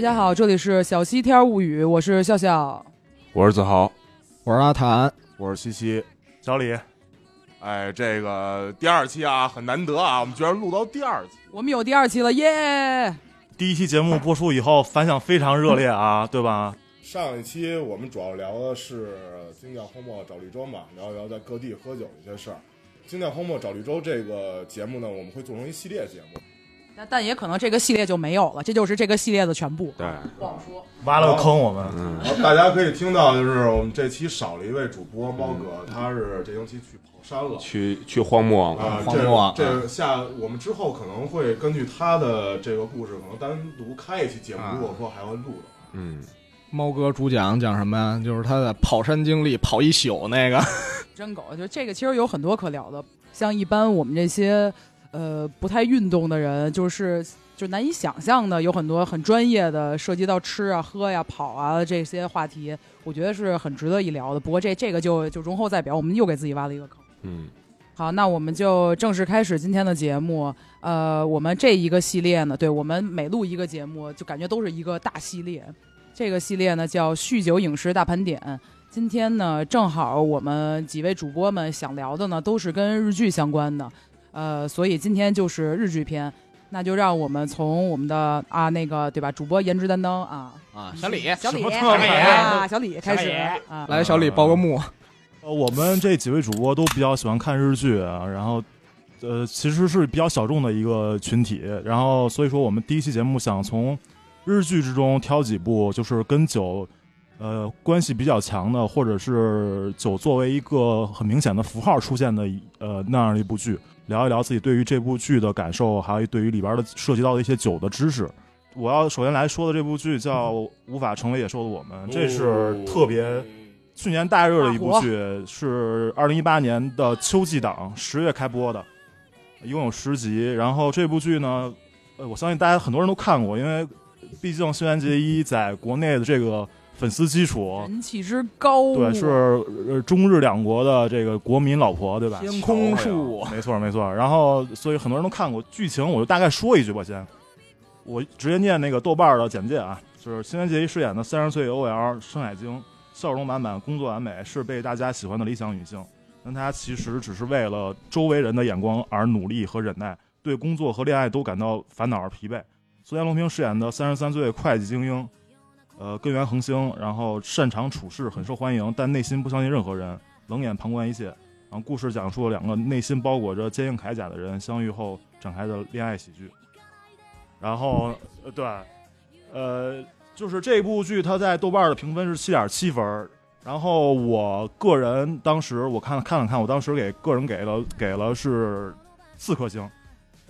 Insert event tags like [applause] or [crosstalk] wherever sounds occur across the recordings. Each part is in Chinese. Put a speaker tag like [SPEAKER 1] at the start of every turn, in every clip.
[SPEAKER 1] 家好，这里是小西天物语，我是笑笑。
[SPEAKER 2] 我是子豪，
[SPEAKER 3] 我是阿谭，
[SPEAKER 2] 我是西西。
[SPEAKER 4] 小李，
[SPEAKER 2] 哎，这个第二期啊，很难得啊，我们居然录到第二期。
[SPEAKER 1] 我们有第二期了，耶！
[SPEAKER 4] 第一期节目播出以后反响非常热烈
[SPEAKER 5] [laughs]
[SPEAKER 4] 啊，对吧？
[SPEAKER 5] 上一期我们主要聊的是精酿荒漠找绿洲嘛，聊一聊在各地喝酒的一些事儿。精酿荒漠找绿洲这个节目呢，我们会做成一系列节目。
[SPEAKER 1] 但但也可能这个系列就没有了，这就是这个系列的全部。
[SPEAKER 2] 对，
[SPEAKER 1] 不好说。
[SPEAKER 4] 挖了个坑，我们
[SPEAKER 2] 嗯，
[SPEAKER 5] 然后大家可以听到，就是我们这期少了一位主播猫哥，他是这星期去跑山了。
[SPEAKER 2] 去去荒漠了，
[SPEAKER 5] 啊，
[SPEAKER 3] 荒漠啊
[SPEAKER 5] 这这下我们之后可能会根据他的这个故事，可能单独开一期节目。
[SPEAKER 3] 啊
[SPEAKER 5] 如果说还要录的话，
[SPEAKER 2] 嗯，
[SPEAKER 3] 猫哥主讲讲什么呀？就是他的跑山经历，跑一宿那个。
[SPEAKER 1] 真狗，就这个其实有很多可聊的。像一般我们这些呃不太运动的人，就是就难以想象的，有很多很专业的涉及到吃啊、喝呀、跑啊这些话题，我觉得是很值得一聊的。不过这这个就就容后再表，我们又给自己挖了一个坑。
[SPEAKER 2] 嗯，
[SPEAKER 1] 好，那我们就正式开始今天的节目。呃，我们这一个系列呢，对我们每录一个节目，就感觉都是一个大系列。这个系列呢叫“酗酒影视大盘点”。今天呢，正好我们几位主播们想聊的呢，都是跟日剧相关的，呃，所以今天就是日剧篇。那就让我们从我们的啊那个对吧，主播颜值担当啊，
[SPEAKER 3] 啊，小李，
[SPEAKER 1] 小李，
[SPEAKER 4] 什么特
[SPEAKER 1] 小李
[SPEAKER 4] 点
[SPEAKER 1] 啊，小李开始啊，
[SPEAKER 3] [laughs] 来，小李报个幕。
[SPEAKER 4] 呃，我们这几位主播都比较喜欢看日剧，啊，然后，呃，其实是比较小众的一个群体。然后，所以说我们第一期节目想从日剧之中挑几部，就是跟酒，呃，关系比较强的，或者是酒作为一个很明显的符号出现的一，呃，那样的一部剧，聊一聊自己对于这部剧的感受，还有对于里边的涉及到的一些酒的知识。我要首先来说的这部剧叫《无法成为野兽的我们》，这是特别。去年大热的一部剧，是二零一八年的秋季档十月开播的，一共有十集。然后这部剧呢，呃，我相信大家很多人都看过，因为毕竟新垣结衣在国内的这个粉丝基础，
[SPEAKER 1] 人气之高，啊
[SPEAKER 4] 对，是呃中日两国的这个国民老婆，对吧？
[SPEAKER 3] 天空树
[SPEAKER 4] 没错没错。然后，所以很多人都看过剧情，我就大概说一句吧，先，我直接念那个豆瓣儿的简介啊，就是新垣结衣饰演的三十岁 OL 深海晶，笑容满满，工作完美，是被大家喜欢的理想女性。但她其实只是为了周围人的眼光而努力和忍耐，对工作和恋爱都感到烦恼而疲惫。苏延龙平饰演的三十三岁会计精英，呃，根源恒星，然后擅长处事，很受欢迎，但内心不相信任何人，冷眼旁观一切。然后故事讲述了两个内心包裹着坚硬铠甲的人相遇后展开的恋爱喜剧。然后，呃，对，呃，就是这部剧它在豆瓣的评分是七点七分儿。然后我个人当时我看看了看，我当时给个人给了给了是四颗星，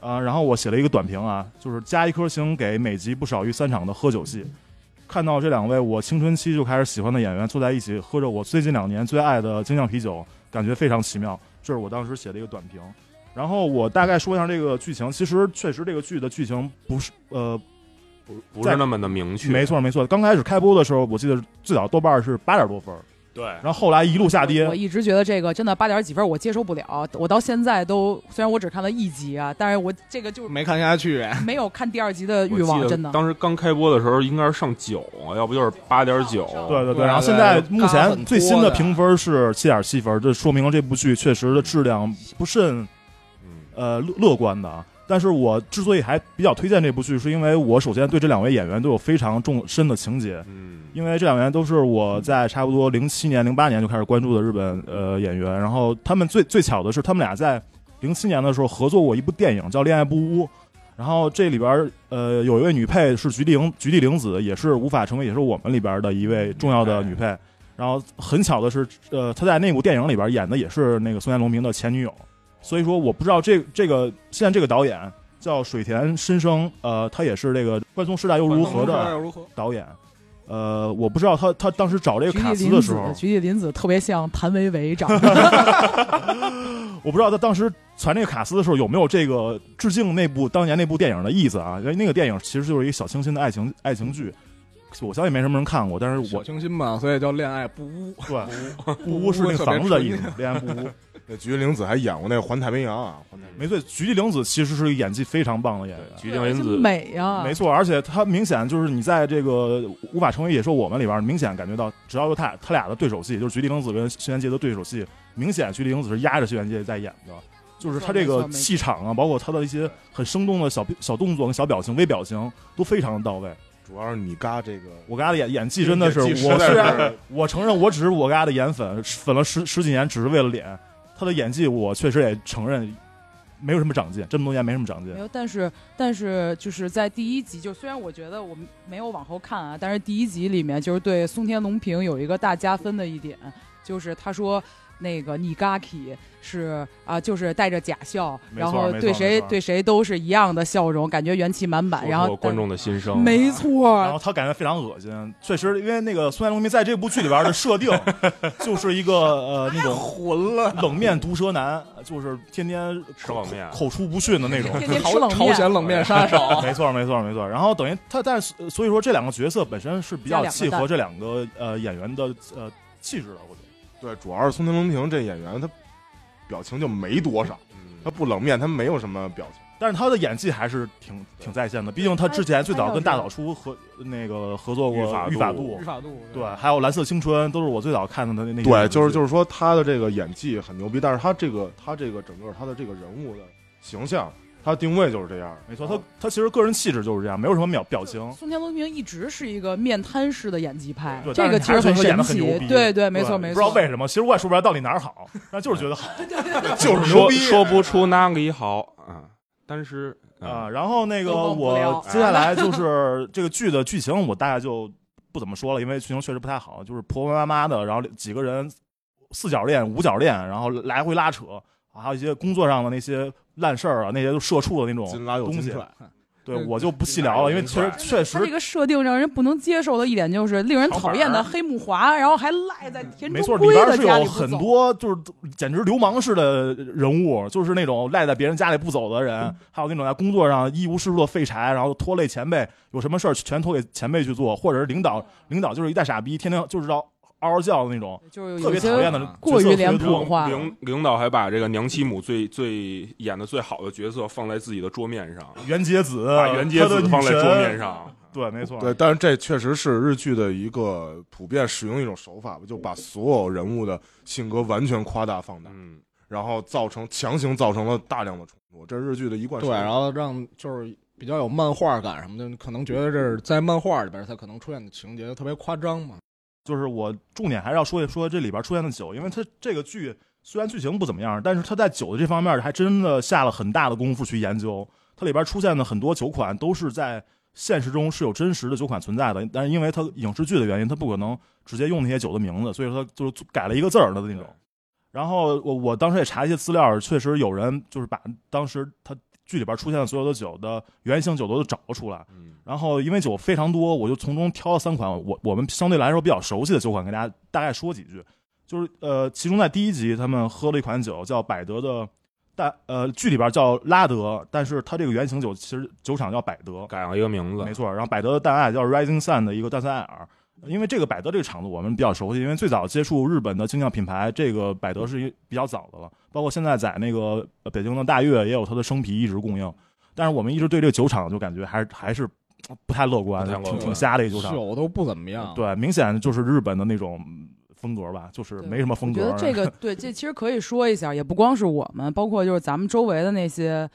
[SPEAKER 4] 啊、然后我写了一个短评啊，就是加一颗星给每集不少于三场的喝酒戏。看到这两位我青春期就开始喜欢的演员坐在一起，喝着我最近两年最爱的精酿啤酒，感觉非常奇妙。这是我当时写的一个短评。然后我大概说一下这个剧情，其实确实这个剧的剧情不是呃
[SPEAKER 2] 不不是那么的明确，
[SPEAKER 4] 没，错没错，刚开始开播的时候，我记得最早豆瓣是八点多分儿，
[SPEAKER 2] 对，
[SPEAKER 4] 然后后来一路下
[SPEAKER 1] 我
[SPEAKER 4] 跌。
[SPEAKER 1] 一直觉得这个真的八点几分我接受不了，我到现在都虽然我只看了一集啊，但是我这个
[SPEAKER 3] [laughs]
[SPEAKER 1] 就
[SPEAKER 3] 没看下去，
[SPEAKER 1] 没有看第二集的欲
[SPEAKER 2] 我记
[SPEAKER 1] 望，
[SPEAKER 2] 得
[SPEAKER 1] 真的。
[SPEAKER 2] 当时刚开播的时候应该是上九，要不就是八点九，
[SPEAKER 4] 对对
[SPEAKER 3] 对
[SPEAKER 4] 对，然后现在
[SPEAKER 3] 对
[SPEAKER 4] 目
[SPEAKER 3] 嘎很
[SPEAKER 4] 前
[SPEAKER 3] 多
[SPEAKER 4] 最新的
[SPEAKER 3] 的
[SPEAKER 4] 评分是七点七分，这说明了这部剧确实的质量不甚
[SPEAKER 2] 嗯，
[SPEAKER 4] 呃乐乐观的啊。但是我之所以还比较推荐这部剧，是因为我首先对这两位演员都有非常重深的情结，
[SPEAKER 2] 嗯，
[SPEAKER 4] 因为这两位都是我在差不多零七年、零八年就开始关注的日本呃演员。然后他们最最巧的是，他们俩在零七年的时候合作过一部电影叫《恋爱不污》，然后这里边儿呃有一位女配是菊地玲，菊地玲子也是《无法成为也是我们》里边的一位重要的女配。然后很巧的是，呃，她在那部电影里边演的也是那个松田龙平的前女友。所以说，我不知道这这个现在这个导演叫水田伸生，呃，他也是这个《宽松时代又如何》的
[SPEAKER 3] 如何？
[SPEAKER 4] 导演，呃，我不知道他他当时找这个
[SPEAKER 1] 菊
[SPEAKER 4] 卡
[SPEAKER 1] 地
[SPEAKER 4] 斯的
[SPEAKER 1] 林
[SPEAKER 4] 时
[SPEAKER 1] 子
[SPEAKER 4] 候，，
[SPEAKER 1] 菊地林子特别像谭维维长得，
[SPEAKER 4] 我不知道他当时传这个卡斯的时候有没有这个致敬那部当年那部电影的意思啊？因为那个电影其实就是一个小清新的爱情爱情剧，我相信没什么人看过，但是
[SPEAKER 3] 小
[SPEAKER 4] 我 [laughs]
[SPEAKER 3] 清新嘛，所以叫恋爱不污。
[SPEAKER 1] [laughs]
[SPEAKER 4] 对不污是那个房子的意思，恋爱不污。
[SPEAKER 5] 那菊林子还演过那个《环太平洋》啊，《环太平
[SPEAKER 4] 没错，菊地凛子其实是一个演技非常棒的演员。
[SPEAKER 2] 菊地凛
[SPEAKER 1] 这
[SPEAKER 2] 子
[SPEAKER 1] 美啊呀，
[SPEAKER 4] 没错，而且他明显就是你在这个《无法成为野兽我们》里边，明显感觉到，只要有他他俩的对手戏，就是菊地凛子跟轩辕杰的对手戏，明显菊地凛子是压着轩辕杰在演的，就是他这
[SPEAKER 1] 没错
[SPEAKER 4] 个
[SPEAKER 1] 没错
[SPEAKER 4] 气场啊，包括他的一些很生动的小小动作跟小表情、微表情都非常的到位。
[SPEAKER 5] 主要是你嘎这个，
[SPEAKER 4] 我跟他的演演技真的是，
[SPEAKER 5] 演技
[SPEAKER 4] 我
[SPEAKER 5] 实在
[SPEAKER 4] 虽然
[SPEAKER 5] 是
[SPEAKER 4] 我承认我只是我跟他的颜粉，粉了十十几年只是为了脸，他的演技我确实也承认没有什么长进，这么多年没什么长进
[SPEAKER 1] 没。有，但是但是就是在第一集，就虽然我觉得我们没有往后看啊，但是第一集里面就是对松田龙平有一个大加分的一点，就是他说那个 Nigaki 是啊，就是带着假笑，
[SPEAKER 4] 没
[SPEAKER 1] 然
[SPEAKER 4] 错
[SPEAKER 1] 后
[SPEAKER 4] 没
[SPEAKER 1] 对
[SPEAKER 4] 错
[SPEAKER 1] 谁
[SPEAKER 4] 没错
[SPEAKER 1] 对谁都是一样的笑容，感觉元气满满。然
[SPEAKER 2] 说出
[SPEAKER 1] 后
[SPEAKER 2] 我观众的心声，
[SPEAKER 1] 没
[SPEAKER 2] 啊
[SPEAKER 4] 然后
[SPEAKER 1] 错，
[SPEAKER 4] 他感觉非常恶心，确实，因为那个孙爱龙明在这部剧里边的设
[SPEAKER 2] [laughs]
[SPEAKER 4] 定，就是一个呃那种
[SPEAKER 2] 混了，
[SPEAKER 4] 冷面毒舌男，就是天天
[SPEAKER 2] 吃冷面
[SPEAKER 4] 口口出不逊的
[SPEAKER 2] [laughs]
[SPEAKER 4] 那种。
[SPEAKER 1] 天天吃
[SPEAKER 3] 朝
[SPEAKER 1] 冷
[SPEAKER 3] 朝
[SPEAKER 1] 面，
[SPEAKER 3] 鲜冷面杀手，
[SPEAKER 4] [laughs] 没错，没错，没错。然后等于他，但是呃所以说这两个角色本身是比
[SPEAKER 1] 加
[SPEAKER 4] 较
[SPEAKER 1] 两个
[SPEAKER 4] 契合
[SPEAKER 1] 蛋
[SPEAKER 4] 这两个呃演员的呃气质的，我觉得。
[SPEAKER 5] 对，主要是松田龙平这演员他表情就没多少，
[SPEAKER 2] 嗯
[SPEAKER 4] [laughs]
[SPEAKER 5] 他不冷面，他没有什么表情。
[SPEAKER 4] 但是他的演技还是挺挺在线的，毕竟他之前最早跟大岛初合那个合作过
[SPEAKER 2] 御
[SPEAKER 4] 《
[SPEAKER 2] 法度
[SPEAKER 4] 御法度》，
[SPEAKER 6] 法度
[SPEAKER 4] 对，还有《蓝色青春》，都是我最早看的那那些
[SPEAKER 5] 对，就是就是是说他的这个演技很牛逼，但是他这个他这个整个他的这个人物的形象，他的定位就是这样。
[SPEAKER 4] 没错，他他其实个人气质就是这样，没有什么表表情。
[SPEAKER 1] 松田龙平一直是一个面瘫式的演技派
[SPEAKER 4] 对，
[SPEAKER 1] 这
[SPEAKER 4] 但是
[SPEAKER 1] 个
[SPEAKER 4] 你
[SPEAKER 1] 其
[SPEAKER 4] 还
[SPEAKER 1] 实
[SPEAKER 4] 是觉得演
[SPEAKER 1] 神
[SPEAKER 4] 得很
[SPEAKER 1] 奇
[SPEAKER 4] 牛逼。
[SPEAKER 1] 对对，没错
[SPEAKER 4] 对
[SPEAKER 1] 没错。
[SPEAKER 4] 不知道为什么，其实我也说不出来到底哪
[SPEAKER 1] [laughs]
[SPEAKER 4] 儿好，但就是觉得好 [laughs]
[SPEAKER 5] 就是牛
[SPEAKER 2] 说
[SPEAKER 5] 逼
[SPEAKER 2] 说不出哪里好啊，但是
[SPEAKER 4] 啊。，然后那个
[SPEAKER 1] 都忘不了
[SPEAKER 4] 我 [laughs] 接下来就是这个剧的剧情，我大概就不怎么说了，因为剧情确实不太好，就是婆婆妈妈的，然后几个人四角恋、五角恋，然后来回拉扯，还有一些工作上的那些烂事儿啊，那些就社畜的那种。
[SPEAKER 5] 金拉又
[SPEAKER 4] 东
[SPEAKER 5] 金
[SPEAKER 4] 西
[SPEAKER 5] 踹，
[SPEAKER 4] 对
[SPEAKER 3] 嗯
[SPEAKER 4] 我就不细聊了，因为确实
[SPEAKER 1] 他
[SPEAKER 4] 确
[SPEAKER 1] 这
[SPEAKER 4] 实
[SPEAKER 1] 个设定让人不能接受的一点就是令人讨厌的黑木华，然后还赖在田
[SPEAKER 4] 嗯没
[SPEAKER 1] 中
[SPEAKER 4] 错，里
[SPEAKER 1] 圭
[SPEAKER 4] 边
[SPEAKER 1] 的
[SPEAKER 4] 是
[SPEAKER 1] 家里
[SPEAKER 4] 有
[SPEAKER 1] 不
[SPEAKER 4] 很
[SPEAKER 1] 走。
[SPEAKER 4] 多就是简直流氓式的人物，就是那种赖在别人家里不走的
[SPEAKER 1] 嗯
[SPEAKER 4] 人，还有那种在工作上一无是处的废柴，然后拖累前辈，有什么事儿全托给前辈去做，或者是领
[SPEAKER 1] 嗯
[SPEAKER 4] 导，领导就是一大傻逼，天天就是要嗷嗷叫的那种，
[SPEAKER 1] 就是
[SPEAKER 4] 特
[SPEAKER 1] 有
[SPEAKER 4] 别讨厌
[SPEAKER 1] 些
[SPEAKER 4] 的
[SPEAKER 3] 有些
[SPEAKER 1] 过于脸
[SPEAKER 4] 角色特别
[SPEAKER 1] 谱
[SPEAKER 4] 多
[SPEAKER 1] 化，
[SPEAKER 2] 领领导还把这个娘妻母最最演的最好的角色放在自己的桌面上，
[SPEAKER 4] 袁洁子，
[SPEAKER 2] 把袁洁
[SPEAKER 4] 呃他的
[SPEAKER 2] 子
[SPEAKER 4] 女
[SPEAKER 2] 放在
[SPEAKER 4] 神
[SPEAKER 2] 桌面，上，
[SPEAKER 4] 对，没错，
[SPEAKER 5] 对，但是这确实是日剧的一个普遍使用一种手法吧，就把所有人物的性格完全夸大放大，
[SPEAKER 2] 嗯，
[SPEAKER 5] 然后造成强行造成了大量的冲突，这是日剧的一贯手
[SPEAKER 3] 对，
[SPEAKER 5] 法。
[SPEAKER 3] 然后让就是比较有漫画感什么的，你可能觉得这是在漫画里边才可能出现的情节，特别夸张嘛。
[SPEAKER 4] 就是我重点还是要说一说这里边出现的酒，因为它这个剧虽然剧情不怎么样，但是它在酒的这方面还真的下了很大的功夫去研究。它里边出现的很多酒款都是在现实中是有真实的酒款存在的，但是因为它影视剧的原因，它不可能直接用那些酒的名字，所以说它就是改了一个字儿的那种。然后我我当时也查一些资料，确实有人就是把当时它剧里边出现的所有的酒的原型酒都找了出来。
[SPEAKER 2] 嗯
[SPEAKER 4] 然后因为酒非常多，我就从中挑了三款我我们相对来说比较熟悉的酒款，给大家大概说几句。就是呃，其中在第一集他们喝了一款酒叫百德的，但呃剧里边叫拉德，但是它这个原型酒其实酒厂叫百德，
[SPEAKER 2] 改了一个名字
[SPEAKER 4] 没，错。然后百德的淡爱叫 Rising Sun 的一个淡赛尔，因为这个百德这个厂子我们比较熟悉，因为最早接触日本的精酿品牌，这个百德是一比较早的了，包括现在在那个呃北京的大悦也有它的生啤一直供应，但是我们一直对这个酒厂就感觉还是还是呃不太乐观，
[SPEAKER 2] 不太乐
[SPEAKER 4] 挺
[SPEAKER 2] 观
[SPEAKER 4] 挺瞎的一个酒厂，
[SPEAKER 3] 酒都不怎么样，，
[SPEAKER 4] 对，明显就是日本的那种风格吧，就是
[SPEAKER 1] 对
[SPEAKER 4] 没什么风
[SPEAKER 1] 我觉
[SPEAKER 4] 格
[SPEAKER 1] 得。这个对，这其实可以说一下，也不光是我们，包括就是咱们周围的那些，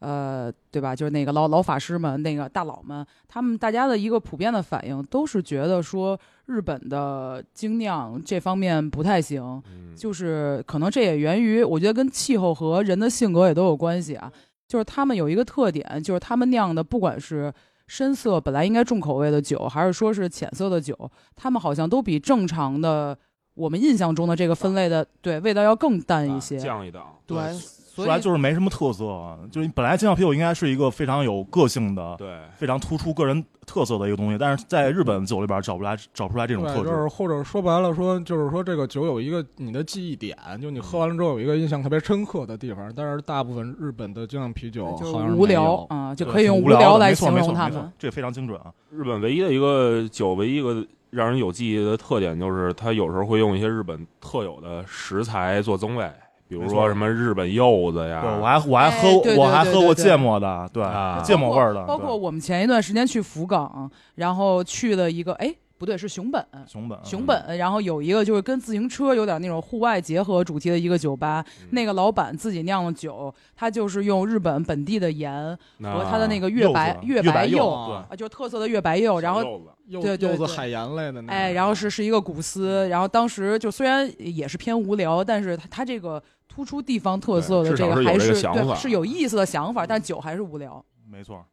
[SPEAKER 1] 呃，对吧？就是那个老老法师们、那个大佬们，他们大家的一个普遍的反应都是觉得说，日本的精酿这方面不太行，
[SPEAKER 2] 嗯
[SPEAKER 1] 就是可能这也源于，我觉得跟气候和人的性格也都有关系啊。就是他们有一个特点，就是他们酿的不管是深色本来应该重口味的酒，还是说是浅色的酒，他们好像都比正常的我们印象中的这个分类的对味道要更淡
[SPEAKER 4] 啊
[SPEAKER 1] 一些。
[SPEAKER 2] 降一档，
[SPEAKER 1] 对，
[SPEAKER 4] 出
[SPEAKER 1] 所
[SPEAKER 4] 来
[SPEAKER 1] 以
[SPEAKER 4] 就是没什么特色啊，就是本来精酿啤酒应该是一个非常有个性的，
[SPEAKER 2] 对，
[SPEAKER 4] 非常突出个人特色的一个东西，但是在日本酒里边找不来找不出来这种特
[SPEAKER 3] 对，就
[SPEAKER 4] 质。
[SPEAKER 3] 是或者说白了说，就是说这个酒有一个你的记忆点，就你喝完了之后有一个印象特别深刻的地方，但是大部分日本的精酿啤酒
[SPEAKER 1] 就是
[SPEAKER 3] 好像是
[SPEAKER 1] 无
[SPEAKER 3] 没有
[SPEAKER 1] 聊啊，就
[SPEAKER 4] 对
[SPEAKER 1] 可以用
[SPEAKER 4] 挺
[SPEAKER 1] 无
[SPEAKER 4] 无聊的
[SPEAKER 1] 来
[SPEAKER 4] 没错
[SPEAKER 1] 形
[SPEAKER 4] 没
[SPEAKER 1] 容
[SPEAKER 4] 错
[SPEAKER 1] 他
[SPEAKER 4] 没错
[SPEAKER 1] 们。
[SPEAKER 4] 这个非常精准啊。
[SPEAKER 2] 日本唯一的一个酒，唯一一个让人有记忆的特点就是，它有时候会用一些日本特有的食材做增味，比
[SPEAKER 4] 没
[SPEAKER 2] 如
[SPEAKER 4] 错
[SPEAKER 2] 说什么日本柚子
[SPEAKER 4] 对，我
[SPEAKER 2] 呀，
[SPEAKER 4] 还我还
[SPEAKER 1] 哎
[SPEAKER 4] 喝
[SPEAKER 1] 对对
[SPEAKER 4] 我还
[SPEAKER 1] 对
[SPEAKER 4] 喝
[SPEAKER 1] 对
[SPEAKER 4] 过
[SPEAKER 1] 对
[SPEAKER 4] 芥末的，对，
[SPEAKER 2] 啊
[SPEAKER 4] 芥末味儿的，
[SPEAKER 1] 包括
[SPEAKER 4] 对
[SPEAKER 1] 我们前一段时间去福冈，然后去了一个，哎，不对，是熊本。
[SPEAKER 4] 熊
[SPEAKER 2] 啊
[SPEAKER 4] 本啊
[SPEAKER 1] 熊本，然后有一个就是跟自行车有点那种户外结合主题的一个酒吧，
[SPEAKER 2] 嗯
[SPEAKER 1] 那个老板自己酿的酒，他就是用日本本地的盐
[SPEAKER 2] 啊
[SPEAKER 1] 和他的那个月白
[SPEAKER 4] 柚子
[SPEAKER 1] 月
[SPEAKER 4] 白
[SPEAKER 1] 白
[SPEAKER 4] 柚，
[SPEAKER 3] 柚
[SPEAKER 1] 啊，就是特色的月白柚，然后
[SPEAKER 2] 柚嗯子
[SPEAKER 3] 柚
[SPEAKER 1] 对对
[SPEAKER 3] 柚
[SPEAKER 1] 对
[SPEAKER 3] 子海盐类的那个，
[SPEAKER 1] 哎，然后是是一个古斯，
[SPEAKER 2] 嗯
[SPEAKER 1] 然后当时就虽然也是偏无聊，但是它它这个突出地方特色的
[SPEAKER 2] 对至
[SPEAKER 1] 这个
[SPEAKER 2] 少是有
[SPEAKER 1] 还
[SPEAKER 2] 这
[SPEAKER 1] 是
[SPEAKER 2] 个想法啊嗯
[SPEAKER 1] 对是有意思的想法，但酒还是无聊。
[SPEAKER 4] 没错。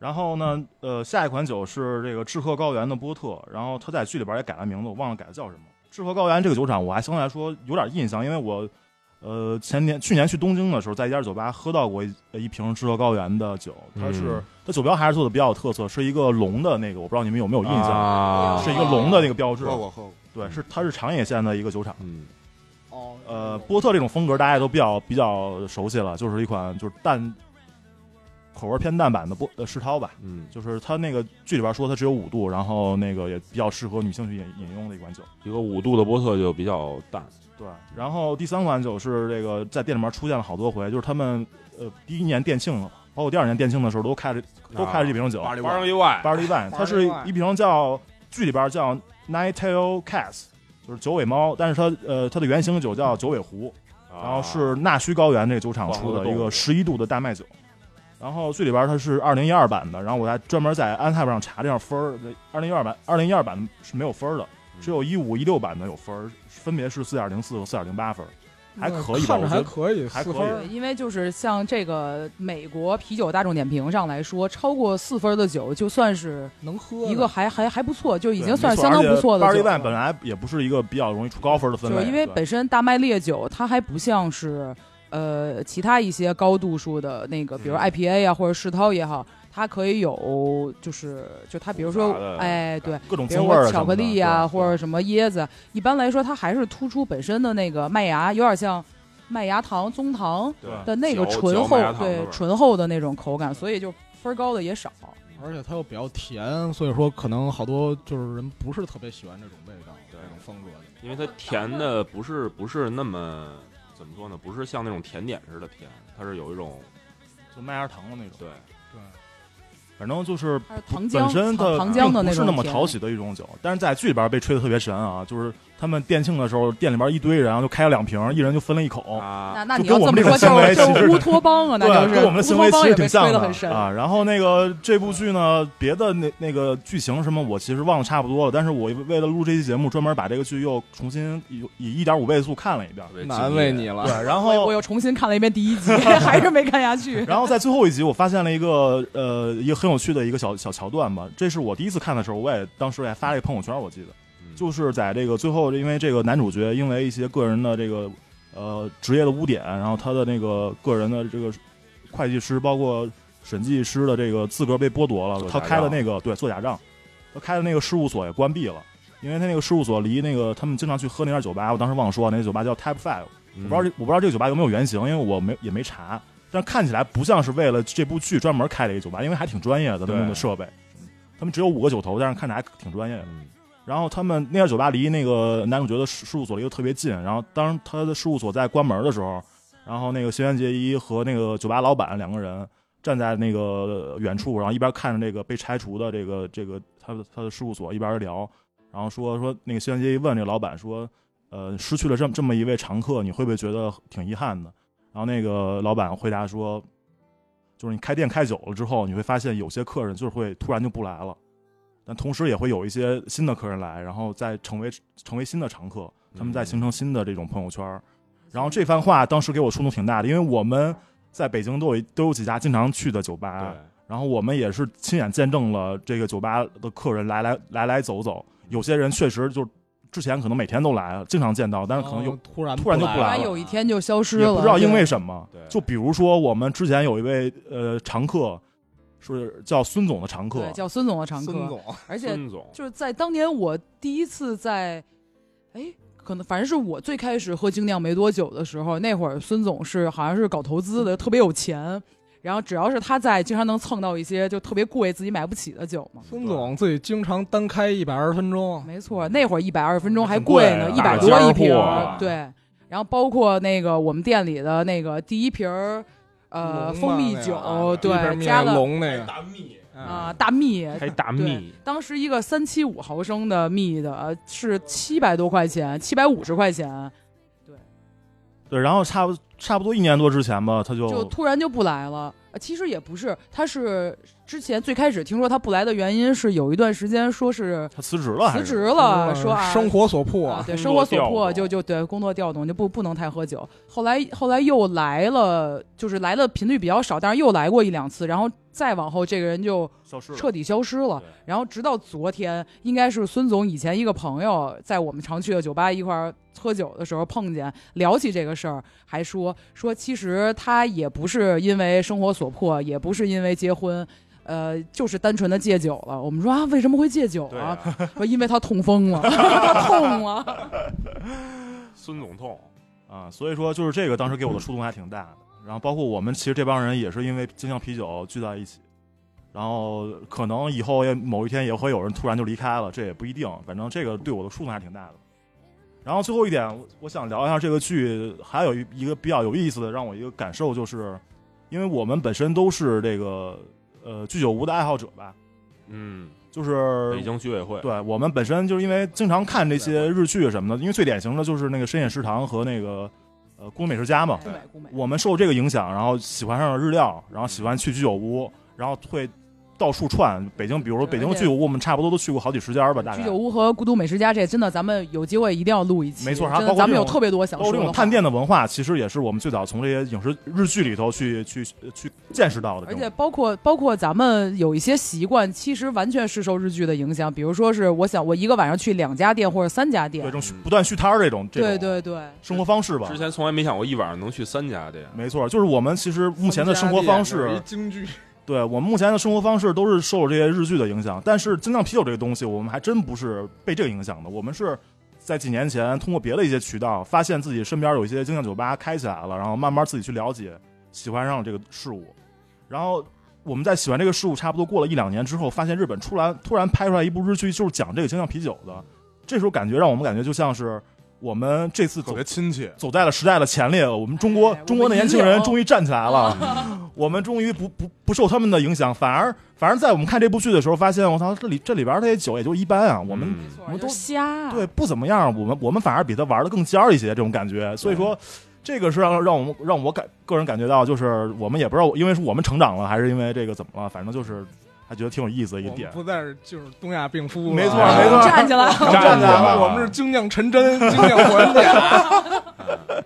[SPEAKER 4] 然后呢，呃，下一款酒是这个志贺高原的波特，然后它在剧里边也改了名字，我忘了改的叫什么。志贺高原这个酒厂，我还相对来说有点印象，因为我，呃，前年去年去东京的时候，在一家酒吧喝到过一呃一瓶志贺高原的酒，它是、
[SPEAKER 2] 嗯
[SPEAKER 4] 它酒标还是做的比较有特色，是一个龙的那个，我不知道你们有没有印象，
[SPEAKER 1] 哎
[SPEAKER 2] 啊
[SPEAKER 4] 是一个龙的那个标志，
[SPEAKER 5] 哦
[SPEAKER 6] 喝过喝过，
[SPEAKER 4] 对，是它是长野县的一个酒厂。
[SPEAKER 2] 嗯
[SPEAKER 3] 哦，
[SPEAKER 4] 呃，波特这种风格大家都比较比较熟悉了，就是一款就是淡口味偏淡版的波呃世涛吧，
[SPEAKER 2] 嗯，
[SPEAKER 4] 就是它那个剧里边说它只有五度，然后那个也比较适合女性去饮饮用的一款酒。
[SPEAKER 2] 一个五度的波特就比较淡，
[SPEAKER 4] 对，然后第三款酒是这个在店里面出现了好多回，就是他们呃第一年店庆了，包括第二年店庆的时候都开着都开着这瓶酒，
[SPEAKER 2] 八十一万，
[SPEAKER 4] 巴尔利万，它是一瓶叫剧里边叫 Nine Tail Cats，就是九尾猫，但是它呃它的原型酒叫九尾狐。然后
[SPEAKER 2] 啊
[SPEAKER 4] 是纳须高原这个酒厂出的一个十一度的大麦酒，然后最里边它是二零一二版的，然后我还专门在安 n t 上查这样分儿，二零一二版二零一二版是没有分儿的，只有一五一六版的有分儿，分别是四点零四和四点零八分儿，还可以吧？
[SPEAKER 3] 看
[SPEAKER 4] 我觉
[SPEAKER 3] 着还
[SPEAKER 4] 得
[SPEAKER 3] 可以，
[SPEAKER 4] 还
[SPEAKER 3] 四
[SPEAKER 4] 可
[SPEAKER 2] 哎
[SPEAKER 3] 分
[SPEAKER 4] 以
[SPEAKER 3] 儿
[SPEAKER 1] 对，因为就是像这个美国啤酒大众点评上来说，超过四分的酒就算是
[SPEAKER 3] 能喝
[SPEAKER 1] 一个
[SPEAKER 3] 的
[SPEAKER 1] 还还还不错，就已
[SPEAKER 4] 对
[SPEAKER 1] 经算
[SPEAKER 4] 没
[SPEAKER 1] 是
[SPEAKER 4] 错
[SPEAKER 1] 相当不错的
[SPEAKER 4] 而且
[SPEAKER 1] 酒
[SPEAKER 4] 巴尔利万本
[SPEAKER 1] 了。
[SPEAKER 4] 来也不是一个比较容易出高分的分
[SPEAKER 1] 就
[SPEAKER 4] 类，
[SPEAKER 1] 是因为
[SPEAKER 4] 对
[SPEAKER 1] 本身大麦烈酒它还不像是呃其他一些高度数的那个，比如
[SPEAKER 2] 嗯
[SPEAKER 1] IPA 啊或者世涛也好，它可以有就是就它比如
[SPEAKER 2] 复杂
[SPEAKER 1] 说
[SPEAKER 2] 的
[SPEAKER 1] 哎对。
[SPEAKER 4] 各种
[SPEAKER 1] 比
[SPEAKER 4] 风
[SPEAKER 1] 如
[SPEAKER 4] 味儿啊
[SPEAKER 1] 说
[SPEAKER 4] 什么
[SPEAKER 1] 巧
[SPEAKER 4] 的
[SPEAKER 1] 克力呀、
[SPEAKER 4] 对
[SPEAKER 1] 或者什么椰子，一般来说它还是突出本身的那个麦芽，有点像麦芽糖、棕糖
[SPEAKER 2] 对
[SPEAKER 1] 的那个
[SPEAKER 2] 嚼
[SPEAKER 1] 醇
[SPEAKER 2] 嚼
[SPEAKER 1] 厚
[SPEAKER 2] 麦芽，糖的味
[SPEAKER 1] 对
[SPEAKER 2] 儿
[SPEAKER 1] 醇厚的那种口感，所以就分儿高的也少。
[SPEAKER 3] 而且它又比较甜，所以说可能好多就是人不是特别喜欢这种味道，这
[SPEAKER 2] 对
[SPEAKER 3] 种风格的。
[SPEAKER 2] 因为它甜的不是不是那么怎么说呢？不是像那种甜点似的甜，它是有一种
[SPEAKER 4] 就麦芽糖的那种，
[SPEAKER 2] 对
[SPEAKER 4] 反正就是
[SPEAKER 1] 它是糖
[SPEAKER 4] 本
[SPEAKER 1] 浆，
[SPEAKER 4] 身它
[SPEAKER 1] 糖糖浆的
[SPEAKER 4] 并不是
[SPEAKER 1] 种
[SPEAKER 4] 那
[SPEAKER 1] 甜。
[SPEAKER 4] 么讨喜的一种酒，但是在剧里边被吹得特别神啊！就是他们店庆的时候，店里边一堆人，啊然后就开了两瓶，一人就分了一口，
[SPEAKER 1] 那
[SPEAKER 2] 啊，
[SPEAKER 1] 那
[SPEAKER 4] 就
[SPEAKER 1] 你
[SPEAKER 4] 跟
[SPEAKER 1] 要
[SPEAKER 4] 我
[SPEAKER 1] 这
[SPEAKER 4] 们
[SPEAKER 1] 么说，
[SPEAKER 4] 这种行为
[SPEAKER 1] 就是
[SPEAKER 4] 其
[SPEAKER 1] 就是
[SPEAKER 4] 实
[SPEAKER 1] 乌托邦啊，那
[SPEAKER 4] 对，
[SPEAKER 1] 就是
[SPEAKER 4] 跟我们的行为
[SPEAKER 1] 乌托
[SPEAKER 4] 其
[SPEAKER 1] 邦
[SPEAKER 4] 实
[SPEAKER 1] 也
[SPEAKER 4] 挺
[SPEAKER 1] 被
[SPEAKER 4] 像
[SPEAKER 1] 吹
[SPEAKER 4] 的
[SPEAKER 1] 得很深。
[SPEAKER 4] 啊。然后那个这部剧呢，别的那那个剧情什么，我其实忘得差不多了，但是我为了录这期节目，专门把这个剧又重新以以一点五倍速看了一遍。
[SPEAKER 3] 难为你了，
[SPEAKER 4] 对，然
[SPEAKER 1] 我又我
[SPEAKER 4] 后。
[SPEAKER 1] 又重新看了一遍第一集，还是没看下去。
[SPEAKER 4] [laughs] 然后在最后一集，我发现了一个呃一个很有趣的一个小小桥段吧。这是我第一次看的时候，我也当时也发了一个朋友圈，我记得。
[SPEAKER 2] 嗯
[SPEAKER 4] 就是在这个最后，因为这个男主角因为一些个人的这个呃职业的污点，然后他的那个呃个人的这个会计师包括审计师的这个资格被剥夺了
[SPEAKER 2] 做，假
[SPEAKER 4] 他
[SPEAKER 2] 账
[SPEAKER 4] 开的那个对做假账，他开的那个事务所也关闭了。因为他那个事务所离那个他们经常去喝那家酒吧，我当时忘了说，那个酒吧叫 Type Five，我不
[SPEAKER 2] 嗯
[SPEAKER 4] 知道这我不知道这个酒吧有没有原型，因为我没也没查，但看起来不像是为了这部剧专门开的一个酒吧，因为还挺专业的，他们用的
[SPEAKER 2] 对
[SPEAKER 4] 设备，他们只有五个酒头，但是看着还挺专业的。
[SPEAKER 2] 嗯
[SPEAKER 4] 然后他们那家酒吧离那个男主角的事事务所离得特别近，然后当他的事务所在关门的时候，然后那个新垣结衣和那个酒吧老板两个人站在那个远处，然后一边看着这个被拆除的这个这个他的他的事务所，一边聊，然后说说那个新垣结衣问这个老板说，呃，失去了这么这么一位常客，你会不会觉得挺遗憾的？然后那个老板回答说，就是你开店开久了之后，你会发现有些客人就是会突然就不来了。但同时也会有一些新的客人来，然后再成为成为新的常客，他们再形成新的这种朋友圈儿。然后这番话当时给我触动挺大的，因为我们在北京都有都有几家经常去的酒吧，
[SPEAKER 2] 对，
[SPEAKER 4] 然后我们也是亲眼见证了这个酒吧的客人来来来来走走，有些人确实就之前可能每天都来，经常见到，但是可能有
[SPEAKER 3] 然后哦突然
[SPEAKER 4] 突然就不
[SPEAKER 1] 突
[SPEAKER 4] 来
[SPEAKER 1] 然
[SPEAKER 4] 了
[SPEAKER 1] 有一天就消失
[SPEAKER 4] 也
[SPEAKER 1] 了，
[SPEAKER 4] 不知道因
[SPEAKER 1] 对
[SPEAKER 4] 为什么
[SPEAKER 2] 对。
[SPEAKER 4] 就比如说我们之前有一位呃常客，是叫孙总的常客
[SPEAKER 1] 对，叫孙总的常
[SPEAKER 6] 孙
[SPEAKER 1] 客，
[SPEAKER 6] 总
[SPEAKER 1] 而且
[SPEAKER 2] 孙总
[SPEAKER 1] 就是在当年我第一次在，哎，可能反正是我最开始喝精酿没多久的时候，那会儿孙总是好像是搞投资的，特别有钱。然后只要是他在，经常能蹭到一些就特别贵、自己买不起的酒嘛。
[SPEAKER 3] 孙总自己经常单开一百二十分钟，
[SPEAKER 1] 没错，那会儿一百二十分钟还
[SPEAKER 4] 很贵
[SPEAKER 1] 呢，
[SPEAKER 4] 啊
[SPEAKER 1] 一百
[SPEAKER 2] 大
[SPEAKER 1] 多
[SPEAKER 2] 家
[SPEAKER 1] 一瓶
[SPEAKER 2] 伙
[SPEAKER 1] 儿
[SPEAKER 2] 啊，
[SPEAKER 1] 对。然后包括那个我们店里的那个第一瓶儿呃
[SPEAKER 3] 龙嘛
[SPEAKER 1] 蜂蜜
[SPEAKER 3] 那个
[SPEAKER 1] 酒，
[SPEAKER 3] 啊
[SPEAKER 1] 对
[SPEAKER 3] 一边，面
[SPEAKER 1] 加了
[SPEAKER 3] 龙那个嗯
[SPEAKER 2] 大蜜，
[SPEAKER 1] 啊、大蜜。
[SPEAKER 2] 还大蜜
[SPEAKER 1] 对，当时一个三七五毫升的蜜的是七百多块钱，七百五十块钱，
[SPEAKER 4] 对，然后差不差不多一年多之前吧，他就
[SPEAKER 1] 就突然就不来了。呃其实也不是，他是之前最开始听说他不来的原因是有一段时间说是
[SPEAKER 4] 他辞职了，还
[SPEAKER 1] 辞
[SPEAKER 4] 是
[SPEAKER 1] 职了，说啊
[SPEAKER 3] 嗯生活所迫
[SPEAKER 1] 啊，
[SPEAKER 3] 啊，
[SPEAKER 1] 对，
[SPEAKER 2] 工
[SPEAKER 1] 生
[SPEAKER 2] 作
[SPEAKER 1] 活所
[SPEAKER 2] 调
[SPEAKER 1] 迫
[SPEAKER 2] 动
[SPEAKER 1] 就就对工作调动就不不能太喝酒。后来后来又来了，就是来的频率比较少，但是又来过一两次，然后再往后这个人就
[SPEAKER 4] 消失了。
[SPEAKER 1] 彻底消失了
[SPEAKER 4] 对。
[SPEAKER 1] 然后直到昨天，应该是孙总以前一个朋友在我们常去的酒吧一块儿喝酒的时候碰见，聊起这个事儿，还说说其实他也不是因为生活所迫，也不是因为结婚。呃，就是单纯的戒酒了。我们说啊，为什么会戒酒
[SPEAKER 4] 对
[SPEAKER 1] 啊
[SPEAKER 4] 啊？
[SPEAKER 2] [laughs]
[SPEAKER 1] 说因为他痛风了， [laughs] 他痛了。
[SPEAKER 2] [laughs] 孙总痛，
[SPEAKER 4] 啊，所以说就是这个当时给我的触动还挺大的。然后包括我们其实这帮人也是因为精酿啤酒聚在一起，然后可能以后也某一天也会有人突然就离开了，这也不一定。反正这个对我的触动还挺大的。然后最后一点，我我想聊一下这个剧，还有一一个比较有意思的让我一个感受，就是因为我们本身都是这个呃居酒屋的爱好者吧，
[SPEAKER 2] 嗯，
[SPEAKER 4] 就是
[SPEAKER 2] 北京居委会，
[SPEAKER 4] 对我们本身就是因为经常看这些日剧什么的，因为最典型的就是那个深夜食堂和那个呃《孤独美食家》嘛。
[SPEAKER 1] 顾美顾美，
[SPEAKER 4] 我们受这个影响，然后喜欢上了日料，然后喜欢去居酒屋，然后会到处串。北京，比如说
[SPEAKER 1] 对
[SPEAKER 4] 北京
[SPEAKER 1] 而且
[SPEAKER 4] 居酒屋，我们差不多都去过好几十家吧，大概
[SPEAKER 1] 居。酒屋和孤独美食家这真的，咱们有机会一定要录一期。
[SPEAKER 4] 没错还
[SPEAKER 1] 真的
[SPEAKER 4] 包括
[SPEAKER 1] 咱们
[SPEAKER 4] 这
[SPEAKER 1] 有
[SPEAKER 4] 种
[SPEAKER 1] 特别多想
[SPEAKER 4] 包
[SPEAKER 1] 说
[SPEAKER 4] 括
[SPEAKER 1] 的话。
[SPEAKER 4] 这种探店的文化，其实也是我们最早从这些影视日剧里头去去去见识到的
[SPEAKER 1] 而
[SPEAKER 4] 这种。
[SPEAKER 1] 且包括包括咱们有一些习惯，其实完全是受日剧的影响。比如说是我想我一个晚上去两家店或者三家
[SPEAKER 4] 对
[SPEAKER 1] 店
[SPEAKER 4] 这，种续不断续摊儿这种这种
[SPEAKER 1] 对对对，
[SPEAKER 4] 生活方式吧
[SPEAKER 2] 之。前从来没想过一晚上能去三家店，
[SPEAKER 4] 没错，就是我们其实目前的生活方式，
[SPEAKER 3] 京剧
[SPEAKER 4] 对我们目前的生活方式都是受这些日剧的影响，但是精酿啤酒这个东西，我们还真不是被这个影响的，我们是在几年前通过别的一些渠道，发现自己身边有一些精酿酒吧开起来了，然后慢慢自己去了解，喜欢上了这个事物，然后我们在喜欢这个事物差不多过了一两年之后，发现日本突然突然拍出来一部日剧，就是讲这个精酿啤酒的，这时候感觉让我们感觉就像是我们这次
[SPEAKER 3] 特
[SPEAKER 4] 走
[SPEAKER 3] 别亲切，
[SPEAKER 4] 走在了时代的前列，我们中国、
[SPEAKER 1] 哎我们
[SPEAKER 4] 中国的年轻人
[SPEAKER 1] 赢
[SPEAKER 4] 终于站起来
[SPEAKER 1] 啊 [laughs]
[SPEAKER 4] 了，我们终于不不不受他们的影响，反而反而在我们看这部剧的时候，发现我操，这里这里边这些酒也就一般啊，我们、
[SPEAKER 2] 嗯
[SPEAKER 1] 我
[SPEAKER 4] 我们都
[SPEAKER 1] 瞎啊
[SPEAKER 4] 对不怎么样，我们我们反而比他玩的更尖儿一些，这种感觉，所以
[SPEAKER 1] 嗯
[SPEAKER 4] 说。这个是让让我们让我感个人感觉到，就是我们也不知道，因为是我们成长了，还是因为这个怎么了，反正就是还觉得挺有意思的一
[SPEAKER 3] 我
[SPEAKER 4] 个点
[SPEAKER 3] 们。不再是就是东亚病夫了，
[SPEAKER 4] 没错
[SPEAKER 3] 啊
[SPEAKER 4] 没错
[SPEAKER 1] 站起来了。
[SPEAKER 4] 站啊起来
[SPEAKER 3] 我们是精酿陈真，精酿还原。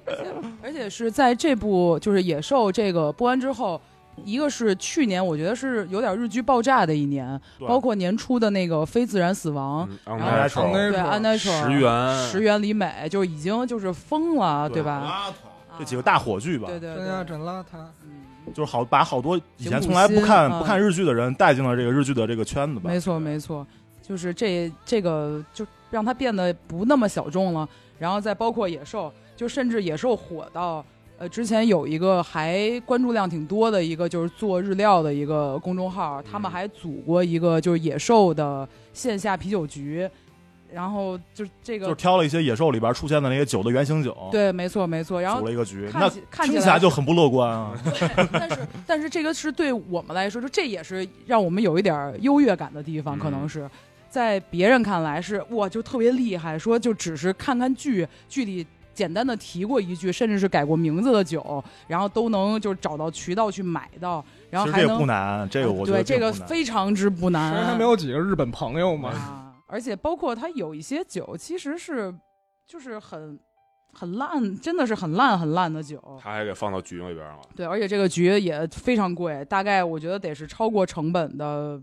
[SPEAKER 1] 而且是在这部就是《野兽》这个播完之后，一个是去年我觉得是有点日剧爆炸的一年，
[SPEAKER 4] 对
[SPEAKER 1] 包括年初的那个《非自然死亡》，
[SPEAKER 2] 嗯
[SPEAKER 1] 然后
[SPEAKER 2] Unnatural
[SPEAKER 1] 对啊《
[SPEAKER 3] 那
[SPEAKER 1] Unnatural
[SPEAKER 2] 十》
[SPEAKER 4] 嗯
[SPEAKER 2] 元，
[SPEAKER 1] 石原里美就是已经就是疯了，
[SPEAKER 4] 对
[SPEAKER 1] 对吧？啊
[SPEAKER 5] 邋遢，
[SPEAKER 4] 这几个大火剧吧，
[SPEAKER 1] 对对
[SPEAKER 3] 真呀，
[SPEAKER 1] 对，
[SPEAKER 3] 真啊邋遢。
[SPEAKER 1] 嗯
[SPEAKER 4] 就是好把好多以前从来不
[SPEAKER 1] 井
[SPEAKER 4] 看
[SPEAKER 1] 浦新
[SPEAKER 4] 不看日剧的人带进了这个日剧的这个圈子吧。
[SPEAKER 1] 嗯没错没错，就是这这个就让它变得不那么小众了，然后再包括野兽，就甚至野兽火到。呃，之前有一个还关注量挺多的一个，就是做日料的一个公众号，他们还组过一个就是野兽的线下啤酒局，然后就是这
[SPEAKER 4] 就是
[SPEAKER 1] 个
[SPEAKER 4] 挑了一些野兽里边出现的那些酒的原型酒，
[SPEAKER 1] 对，没错没错。然后
[SPEAKER 4] 组了一个局，
[SPEAKER 1] 看
[SPEAKER 4] 那
[SPEAKER 1] 起看起
[SPEAKER 4] 听
[SPEAKER 1] 来
[SPEAKER 4] 起来就很不乐观啊。
[SPEAKER 1] 对，但是但是这个是对我们来说，就这也是让我们有一点儿优越感的地方，
[SPEAKER 2] 嗯
[SPEAKER 1] 可能是。在别人看来是哇，就特别厉害，说就只是看看剧，剧里简单的提过一句，甚至是改过名字的酒，然后都能就是找到渠道去买到，然后
[SPEAKER 4] 其实
[SPEAKER 1] 还
[SPEAKER 4] 这个
[SPEAKER 1] 能啊
[SPEAKER 4] 不难，这个我觉
[SPEAKER 1] 对
[SPEAKER 4] 得
[SPEAKER 1] 这
[SPEAKER 4] 这
[SPEAKER 1] 个
[SPEAKER 4] 不难
[SPEAKER 1] 非常之不难，
[SPEAKER 3] 谁还没有几个日本朋友嘛？
[SPEAKER 1] 啊，而且包括它有一些酒其实是就是很很烂，真的是很烂很烂的酒，
[SPEAKER 2] 他还给放到局里边了，
[SPEAKER 1] 对，而且这个局也非常贵，大概我觉得得是超过成本的，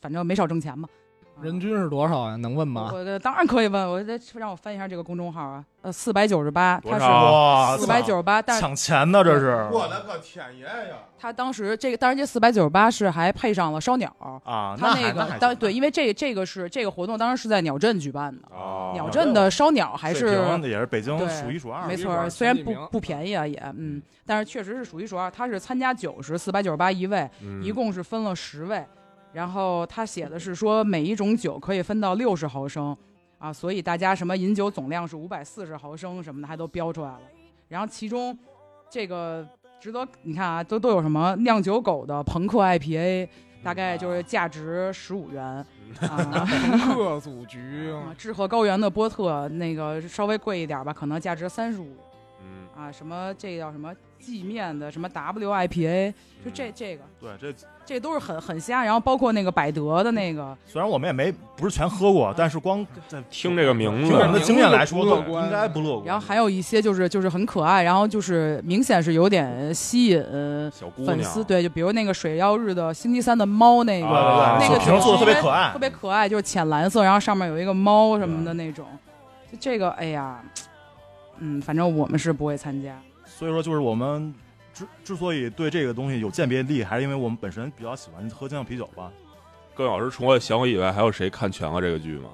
[SPEAKER 1] 反正没少挣钱嘛。啊
[SPEAKER 3] 人均是多少呀？能问吗？
[SPEAKER 1] 我当然可以问，我再让我翻一下这个公众号啊，呃，四百九十八，
[SPEAKER 2] 多
[SPEAKER 1] 它
[SPEAKER 2] 少
[SPEAKER 1] 是
[SPEAKER 4] 哇，
[SPEAKER 1] 四百九十八，但是
[SPEAKER 4] 啊抢钱呢，这是
[SPEAKER 5] 我勒个天爷呀！
[SPEAKER 1] 它当时这个，当然这四百九十八是还配上了烧鸟，
[SPEAKER 4] 啊，
[SPEAKER 1] 它
[SPEAKER 4] 还
[SPEAKER 1] 个
[SPEAKER 4] 还
[SPEAKER 1] 当对，因为这这个是这个活动当时是在鸟镇举办的，
[SPEAKER 2] 啊，
[SPEAKER 1] 鸟镇的烧鸟还
[SPEAKER 4] 水
[SPEAKER 1] 是
[SPEAKER 4] 平也是北京
[SPEAKER 1] 对
[SPEAKER 4] 数一数二，
[SPEAKER 1] 没错
[SPEAKER 3] 一会
[SPEAKER 1] 儿，
[SPEAKER 3] 儿
[SPEAKER 1] 虽然
[SPEAKER 3] 前几
[SPEAKER 1] 不
[SPEAKER 3] 名
[SPEAKER 1] 不便宜啊，也嗯，但是确实是数一数二。啊他是参加九十四百九十八一位，
[SPEAKER 2] 嗯
[SPEAKER 1] 一共是分了十位，然后他写的是说每一种酒可以分到六十毫升，啊，所以大家什么饮酒总量是五百四十毫升什么的，还都标出来了。然后其中这个值得你看啊，都都有什么酿酒狗的朋克 IPA，大概
[SPEAKER 2] 嗯啊
[SPEAKER 1] 就是价值十五
[SPEAKER 2] [laughs]
[SPEAKER 1] 元
[SPEAKER 3] [laughs]
[SPEAKER 1] 啊。
[SPEAKER 3] 朋克组局
[SPEAKER 1] 啊，志贺高原的波特那个稍微贵一点吧，可能价值三十五
[SPEAKER 2] 嗯，
[SPEAKER 1] 啊。什么这叫什么纪面的什么 WIPA，就
[SPEAKER 2] 嗯
[SPEAKER 1] 这这个
[SPEAKER 4] 对，这
[SPEAKER 1] 这都是很很瞎。然后包括那个百德的那个，
[SPEAKER 4] 虽然我们也没不是全喝过，但是光在
[SPEAKER 2] 听这个名
[SPEAKER 4] 听我们
[SPEAKER 2] 字
[SPEAKER 4] 的经验来说，
[SPEAKER 3] 不乐
[SPEAKER 4] 对
[SPEAKER 3] 观
[SPEAKER 4] 应该不乐观。
[SPEAKER 1] 然后还有一些就是就是很可爱，然后就是明显是有点吸引
[SPEAKER 2] 小姑
[SPEAKER 1] 粉
[SPEAKER 2] 娘
[SPEAKER 1] 丝，，对，就比如那个水曜日的星期三的猫那个。
[SPEAKER 4] 对对对
[SPEAKER 1] 那个
[SPEAKER 4] 啊小瓶做的特别可爱
[SPEAKER 1] 特，别可爱，就是浅蓝色，然后上面有一个猫什么的那种，就这个，哎呀，嗯，反正我们是不会参加。
[SPEAKER 4] 所以说就是我们之之所以对这个东西有鉴别力，还是因为我们本身比较喜欢喝精酿啤酒吧。
[SPEAKER 2] 各位老师除了小我以外，还有谁看全了这个剧吗？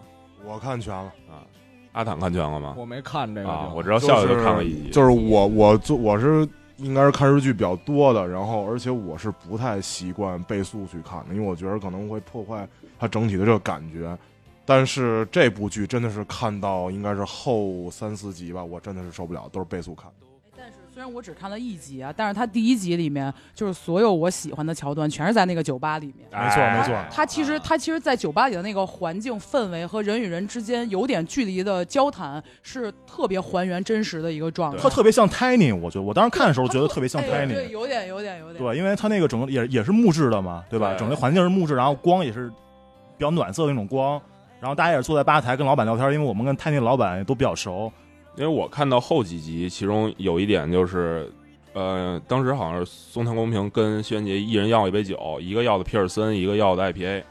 [SPEAKER 5] 我看全了，
[SPEAKER 2] 啊，阿坦看全了吗？
[SPEAKER 3] 我没看这个
[SPEAKER 2] 啊，
[SPEAKER 3] 就
[SPEAKER 2] 我知道笑笑就看了一集，
[SPEAKER 5] 就是我我做我是应该是看日剧比较多的，然后而且我是不太习惯倍速去看的，因为我觉得可能会破坏它整体的这个感觉。但是这部剧真的是看到应该是后三四集吧，我真的是受不了，都是倍速看。
[SPEAKER 1] 哎但是虽然我只看了一集啊，但是它第一集里面就是所有我喜欢的桥段全是在那个酒吧里面。
[SPEAKER 4] 没错
[SPEAKER 2] 哎
[SPEAKER 4] 没错
[SPEAKER 1] 它其实，它其实，在酒吧里的那个环境氛围和人与人之间有点距离的交谈，是特别还原真实的一个状态。
[SPEAKER 4] 它特别像 Tiny，我觉得我当时看的时候觉得特别像
[SPEAKER 1] 哎对，
[SPEAKER 4] Tiny，
[SPEAKER 1] 有点，有点，有点。
[SPEAKER 4] 对，因为它那个整个也也是木质的嘛，对吧？
[SPEAKER 2] 对
[SPEAKER 4] 整个环境是木质，然后光也是比较暖色的那种光，然后大家也是坐在吧台跟老板聊天，因为我们跟 Tiny 老板也都比较熟，
[SPEAKER 2] 因为我看到后几集，其中有一点就是，呃，当时好像是松田公平跟轩杰一人要一杯酒，一个要的皮尔森，一个要的 IPA，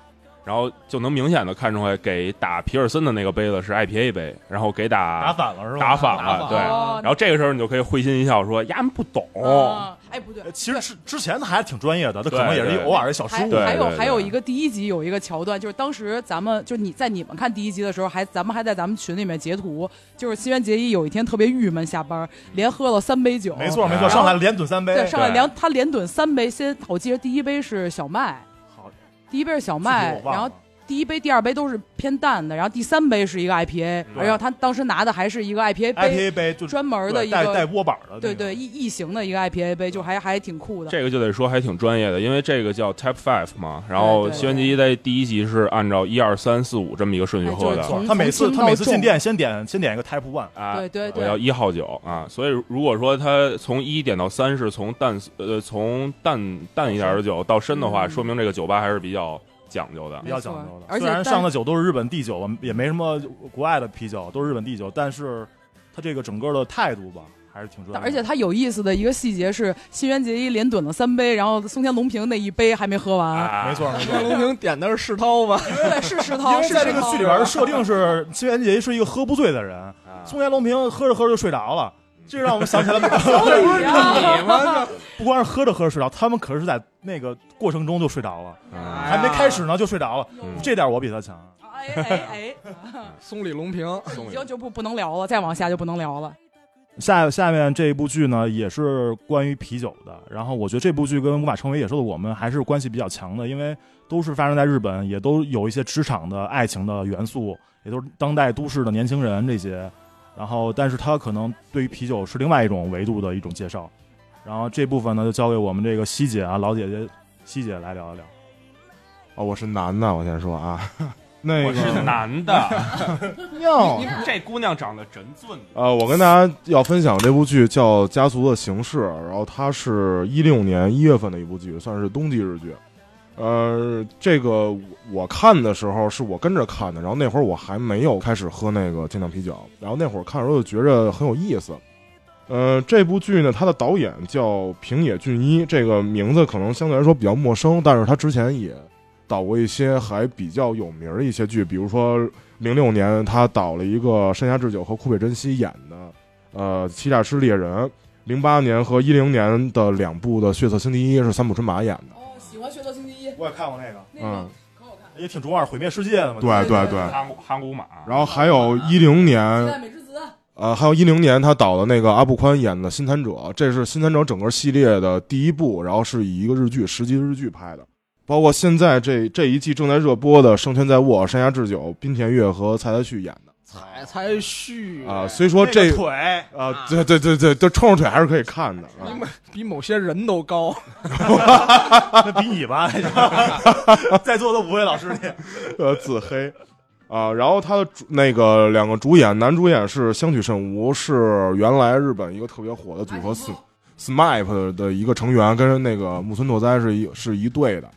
[SPEAKER 2] 然后就能明显的看出来，给打皮尔森的那个杯子是 IPA 杯，然后给
[SPEAKER 4] 打
[SPEAKER 2] 打，
[SPEAKER 4] 反了是吧？
[SPEAKER 2] 啊打反了
[SPEAKER 4] 打
[SPEAKER 3] 啊
[SPEAKER 2] 对
[SPEAKER 1] 哦
[SPEAKER 2] 然后这个时候你就可以会心一笑说，呀，你不懂，
[SPEAKER 1] 啊，哎，不对，
[SPEAKER 4] 呃其实是之前他还是挺专业的，他可
[SPEAKER 2] 对
[SPEAKER 4] 能也是一
[SPEAKER 2] 对
[SPEAKER 4] 偶尔的小失
[SPEAKER 1] 还
[SPEAKER 4] 误。
[SPEAKER 2] 对
[SPEAKER 1] 还有
[SPEAKER 2] 对
[SPEAKER 1] 还有一个第一集有一个桥段，就是当时咱们就你在你们看第一集的时候，还咱们还在咱们群里面截图，就是新垣结衣有一天特别郁闷，下班连喝了三杯酒，
[SPEAKER 4] 没错没错，
[SPEAKER 2] 然后
[SPEAKER 4] 上来连蹲三杯，
[SPEAKER 1] 对，上来
[SPEAKER 2] 对
[SPEAKER 1] 连他连蹲三杯，先我记得第一杯是小麦，
[SPEAKER 4] 好，
[SPEAKER 1] 第一杯是小
[SPEAKER 4] 具
[SPEAKER 1] 麦
[SPEAKER 4] 体，我忘
[SPEAKER 1] 然后
[SPEAKER 4] 了
[SPEAKER 1] 第一杯、第二杯都是偏淡的，然后第三杯是一个 IPA，
[SPEAKER 2] 对
[SPEAKER 1] 然后他当时拿的还是一个 IPA 杯，
[SPEAKER 4] IPA 杯就
[SPEAKER 1] 专门的
[SPEAKER 4] 对
[SPEAKER 1] 一
[SPEAKER 4] 带带
[SPEAKER 1] 个，
[SPEAKER 4] 波板的，
[SPEAKER 1] 对对，异异形的一个 IPA 杯，就还还挺酷的。
[SPEAKER 2] 这个就得说还挺专业的，因为这个叫 Type Five 嘛，然后
[SPEAKER 1] 对对
[SPEAKER 2] 轩杰在第一集是按照一二三四五这么一个顺序喝
[SPEAKER 1] 哎
[SPEAKER 2] 的
[SPEAKER 1] 就是，从
[SPEAKER 4] 他每次
[SPEAKER 1] 轻
[SPEAKER 4] 他
[SPEAKER 1] 到
[SPEAKER 4] 每次进
[SPEAKER 1] 重
[SPEAKER 4] 店先点先点一个 Type One，
[SPEAKER 2] 啊，
[SPEAKER 1] 对对
[SPEAKER 2] 我
[SPEAKER 1] 对
[SPEAKER 2] 要一号酒啊，所以如果说它从一点到三是从淡呃从淡淡一点的酒到深的话，
[SPEAKER 1] 嗯
[SPEAKER 2] 说明这个酒吧还是比较讲究的
[SPEAKER 4] 比。较
[SPEAKER 1] 没错
[SPEAKER 4] 讲究的。
[SPEAKER 1] 而且
[SPEAKER 4] 虽然
[SPEAKER 1] 但
[SPEAKER 4] 上的酒都是日本地酒，我们也没什么国外的啤酒，都是日本地酒，但是他这个整个的态度吧，还是挺专业的。
[SPEAKER 1] 而且他有意思的一个细节是，新垣结衣连怼了三杯，然后松田龙平那一杯还没喝完。
[SPEAKER 2] 啊
[SPEAKER 4] 没，错，
[SPEAKER 3] [laughs]
[SPEAKER 4] 没
[SPEAKER 3] 那
[SPEAKER 4] 错。
[SPEAKER 3] 龙平点的是世涛吧？
[SPEAKER 1] 对，是石
[SPEAKER 4] 因
[SPEAKER 1] 涛，
[SPEAKER 4] 为
[SPEAKER 1] 是
[SPEAKER 4] 在这
[SPEAKER 1] 石
[SPEAKER 4] 个
[SPEAKER 1] 涛
[SPEAKER 4] 剧里。边的设定是，新垣结衣是一个喝不醉的人，
[SPEAKER 2] 啊
[SPEAKER 4] 松原龙平喝着喝着就睡着了，这让我们想起来，
[SPEAKER 3] 你吗？
[SPEAKER 4] 不光是喝着喝着睡着，他们可是在那个过程中就睡着了，
[SPEAKER 1] 啊
[SPEAKER 2] 嗯
[SPEAKER 4] 还没开始呢就睡着了，
[SPEAKER 2] 嗯
[SPEAKER 4] 这点我比他强。
[SPEAKER 1] 哎哎哎，
[SPEAKER 3] 松里龙平，
[SPEAKER 2] 送给
[SPEAKER 1] 就就不不能聊了，再往下就不能聊了。
[SPEAKER 4] 下下面这一部剧呢，也是关于啤酒的。然后我觉得这部剧跟《无法成为野兽的我们》还是关系比较强的，因为都是发生在日本，也都有一些职场的爱情的元素，也都是当代都市的年轻人这些。然后，但是它可能对于啤酒是另外一种维度的一种介绍。然后这部分呢，就交给我们这个西姐啊，老姐姐西姐来聊一聊。
[SPEAKER 5] 哦，我是男的，我先说啊， [laughs] 那个
[SPEAKER 2] 我是男
[SPEAKER 1] [laughs]
[SPEAKER 2] 的，
[SPEAKER 4] 哟
[SPEAKER 2] 这姑娘长得真俊。
[SPEAKER 5] 呃，我跟大家要分享这部剧叫《家族的形式》，然后它是一六年一月份的一部剧，算是冬季日剧。呃，这个我我看的时候是我跟着看的，然后那会儿我还没有开始喝那个精酿啤酒，然后那会儿看的时候就觉着很有意思。呃，这部剧呢，它的导演叫平野俊一，这个名字可能相对来说比较陌生，但是他之前也导过一些还比较有名儿的一些剧，比如说零六年他导了一个山下智久和库北真希演的，呃，《欺诈师猎人》。零八年和一零年的两部的《血色星期一》是三浦春马演的。
[SPEAKER 1] 哦，喜欢《血色星期一》
[SPEAKER 4] 我也看过那个，
[SPEAKER 1] 那
[SPEAKER 5] 嗯，
[SPEAKER 1] 可好看。
[SPEAKER 4] 哎也挺中二，毁灭世界的嘛。
[SPEAKER 5] 对对对。
[SPEAKER 2] 哈古哈古马，
[SPEAKER 5] 啊然后还有一零
[SPEAKER 1] 期
[SPEAKER 5] 年，
[SPEAKER 1] 待美之子，
[SPEAKER 5] 呃，还有一零年他导的那个阿部宽演的《新参者》，这是《新参者》整个系列的第一部，然后是以一个日剧十集日剧拍的。包括现在这这一季正在热播的《胜券在握》，山下智久、滨田月和蔡太旭演的。
[SPEAKER 3] 才才续
[SPEAKER 5] 啊。虽说这
[SPEAKER 4] 那个腿， [laughs]
[SPEAKER 5] 啊，对对对对，就冲着腿还是可以看的 [laughs] 啊
[SPEAKER 3] 因。为比某些人都高，
[SPEAKER 4] 那比你
[SPEAKER 5] [laughs]
[SPEAKER 4] 吧， [laughs] 在座的五位老师里，
[SPEAKER 5] 呃，自黑啊。然后他的主那个两个主演，男主演是香取慎吾，是原来日本一个特别火的组合 S SMAP 的一个成员，跟那个木村拓哉是一是一对的。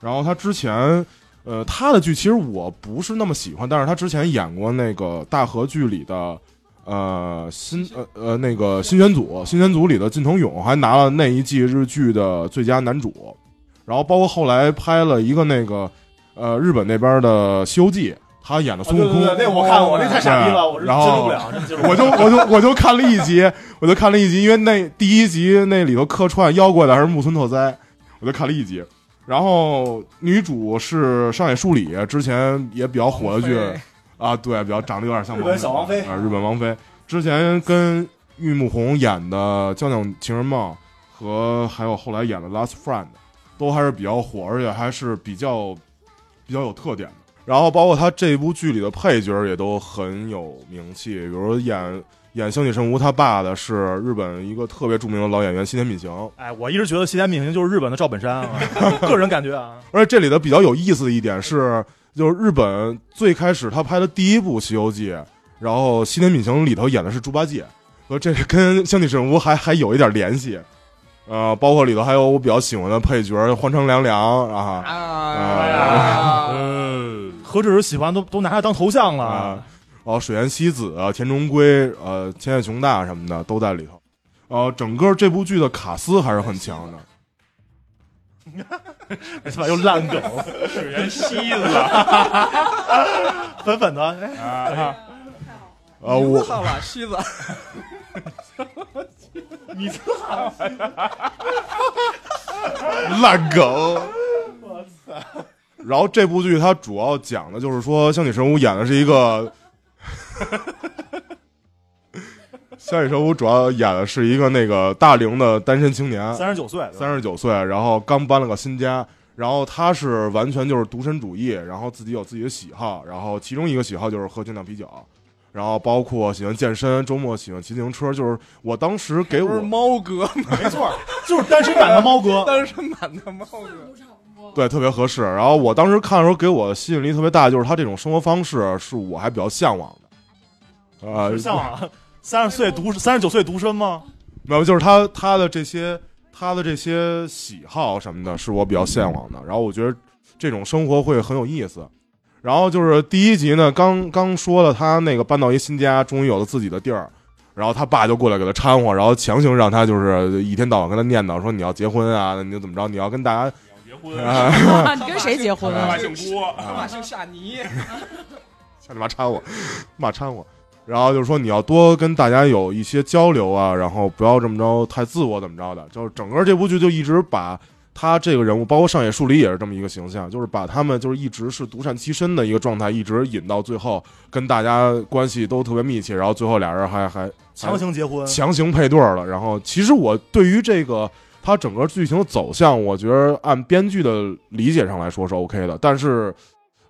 [SPEAKER 5] 然后他之前。呃，他的剧其实我不是那么喜欢，但是他之前演过那个大河剧里的，呃，新呃呃那个新选组，新选组里的近藤勇还拿了那一季日剧的最佳男主，然后包括后来拍了一个那个呃日本那边的《西游记》，他演的孙悟空，
[SPEAKER 4] 那我看过，那太傻逼了，
[SPEAKER 5] 对
[SPEAKER 4] 我是接
[SPEAKER 5] 然后
[SPEAKER 4] 受不了，真接受不了
[SPEAKER 5] 我就我就我就看了一集，我就看了一集，因为那第一集那里头客串邀过的还是木村拓哉，我就看了一集。然后女主是上野树里，之前也比较火的剧啊，对，比较长得有点像
[SPEAKER 4] 日
[SPEAKER 5] 王
[SPEAKER 4] 本小王妃
[SPEAKER 5] 啊，日本王妃。之前跟玉木宏演的《将将情人梦》和还有后来演的《Last Friend》，都还是比较火，而且还是比较比较有特点的。然后包括他这部剧里的配角也都很有名气，比如演演星野圣吾他爸的是日本一个特别著名的老演员新田敏行。
[SPEAKER 4] 哎，我一直觉得西田敏行就是日本的赵本山 [laughs] 啊，个人感觉啊，
[SPEAKER 5] 而且这里的比较有意思的一点是，就是日本最开始他拍的第一部《西游记》，然后新田敏行里头演的是猪八戒，所以这个跟香取慎吾还还有一点联系。 [laughs] 呃，包括里头还有我比较喜欢的配角换成凉凉啊
[SPEAKER 3] 啊，
[SPEAKER 4] 嗯，何止是喜欢，都都拿他当头像了。
[SPEAKER 5] 啊，然后水原希子、啊、田中圭、呃千叶雄大什么的都在里头。呃，整个这部剧的卡斯还是很强的。
[SPEAKER 4] 哎他妈又烂 [laughs] 梗，
[SPEAKER 2] 水原希子，
[SPEAKER 4] [laughs] 粉粉的，哎
[SPEAKER 5] 呃，我
[SPEAKER 3] 操了，西子，
[SPEAKER 5] [laughs] 烂梗。我操！然后这部剧它主要讲的就是说，香取神武演的是一个， [laughs] 香取神武主要演的是一个那个大龄的单身青年，
[SPEAKER 4] 嗯三十九岁，对吧
[SPEAKER 5] 三十九岁，然后刚搬了个新家，然后他是完全就是独身主义，然后自己有自己的喜好，然后其中一个喜好就是喝精酿啤酒，然后包括喜欢健身，周末喜欢骑自行车，就是我当时给
[SPEAKER 3] 不是
[SPEAKER 5] 我
[SPEAKER 3] 猫哥吗？
[SPEAKER 4] 没错，就是单身版的猫哥。
[SPEAKER 3] [laughs]
[SPEAKER 4] [laughs]
[SPEAKER 3] 单身版的猫哥，
[SPEAKER 5] 对，特别合适。然后我当时看的时候，给我的吸引力特别大，就是他这种生活方式是我还比较向往的。啊、
[SPEAKER 4] 是向往三十岁独三十九岁独身吗？
[SPEAKER 5] 没有，就是他他的这些他的这些喜好什么的，是我比较向往的。然后我觉得这种生活会很有意思。然后就是第一集呢，刚刚说了他那个搬到一新家，终于有了自己的地儿，然后他爸就过来给他掺和，然后强行让他就是一天到晚跟他念叨说你要结婚啊，你就怎么着，你要跟大家
[SPEAKER 2] 结婚，
[SPEAKER 5] 啊
[SPEAKER 1] 你跟谁结婚
[SPEAKER 2] 他
[SPEAKER 1] 啊
[SPEAKER 2] 爸？姓郭，
[SPEAKER 3] 他爸姓夏
[SPEAKER 5] [laughs]
[SPEAKER 3] 尼，
[SPEAKER 5] 下你妈掺和，骂掺和。然后就是说你要多跟大家有一些交流啊，然后不要这么着太自我怎么着的。就是整个这部剧就一直把他这个人物，包括上野树里也是这么一个形象，就是把他们就是一直是独善其身的一个状态，一直引到最后，跟大家关系都特别密切，然后最后俩人还还
[SPEAKER 4] 强行结婚，
[SPEAKER 5] 强行配对儿了。然后其实我对于这个它整个剧情的走向，我觉得按编剧的理解上来说是 OK 的，但是。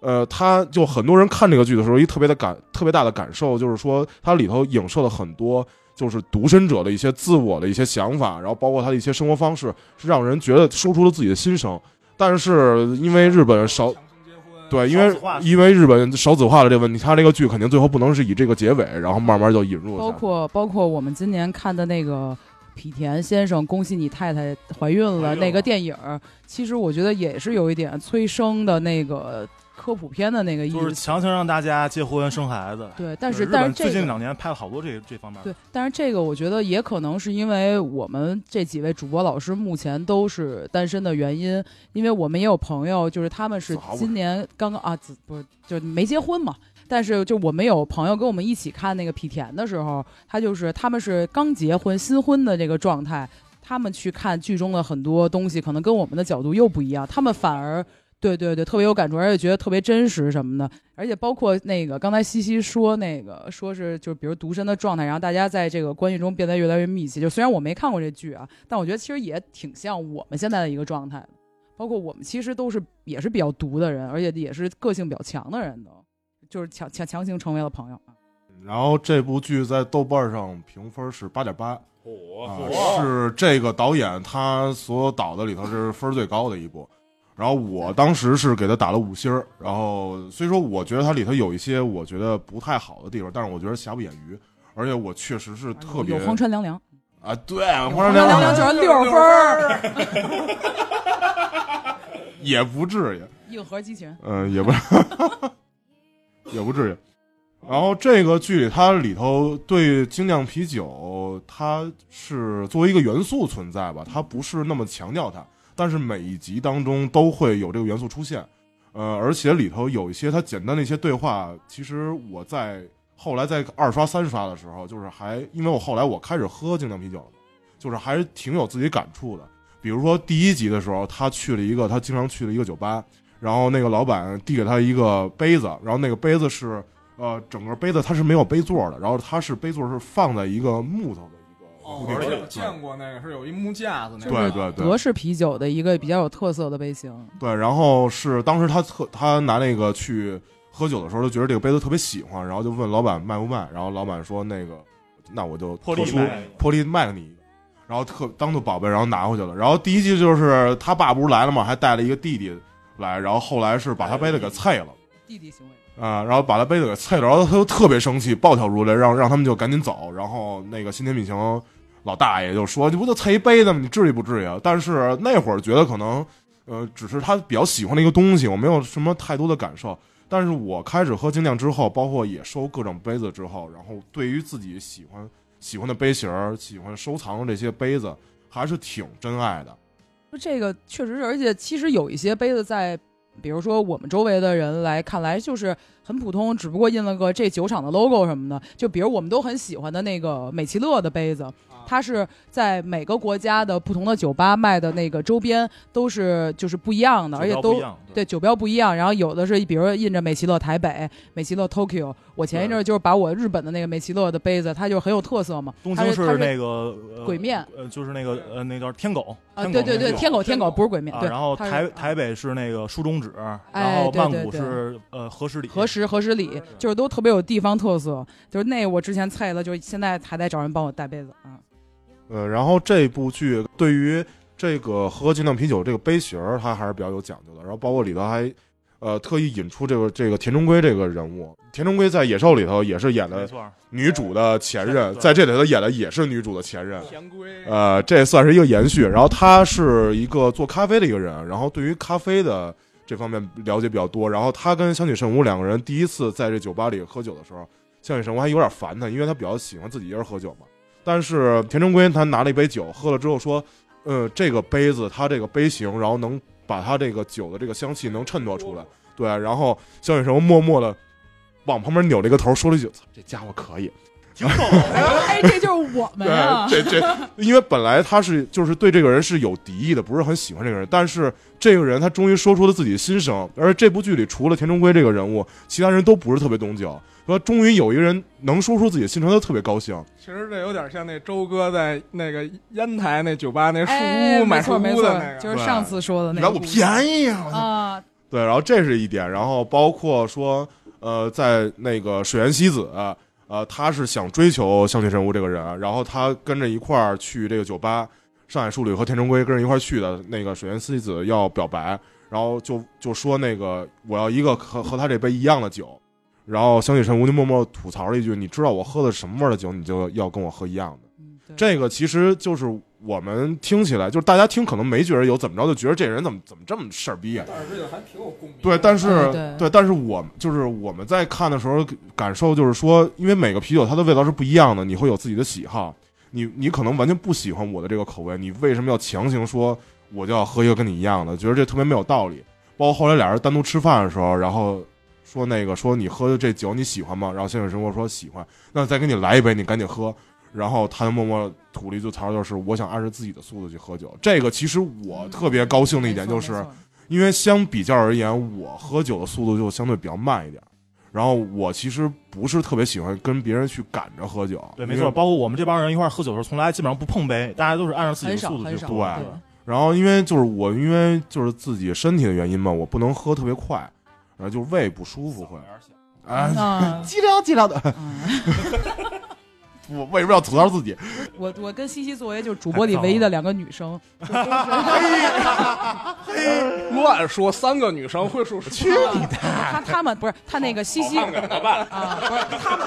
[SPEAKER 5] 呃，他就很多人看这个剧的时候，一特别的感特别大的感受就是说，它里头影射了很多就是独身者的一些自我的一些想法，然后包括他的一些生活方式，是让人觉得说出了自己的心声。但是因为日本少
[SPEAKER 3] 强行结婚，
[SPEAKER 5] 对，因
[SPEAKER 4] 少
[SPEAKER 5] 为
[SPEAKER 4] 子化
[SPEAKER 5] 因为日本少子化的这个问题，他这个剧肯定最后不能是以这个结尾，然后慢慢就引入
[SPEAKER 1] 包
[SPEAKER 5] 下去。
[SPEAKER 1] 括包括我们今年看的那个匹田先生，恭喜你太太怀孕
[SPEAKER 4] 怀
[SPEAKER 1] 了
[SPEAKER 4] 孕了
[SPEAKER 1] 那个电影儿，其实我觉得也是有一点催生的那个科普片的那个意
[SPEAKER 4] 就是
[SPEAKER 1] 思。
[SPEAKER 4] 强行让大家结婚生孩子。
[SPEAKER 1] 对，但
[SPEAKER 4] 就是日
[SPEAKER 1] 但
[SPEAKER 4] 本
[SPEAKER 1] 是这
[SPEAKER 4] 最近
[SPEAKER 1] 个
[SPEAKER 4] 两年拍了好多这这方面的。
[SPEAKER 1] 对，但是这个我觉得也可能是因为我们这几位主播老师目前都是单身的原因，因为我们也有朋友，就是他们是
[SPEAKER 5] 自豪吧
[SPEAKER 1] 今年刚刚啊，自不是就没结婚嘛。但是就我们有朋友跟我们一起看那个匹田的时候，他就是他们是刚结婚新婚的这个状态，他们去看剧中的很多东西，可能跟我们的角度又不一样，他们反而。对对对，特别有感触，而且觉得特别真实什么的，而且包括那个刚才西西说那个，说是就是比如独身的状态，然后大家在这个关系中变得越来越密切。就虽然我没看过这剧啊，但我觉得其实也挺像我们现在的一个状态的，包括我们其实都是也是比较独的人，而且也是个性比较强的人的，就是强强强行成为了朋友啊。
[SPEAKER 5] 然后这部剧在豆瓣上评分是八点八，啊
[SPEAKER 2] 哦火，
[SPEAKER 5] 是这个导演他所有导的里头是分儿最高的一部。然后我当时是给他打了五星儿，然后虽说我觉得它里头有一些我觉得不太好的地方，但是我觉得瑕不掩瑜，而且我确实是特别
[SPEAKER 1] 有荒川凉凉，
[SPEAKER 5] 啊，对，荒
[SPEAKER 1] 荒凉
[SPEAKER 5] 川凉
[SPEAKER 1] 凉
[SPEAKER 5] 凉
[SPEAKER 1] 居然六分儿，
[SPEAKER 5] 也不至于，
[SPEAKER 1] 硬核激情，
[SPEAKER 5] 嗯，也不也不至于。然后这个剧里它里头对精酿啤酒，它是作为一个元素存在吧，它不是那么强调它，但是每一集当中都会有这个元素出现。呃，而且里头有一些它简单的一些对话，其实我在后来在二刷三刷的时候，就是还因为我后来我开始喝精酿啤酒了，就是还是挺有自己感触的。比如说第一集的时候，他去了一个他经常去的一个酒吧，然后那个老板递给他一个杯子，然后那个杯子是呃整个杯子它是没有杯座的，然后它是杯座是放在一个木头的一个
[SPEAKER 3] 哦
[SPEAKER 5] 固定
[SPEAKER 3] 我
[SPEAKER 5] 的
[SPEAKER 3] 有见过那个是有一木架子那
[SPEAKER 5] 对
[SPEAKER 3] 个，
[SPEAKER 5] 对对
[SPEAKER 1] 德式啤酒的一个比较有特色的杯型，
[SPEAKER 5] 对，然后是当时他特他拿那个去喝酒的时候，就觉得这个杯子特别喜欢，然后就问老板卖不卖，然后老板说那个那我就
[SPEAKER 4] 破
[SPEAKER 5] 特
[SPEAKER 4] 例
[SPEAKER 5] 殊
[SPEAKER 4] 卖
[SPEAKER 5] 破例卖给你一个，然后特当做宝贝，然后拿回去了。然后第一季就是他爸不是来了嘛，还带了一个弟弟来，然后后来是把他杯子
[SPEAKER 4] 哎
[SPEAKER 5] 给碎了。
[SPEAKER 1] 弟弟行为。
[SPEAKER 5] 啊、然后把他杯子给碎了，然后他就特别生气，暴跳如雷，让让他们就赶紧走。然后那个新田敏行老大爷就说：“你不就碎一杯子吗？你至于不至于啊？”但是那会儿觉得可能，呃，只是他比较喜欢的一个东西，我没有什么太多的感受。但是我开始喝精酿之后，包括也收各种杯子之后，然后对于自己喜欢喜欢的杯型儿、喜欢收藏的这些杯子，还是挺真爱的。
[SPEAKER 1] 说这个确实是，而且其实有一些杯子在，比如说我们周围的人来看来就是很普通，只不过印了个这酒厂的 logo 什么的。就比如我们都很喜欢的那个美其乐的杯
[SPEAKER 4] 啊
[SPEAKER 1] 子，它是在每个国家的不同的酒吧卖的那个周边都是就是不一样的，而且
[SPEAKER 4] 指标不
[SPEAKER 1] 都
[SPEAKER 4] 一样对
[SPEAKER 1] 对酒标不一样，然后有的是比如说印着美其乐台北、美其乐 Tokyo。我前一阵儿就是把我日本的那个美其乐的杯子，它就很有特色嘛。
[SPEAKER 4] 东
[SPEAKER 1] 它
[SPEAKER 4] 京
[SPEAKER 1] 是它是
[SPEAKER 4] 那个呃
[SPEAKER 1] 鬼面，
[SPEAKER 4] 呃，就是那个呃，那叫天狗
[SPEAKER 1] 啊，
[SPEAKER 4] 天
[SPEAKER 1] 对
[SPEAKER 4] 狗
[SPEAKER 1] 对
[SPEAKER 4] 那
[SPEAKER 1] 对，
[SPEAKER 4] 个
[SPEAKER 1] 天狗天狗不是鬼面，
[SPEAKER 4] 啊，
[SPEAKER 1] 对。
[SPEAKER 4] 然后
[SPEAKER 1] 它是
[SPEAKER 4] 台
[SPEAKER 1] 啊
[SPEAKER 4] 台北是那个书中指，然
[SPEAKER 1] 哎
[SPEAKER 4] 后
[SPEAKER 1] 对
[SPEAKER 4] 曼
[SPEAKER 1] 对
[SPEAKER 4] 谷
[SPEAKER 1] 对
[SPEAKER 4] 是呃和十里，
[SPEAKER 1] 和食和食里，就是都特别有地方特色。就是那我之前菜了，就是现在还得找人帮我带杯子啊。
[SPEAKER 5] 呃，然后这部剧对于这个喝精酿啤酒这个杯型儿，它还是比较有讲究的。然后包括里头还，呃，特意引出这个这个田中圭这个人物。田中圭在《野兽》里头也是演
[SPEAKER 4] 没
[SPEAKER 5] 的
[SPEAKER 4] 错，
[SPEAKER 5] 女主的前
[SPEAKER 4] 前
[SPEAKER 5] 任，
[SPEAKER 4] 任
[SPEAKER 5] 在这里头演的也是女主的前任。
[SPEAKER 3] 田龟
[SPEAKER 5] 呃，这算是一个延续。然后他是一个做咖啡的一个人，然后对于咖啡的这方面了解比较多。然后他跟香取慎吾两个人第一次在这酒吧里喝酒的时候，香取慎吾还有点烦他，因为他比较喜欢自己一个人喝酒嘛。但是田中圭他拿了一杯酒，喝了之后说，呃，这个杯子它这个杯型，然后能把它这个酒的这个香气能衬托出来。对，然后香取慎吾默默的往旁边扭了一个头，说了一句：“操这家伙可以。”
[SPEAKER 4] 挺狗，
[SPEAKER 1] 哎，这就是我们啊！
[SPEAKER 5] 对，这这，因为本来他是就是对这个人是有敌意的，不是很喜欢这个人，但是这个人他终于说出了自己的心声。而这部剧里除了田中圭这个人物，其他人都不是特别懂酒。说终于有一个人能说出自己的心声，他特别高兴。
[SPEAKER 3] 其实这有点像那周哥在那个烟台那酒吧那
[SPEAKER 1] 哎
[SPEAKER 3] 树，
[SPEAKER 1] 没
[SPEAKER 3] 屋买树
[SPEAKER 1] 错没
[SPEAKER 3] 屋
[SPEAKER 1] 错
[SPEAKER 3] 的那，个，
[SPEAKER 1] 就是上次说的那
[SPEAKER 5] 你
[SPEAKER 1] 个
[SPEAKER 5] 让我
[SPEAKER 1] 故事。
[SPEAKER 5] 便宜啊！我操
[SPEAKER 1] 啊！
[SPEAKER 5] 对，然后这是一点，然后包括说，呃，在那个水原希子，呃，她是想追求香取慎吾这个人，然后她跟着一块儿去这个酒吧，上海树里和田中圭跟着一块儿去的。那个水原希子要表白，然后就就说那个我要一个和和他这杯一样的酒，然后香取慎吾就默默吐槽了一句：“你知道我喝的什么味儿的酒，你就要跟我喝一样的。”
[SPEAKER 1] 嗯对
[SPEAKER 5] 这个其实就是我们听起来，就是大家听可能没觉得有怎么着，就觉得这人怎么怎么这么事儿逼啊？
[SPEAKER 3] 但是这个还挺有共鸣。
[SPEAKER 5] 对，但是、
[SPEAKER 1] 嗯
[SPEAKER 5] 对但是我们就是我们在看的时候感受就是说，因为每个啤酒它的味道是不一样的，你会有自己的喜好，你你可能完全不喜欢我的这个口味，你为什么要强行说我就要喝一个跟你一样的？觉得这特别没有道理。包括后来俩人单独吃饭的时候，然后说那个说你喝的这酒你喜欢吗？然后先生生活说喜欢，那再给你来一杯，你赶紧喝。然后他就默默吐了一句槽，就是我想按照自己的速度去喝酒。这个其实我特别高兴的一点就是，
[SPEAKER 1] 没错没错
[SPEAKER 5] 因为相比较而言，我喝酒的速度就相对比较慢一点。然后我其实不是特别喜欢跟别人去赶着喝酒，
[SPEAKER 4] 对，没
[SPEAKER 5] 因
[SPEAKER 4] 错，
[SPEAKER 5] 为。
[SPEAKER 4] 包括我们这帮人一块儿喝酒的时候，从来基本上不碰杯，大家都是按照自己的
[SPEAKER 1] 很少
[SPEAKER 4] 速度去
[SPEAKER 1] 很少。
[SPEAKER 4] 喝。
[SPEAKER 5] 对然后因为就是我因为就是自己身体的原因嘛，我不能喝特别快，然后就胃不舒服会。啊，
[SPEAKER 1] 啊，
[SPEAKER 5] 寂寥寂寥的， [laughs]
[SPEAKER 1] 嗯
[SPEAKER 5] 我为什么要吐槽自己？
[SPEAKER 1] 我我跟西西作为就是主播里唯一的两个女生，
[SPEAKER 3] 乱说，三个女生
[SPEAKER 5] [laughs]
[SPEAKER 3] 会数去
[SPEAKER 1] 她她们不是她那个西西
[SPEAKER 2] 看看老伴，
[SPEAKER 1] 啊，不是她们。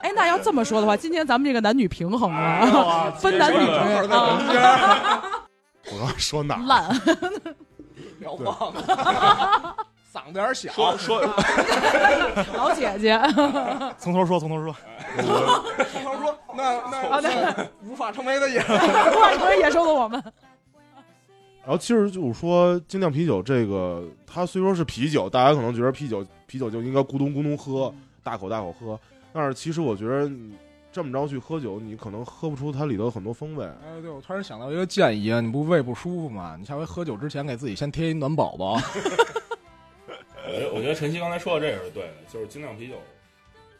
[SPEAKER 1] 哎，那要这么说的话，今天咱们这个男女平衡了，分男女啊，
[SPEAKER 5] 我刚说哪儿？
[SPEAKER 1] 烂。
[SPEAKER 3] 要忘了， [laughs] 嗓子有点小，
[SPEAKER 2] 说说
[SPEAKER 1] 老姐姐，
[SPEAKER 4] 从头说，从头说，
[SPEAKER 3] 从头说，那
[SPEAKER 1] 好
[SPEAKER 3] 那
[SPEAKER 1] 的
[SPEAKER 3] 那无法成为的也
[SPEAKER 1] 怪不得野兽的我们。
[SPEAKER 5] 然后其实就是说精酿啤酒这个，它虽说是啤酒，大家可能觉得啤酒啤酒就应该咕咚咕咚喝，大口大口喝，但是其实我觉得你这么着去喝酒，你可能喝不出它里头很多风味。
[SPEAKER 3] 哎，对，我突然想到一个建议啊，你不胃不舒服吗？你下回喝酒之前给自己先贴一暖宝宝。
[SPEAKER 2] 我觉得我觉得晨曦刚才说的这个是对的，就是精酿啤酒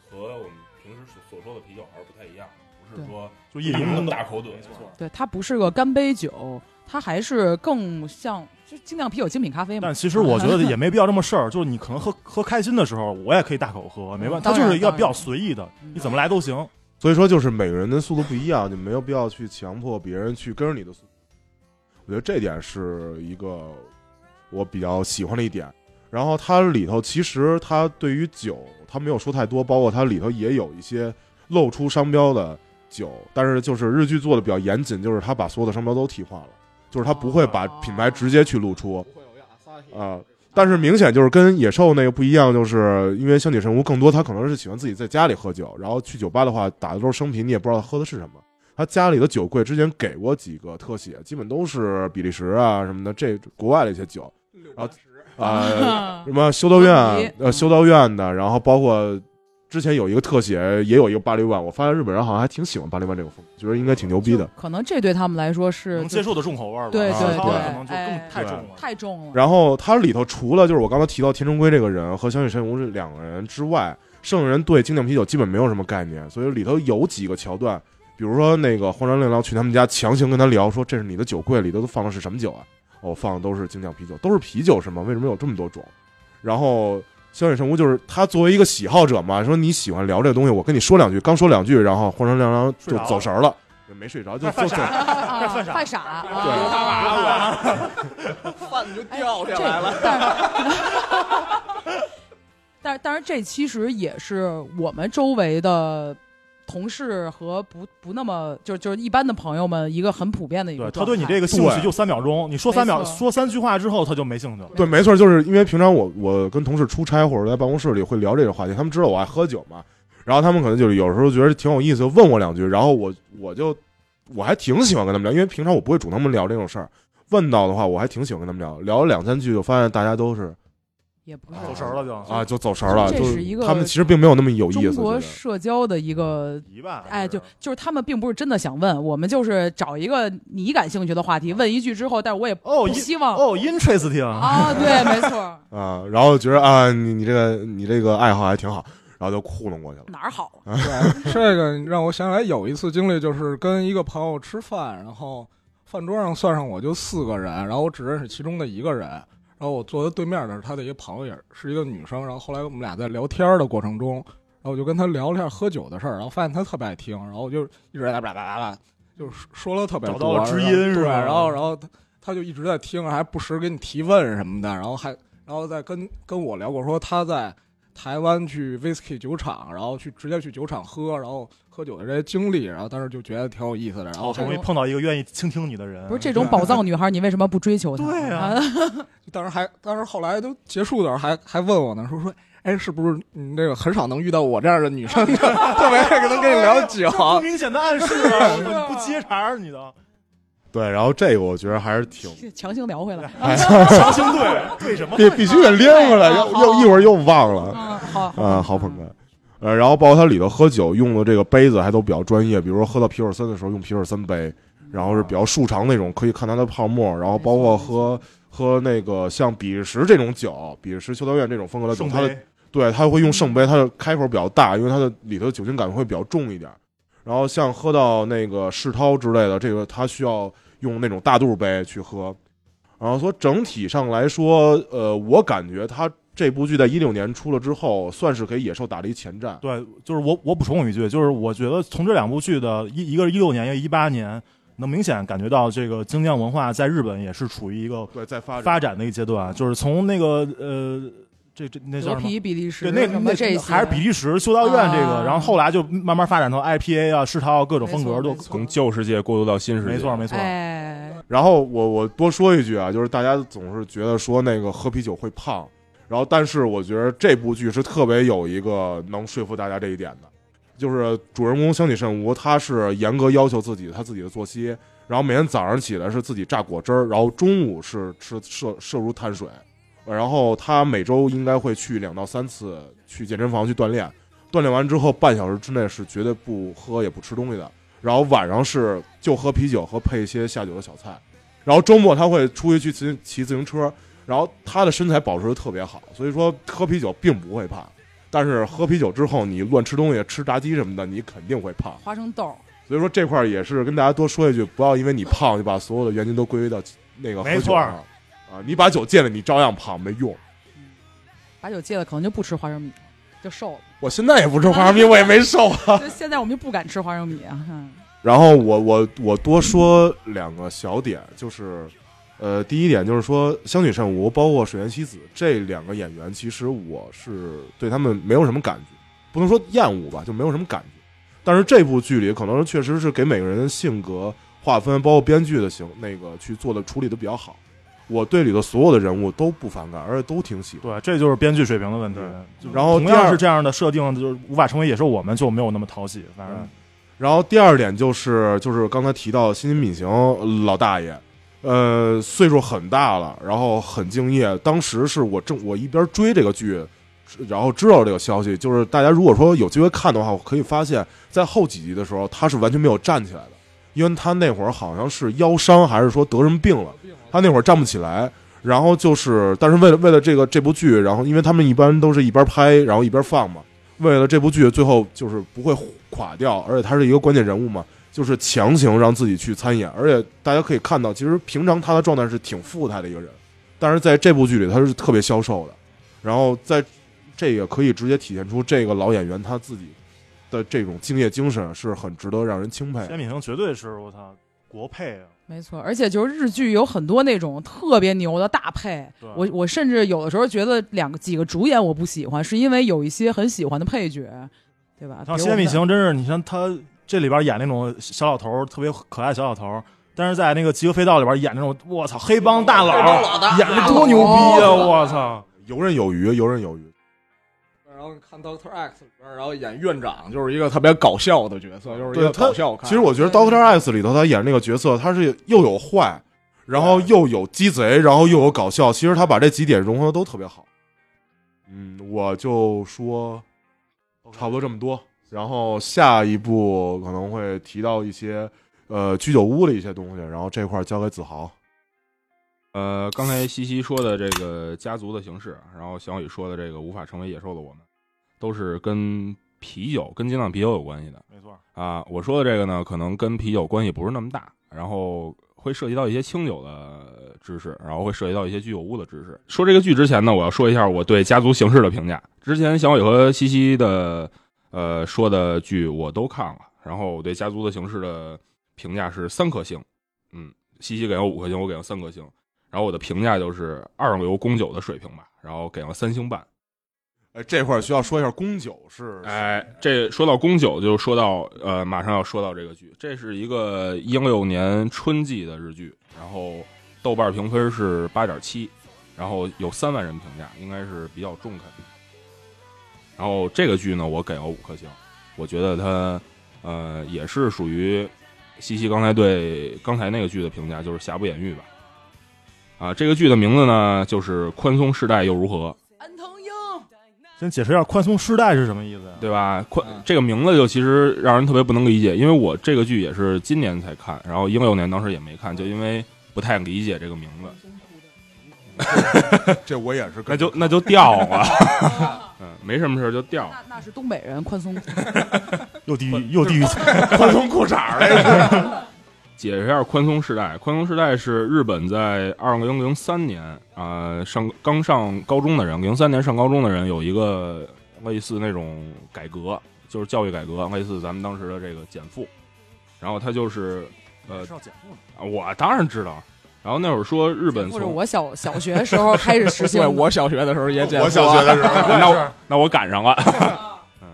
[SPEAKER 2] 和我们平时所所说的啤酒还是不太一样，不是
[SPEAKER 1] 对
[SPEAKER 2] 说
[SPEAKER 4] 就一零
[SPEAKER 2] 大口怼，
[SPEAKER 4] 没错
[SPEAKER 1] 对，它不是个干杯酒，它还是更像就精酿啤酒、精品咖啡嘛。
[SPEAKER 4] 但其实我觉得也没必要这么事儿，就是你可能喝喝开心的时候，我也可以大口喝，没问题。它
[SPEAKER 1] 当
[SPEAKER 4] 就
[SPEAKER 1] 然
[SPEAKER 4] 是一个
[SPEAKER 1] 当然嗯
[SPEAKER 4] 比较随意的，你怎么来都行。
[SPEAKER 5] 所以说，就是每个人的速度不一样，你没有必要去强迫别人去跟着你的速度。我觉得这点是一个我比较喜欢的一点。然后它里头其实它对于酒，它没有说太多，包括它里头也有一些露出商标的酒，但是就是日剧做的比较严谨，就是它把所有的商标都替换了，就是它不会把品牌直接去露出。啊但是明显就是跟野兽那个不一样，就是因为香姐神屋更多，他可能是喜欢自己在家里喝酒，然后去酒吧的话打的都是生啤，你也不知道他喝的是什么。他家里的酒柜之前给过几个特写，基本都是比利时啊什么的，这国外的一些酒
[SPEAKER 3] 啊，
[SPEAKER 5] 啊、什么修道院
[SPEAKER 1] 啤
[SPEAKER 5] 呃
[SPEAKER 1] 嗯
[SPEAKER 5] 修道院的，然后包括之前有一个特写，也有一个巴黎万，我发现日本人好像还挺喜欢巴黎万这个风格，觉得应该挺牛逼的。
[SPEAKER 1] 可能这对他们来说是
[SPEAKER 4] 能接受的重口味儿吧，
[SPEAKER 1] 对
[SPEAKER 5] 对
[SPEAKER 4] 西方的
[SPEAKER 5] 对
[SPEAKER 4] 可能就
[SPEAKER 1] 哎
[SPEAKER 4] 更太重了。
[SPEAKER 1] 太重了。
[SPEAKER 5] 然后它里头除了就是我刚才提到田中圭这个人和小野神武这两个人之外，剩下人对精酿啤酒基本没有什么概念，所以里头有几个桥段，比如说那个荒川令郎去他们家强行跟他聊说这是你的酒柜里头都放的是什么酒啊？哦，放的都是精酿啤酒，都是啤酒是吗？为什么有这么多种？然后小野神武就是他作为一个喜好者嘛，说你喜欢聊这个东西，我跟你说两句，刚说两句，然后荒川令郎就
[SPEAKER 4] 睡着了
[SPEAKER 5] 走神儿了，没睡着就
[SPEAKER 4] 犯
[SPEAKER 5] 就走
[SPEAKER 4] 傻。
[SPEAKER 1] 啊
[SPEAKER 4] 犯傻
[SPEAKER 1] 犯傻
[SPEAKER 5] 对
[SPEAKER 1] 啊！
[SPEAKER 3] 饭就
[SPEAKER 1] 哎
[SPEAKER 3] 掉下
[SPEAKER 1] 这
[SPEAKER 3] 来了。
[SPEAKER 1] 但是 [laughs] 但是但是这其实也是我们周围的同事和不不那么就就是一般的朋友们一个很普遍的一个
[SPEAKER 4] 对
[SPEAKER 1] 状态。
[SPEAKER 4] 他对你这个兴趣就三秒钟，你说三秒
[SPEAKER 1] 没错
[SPEAKER 4] 说三句话之后他就没兴趣了。
[SPEAKER 1] 嗯
[SPEAKER 5] 对，没错，就是因为平常我我跟同事出差或者在办公室里会聊这个话题，他们知道我爱喝酒嘛，然后他们可能就是有时候觉得挺有意思，问我两句，然后我我就我还挺喜欢跟他们聊，因为平常我不会主动跟他们聊这种事儿，问到的话我还挺喜欢跟他们聊，聊了两三句就发现大家都是
[SPEAKER 1] 也不
[SPEAKER 5] 走
[SPEAKER 4] 走
[SPEAKER 1] 是
[SPEAKER 4] 神儿了就
[SPEAKER 5] 啊就走神儿了，
[SPEAKER 1] 这
[SPEAKER 5] 就是
[SPEAKER 1] 一个
[SPEAKER 5] 他们其实并没有那么有意
[SPEAKER 1] 中
[SPEAKER 5] 思，
[SPEAKER 1] 国
[SPEAKER 5] 我觉得
[SPEAKER 1] 社交的一个
[SPEAKER 4] 疑吧？
[SPEAKER 1] 哎，就就是他们并不是真的想问，我们就是找一个你感兴趣的话题问一句之后，但是我也
[SPEAKER 4] 哦
[SPEAKER 1] 不
[SPEAKER 4] 一
[SPEAKER 1] 希望、
[SPEAKER 4] 哦，interesting，
[SPEAKER 1] 啊，对，没
[SPEAKER 4] [laughs]
[SPEAKER 1] 错，
[SPEAKER 5] 啊，然后觉得啊你你这个你这个爱好还挺好，然后就糊弄过去了。
[SPEAKER 1] 哪儿好？
[SPEAKER 3] 对，这个让我想起来有一次经历，就是跟一个朋友吃饭，然后饭桌上算上我就四个人，然后我只认识其中的一个人，然后我坐他对面的是他的一个朋友，也是一个女生，然后后来我们俩在聊天的过程中，然后我就跟他聊了一下喝酒的事儿，然后发现他特别爱听，然后我就一直在那叭叭叭叭，就是说了特别多，
[SPEAKER 4] 找到了知音
[SPEAKER 3] 然后
[SPEAKER 4] 是吧
[SPEAKER 3] 对，然后然后他他就一直在听，还不时给你提问什么的，然后还然后再跟跟我聊过说他在。台湾去 whisky 酒厂，然后去直接去酒厂喝，然后喝酒的这些经历，然后当时就觉得挺有意思的。然后
[SPEAKER 4] 好
[SPEAKER 3] 还
[SPEAKER 4] 容易碰到一个愿意倾听你的人。
[SPEAKER 1] 不是这种宝藏女孩，你为什么不追求她？
[SPEAKER 4] 对啊
[SPEAKER 3] 当时还当时后来都结束的时候还还问我呢，说说哎，是不是你这个很少能遇到我这样的女生， [laughs] 特别爱能跟你聊酒？
[SPEAKER 4] 不明显的暗示
[SPEAKER 1] [laughs]
[SPEAKER 4] 啊，你不接茬儿你的，
[SPEAKER 5] 对，然后这个我觉得还是挺
[SPEAKER 1] [laughs] 强行聊回来。
[SPEAKER 4] 啊强行对对什么？
[SPEAKER 5] 必必须给拎回来，
[SPEAKER 1] 啊
[SPEAKER 5] 又
[SPEAKER 1] 好
[SPEAKER 5] 又一会儿又忘了。
[SPEAKER 1] 嗯，好，
[SPEAKER 5] 啊，好捧哏。呃，然后包括它里头喝酒用的这个杯子还都比较专业，比如说喝到皮尔森的时候用皮尔森杯，然后是比较竖长那种，可以看它的泡沫。然后包括喝喝那个像比利时这种酒，比利时修道院这种风格的酒，
[SPEAKER 4] 圣
[SPEAKER 5] 它的
[SPEAKER 4] 杯
[SPEAKER 5] 对它会用圣杯，它的开口比较大，因为它的里头的酒精感会比较重一点。然后像喝到那个世涛之类的，这个它需要用那种大肚杯去喝。然后说整体上来说，呃，我感觉它这部剧在一六年出了之后，算是给野兽打了一前站。
[SPEAKER 4] 对，就是我我补充一句，就是我觉得从这两部剧的一一个是一六年，一个一八年，能明显感觉到这个精酿文化在日本也是处于一个
[SPEAKER 5] 对，在发展
[SPEAKER 4] 发展的一个阶段，就是从那个呃，这这那
[SPEAKER 1] 德
[SPEAKER 4] 叫什么？
[SPEAKER 1] 皮、比利时
[SPEAKER 4] 对，那
[SPEAKER 1] 什
[SPEAKER 4] 那
[SPEAKER 1] 么这些
[SPEAKER 4] 还是比利时修道院这个，
[SPEAKER 1] 啊
[SPEAKER 4] 然后后来就慢慢发展到 IPA 啊、世涛啊各种风格
[SPEAKER 1] 没错
[SPEAKER 4] 都
[SPEAKER 1] 没错
[SPEAKER 2] 从旧世界过渡到新世界，
[SPEAKER 4] 没错没错。
[SPEAKER 1] 哎，
[SPEAKER 5] 然后我我多说一句啊，就是大家总是觉得说那个喝啤酒会胖，然后但是我觉得这部剧是特别有一个能说服大家这一点的，就是主人公香取慎吾，他是严格要求自己他自己的作息，然后每天早上起来是自己榨果汁儿，然后中午是吃摄摄入碳水，然后他每周应该会去两到三次去健身房去锻炼，锻炼完之后半小时之内是绝对不喝也不吃东西的。然后晚上是就喝啤酒和配一些下酒的小菜，然后周末他会出去去骑骑自行车，然后他的身材保持的特别好，所以说喝啤酒并不会胖，但是喝啤酒之后你乱吃东西，吃炸鸡什么的，你肯定会胖。
[SPEAKER 1] 花生豆，
[SPEAKER 5] 所以说这块儿也是跟大家多说一句，不要因为你胖就把所有的原因都归为到那个喝
[SPEAKER 4] 没
[SPEAKER 5] 酒
[SPEAKER 4] 错
[SPEAKER 5] 上
[SPEAKER 4] 儿
[SPEAKER 5] 啊，你把酒戒了，你照样胖没用。
[SPEAKER 1] 把酒戒了，可能就不吃花生米，就瘦了。
[SPEAKER 5] 我现在也不吃花生米，我也没瘦啊。
[SPEAKER 4] [laughs]
[SPEAKER 1] 就现在我们就不敢吃花生米啊。嗯
[SPEAKER 5] 然后我我我多说两个小点，就是，呃，第一点就是说，香取慎吾包括水原希子这两个演员，其实我是对他们没有什么感觉，不能说厌恶吧，就没有什么感觉。但是这部剧里可能确实是给每个人的性格划分，包括编剧的行那个去做的处理的比较好。我对里头所有的人物都不反感，而且都挺喜欢。
[SPEAKER 4] 对，这就是编剧水平的问题。就
[SPEAKER 5] 然后
[SPEAKER 4] 同
[SPEAKER 5] 第
[SPEAKER 4] 样
[SPEAKER 5] 二
[SPEAKER 4] 是这样的设定，就是无法成为野兽，我们就没有那么讨喜。反正、
[SPEAKER 5] 嗯然后第二点就是就是刚才提到新津敏行老大爷，呃，岁数很大了，然后很敬业。当时是我正我一边追这个剧，然后知道这个消息，就是大家如果说有机会看的话，我可以发现，在后几集的时候，他是完全没有站起来的，因为他那会儿好像是腰伤还是说得什么病了，他那会儿站不起来。然后就是，但是为了为了这个这部剧，然后因为他们一般都是一边拍然后一边放嘛，为了这部剧最后就是不会垮掉，而且他是一个关键人物嘛，就是强行让自己去参演，而且大家可以看到，其实平常他的状态是挺富态的一个人，但是在这部剧里他是特别消瘦的，然后在这也可以直接体现出这个老演员他自己的这种敬业精神是很值得让人钦佩的
[SPEAKER 4] 千。敏行绝对是我操国配啊！
[SPEAKER 1] 没错，而且就是日剧有很多那种特别牛的大配，
[SPEAKER 4] 对
[SPEAKER 1] 我我甚至有的时候觉得两个几个主演我不喜欢，是因为有一些很喜欢的配角，对吧？
[SPEAKER 4] 像
[SPEAKER 1] 比如
[SPEAKER 4] 仙
[SPEAKER 1] 我们
[SPEAKER 4] 敏
[SPEAKER 1] 的
[SPEAKER 4] 行真是，你像他这里边演那种小老头儿，特别可爱小老头儿，但是在那个《极恶飞盗》里边演那种，我操，黑帮大佬儿，演的多牛逼
[SPEAKER 1] 哦
[SPEAKER 4] 啊！我操，
[SPEAKER 5] 游刃有余，游刃有余。
[SPEAKER 3] 然后看 Doctor X 里边，然后演院长就是一个特别搞笑的角色，就是一
[SPEAKER 5] 对
[SPEAKER 3] 个
[SPEAKER 5] 他
[SPEAKER 3] 搞笑看。
[SPEAKER 5] 其实我觉得《
[SPEAKER 1] 对
[SPEAKER 5] Doctor X》里头他演这个角色，他是又有坏，然后又有鸡贼，然后又有搞笑。其实他把这几点融合得都特别好。嗯，我就说差不多这么多。然后下一步可能会提到一些呃居酒屋的一些东西，然后这块儿交给子豪。
[SPEAKER 2] 呃，刚才西西说的这个家族的形式，然后小雨说的这个无法成为野兽的我们，都是跟啤酒、跟精酿啤酒有关系的
[SPEAKER 4] 没错，
[SPEAKER 2] 啊。我说的这个呢，可能跟啤酒关系不是那么大，然后会涉及到一些清酒的知识，然后会涉及到一些居酒屋的知识。说这个剧之前呢，我要说一下我对家族形式的评价。之前小雨和西西的呃说的剧我都看了，然后我对家族的形式的评价是三颗星，嗯，西西给了五颗星，我给了三颗星。然后我的评价就是二流宫酒的水平吧，然后给了三星半。
[SPEAKER 5] 哎，这块儿需要说一下宫酒是，
[SPEAKER 2] 哎，这说到宫酒，就说到呃，马上要说到这个剧，这是一个一六年春季的日剧，然后豆瓣评分是八点七，然后有三万人评价，应该是比较中肯的。然后这个剧呢，我给了五颗星，我觉得它呃也是属于西西刚才对刚才那个剧的评价，就是瑕不掩瑜吧。啊，这个剧的名字呢，就是宽松世代又如何？
[SPEAKER 1] 安藤英，
[SPEAKER 4] 先解释一下宽松世代是什么意思呀？啊
[SPEAKER 2] 对吧？宽
[SPEAKER 3] 嗯
[SPEAKER 2] 这个名字就其实让人特别不能理解，因为我这个剧也是今年才看，然后一六年当时也没看，就因为不太理解这个名字，
[SPEAKER 5] 这我也是
[SPEAKER 2] 那 [laughs]
[SPEAKER 5] 跟
[SPEAKER 2] 就那就掉了， [laughs] 嗯，没什么事儿就掉了。
[SPEAKER 1] 那那是东北人宽松，
[SPEAKER 4] 又地狱又地狱，
[SPEAKER 5] 宽松裤衩儿了。
[SPEAKER 2] 解释一下宽松世代。宽松世代是日本在二零零三年啊、呃上刚上高中的人，零三年上高中的人有一个类似那种改革，就是教育改革，类似咱们当时的这个减负。然后他就是呃
[SPEAKER 4] 是，要减负的，
[SPEAKER 2] 啊我当然知道。然后那会儿说日本
[SPEAKER 1] 或者
[SPEAKER 2] 从
[SPEAKER 1] 我小小学时候开始实行
[SPEAKER 4] [laughs]
[SPEAKER 3] 对，
[SPEAKER 1] 的，
[SPEAKER 3] 我小学的时候也减
[SPEAKER 5] 我
[SPEAKER 3] 过
[SPEAKER 5] 小学的
[SPEAKER 2] [laughs]
[SPEAKER 5] 时候，
[SPEAKER 2] 那我那我赶上了。嗯，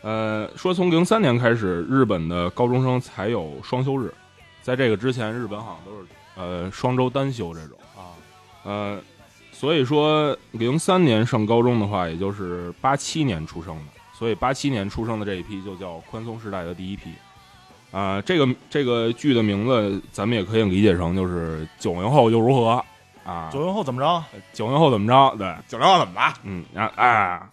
[SPEAKER 2] 呃，说从零三年开始，日本的高中生才有双休日，在这个之前，日本好像都是呃双周单休这种
[SPEAKER 4] 啊。
[SPEAKER 2] 呃，所以说零三年上高中的话，也就是八七年出生的，所以八七年出生的这一批就叫宽松时代的第一批。啊、这个这个剧的名字，咱们也可以理解成就是九零后又如何啊？
[SPEAKER 4] 九零后怎么着？
[SPEAKER 2] 九零后怎么着？对，
[SPEAKER 5] 九零后怎么了？
[SPEAKER 2] 嗯，然后啊，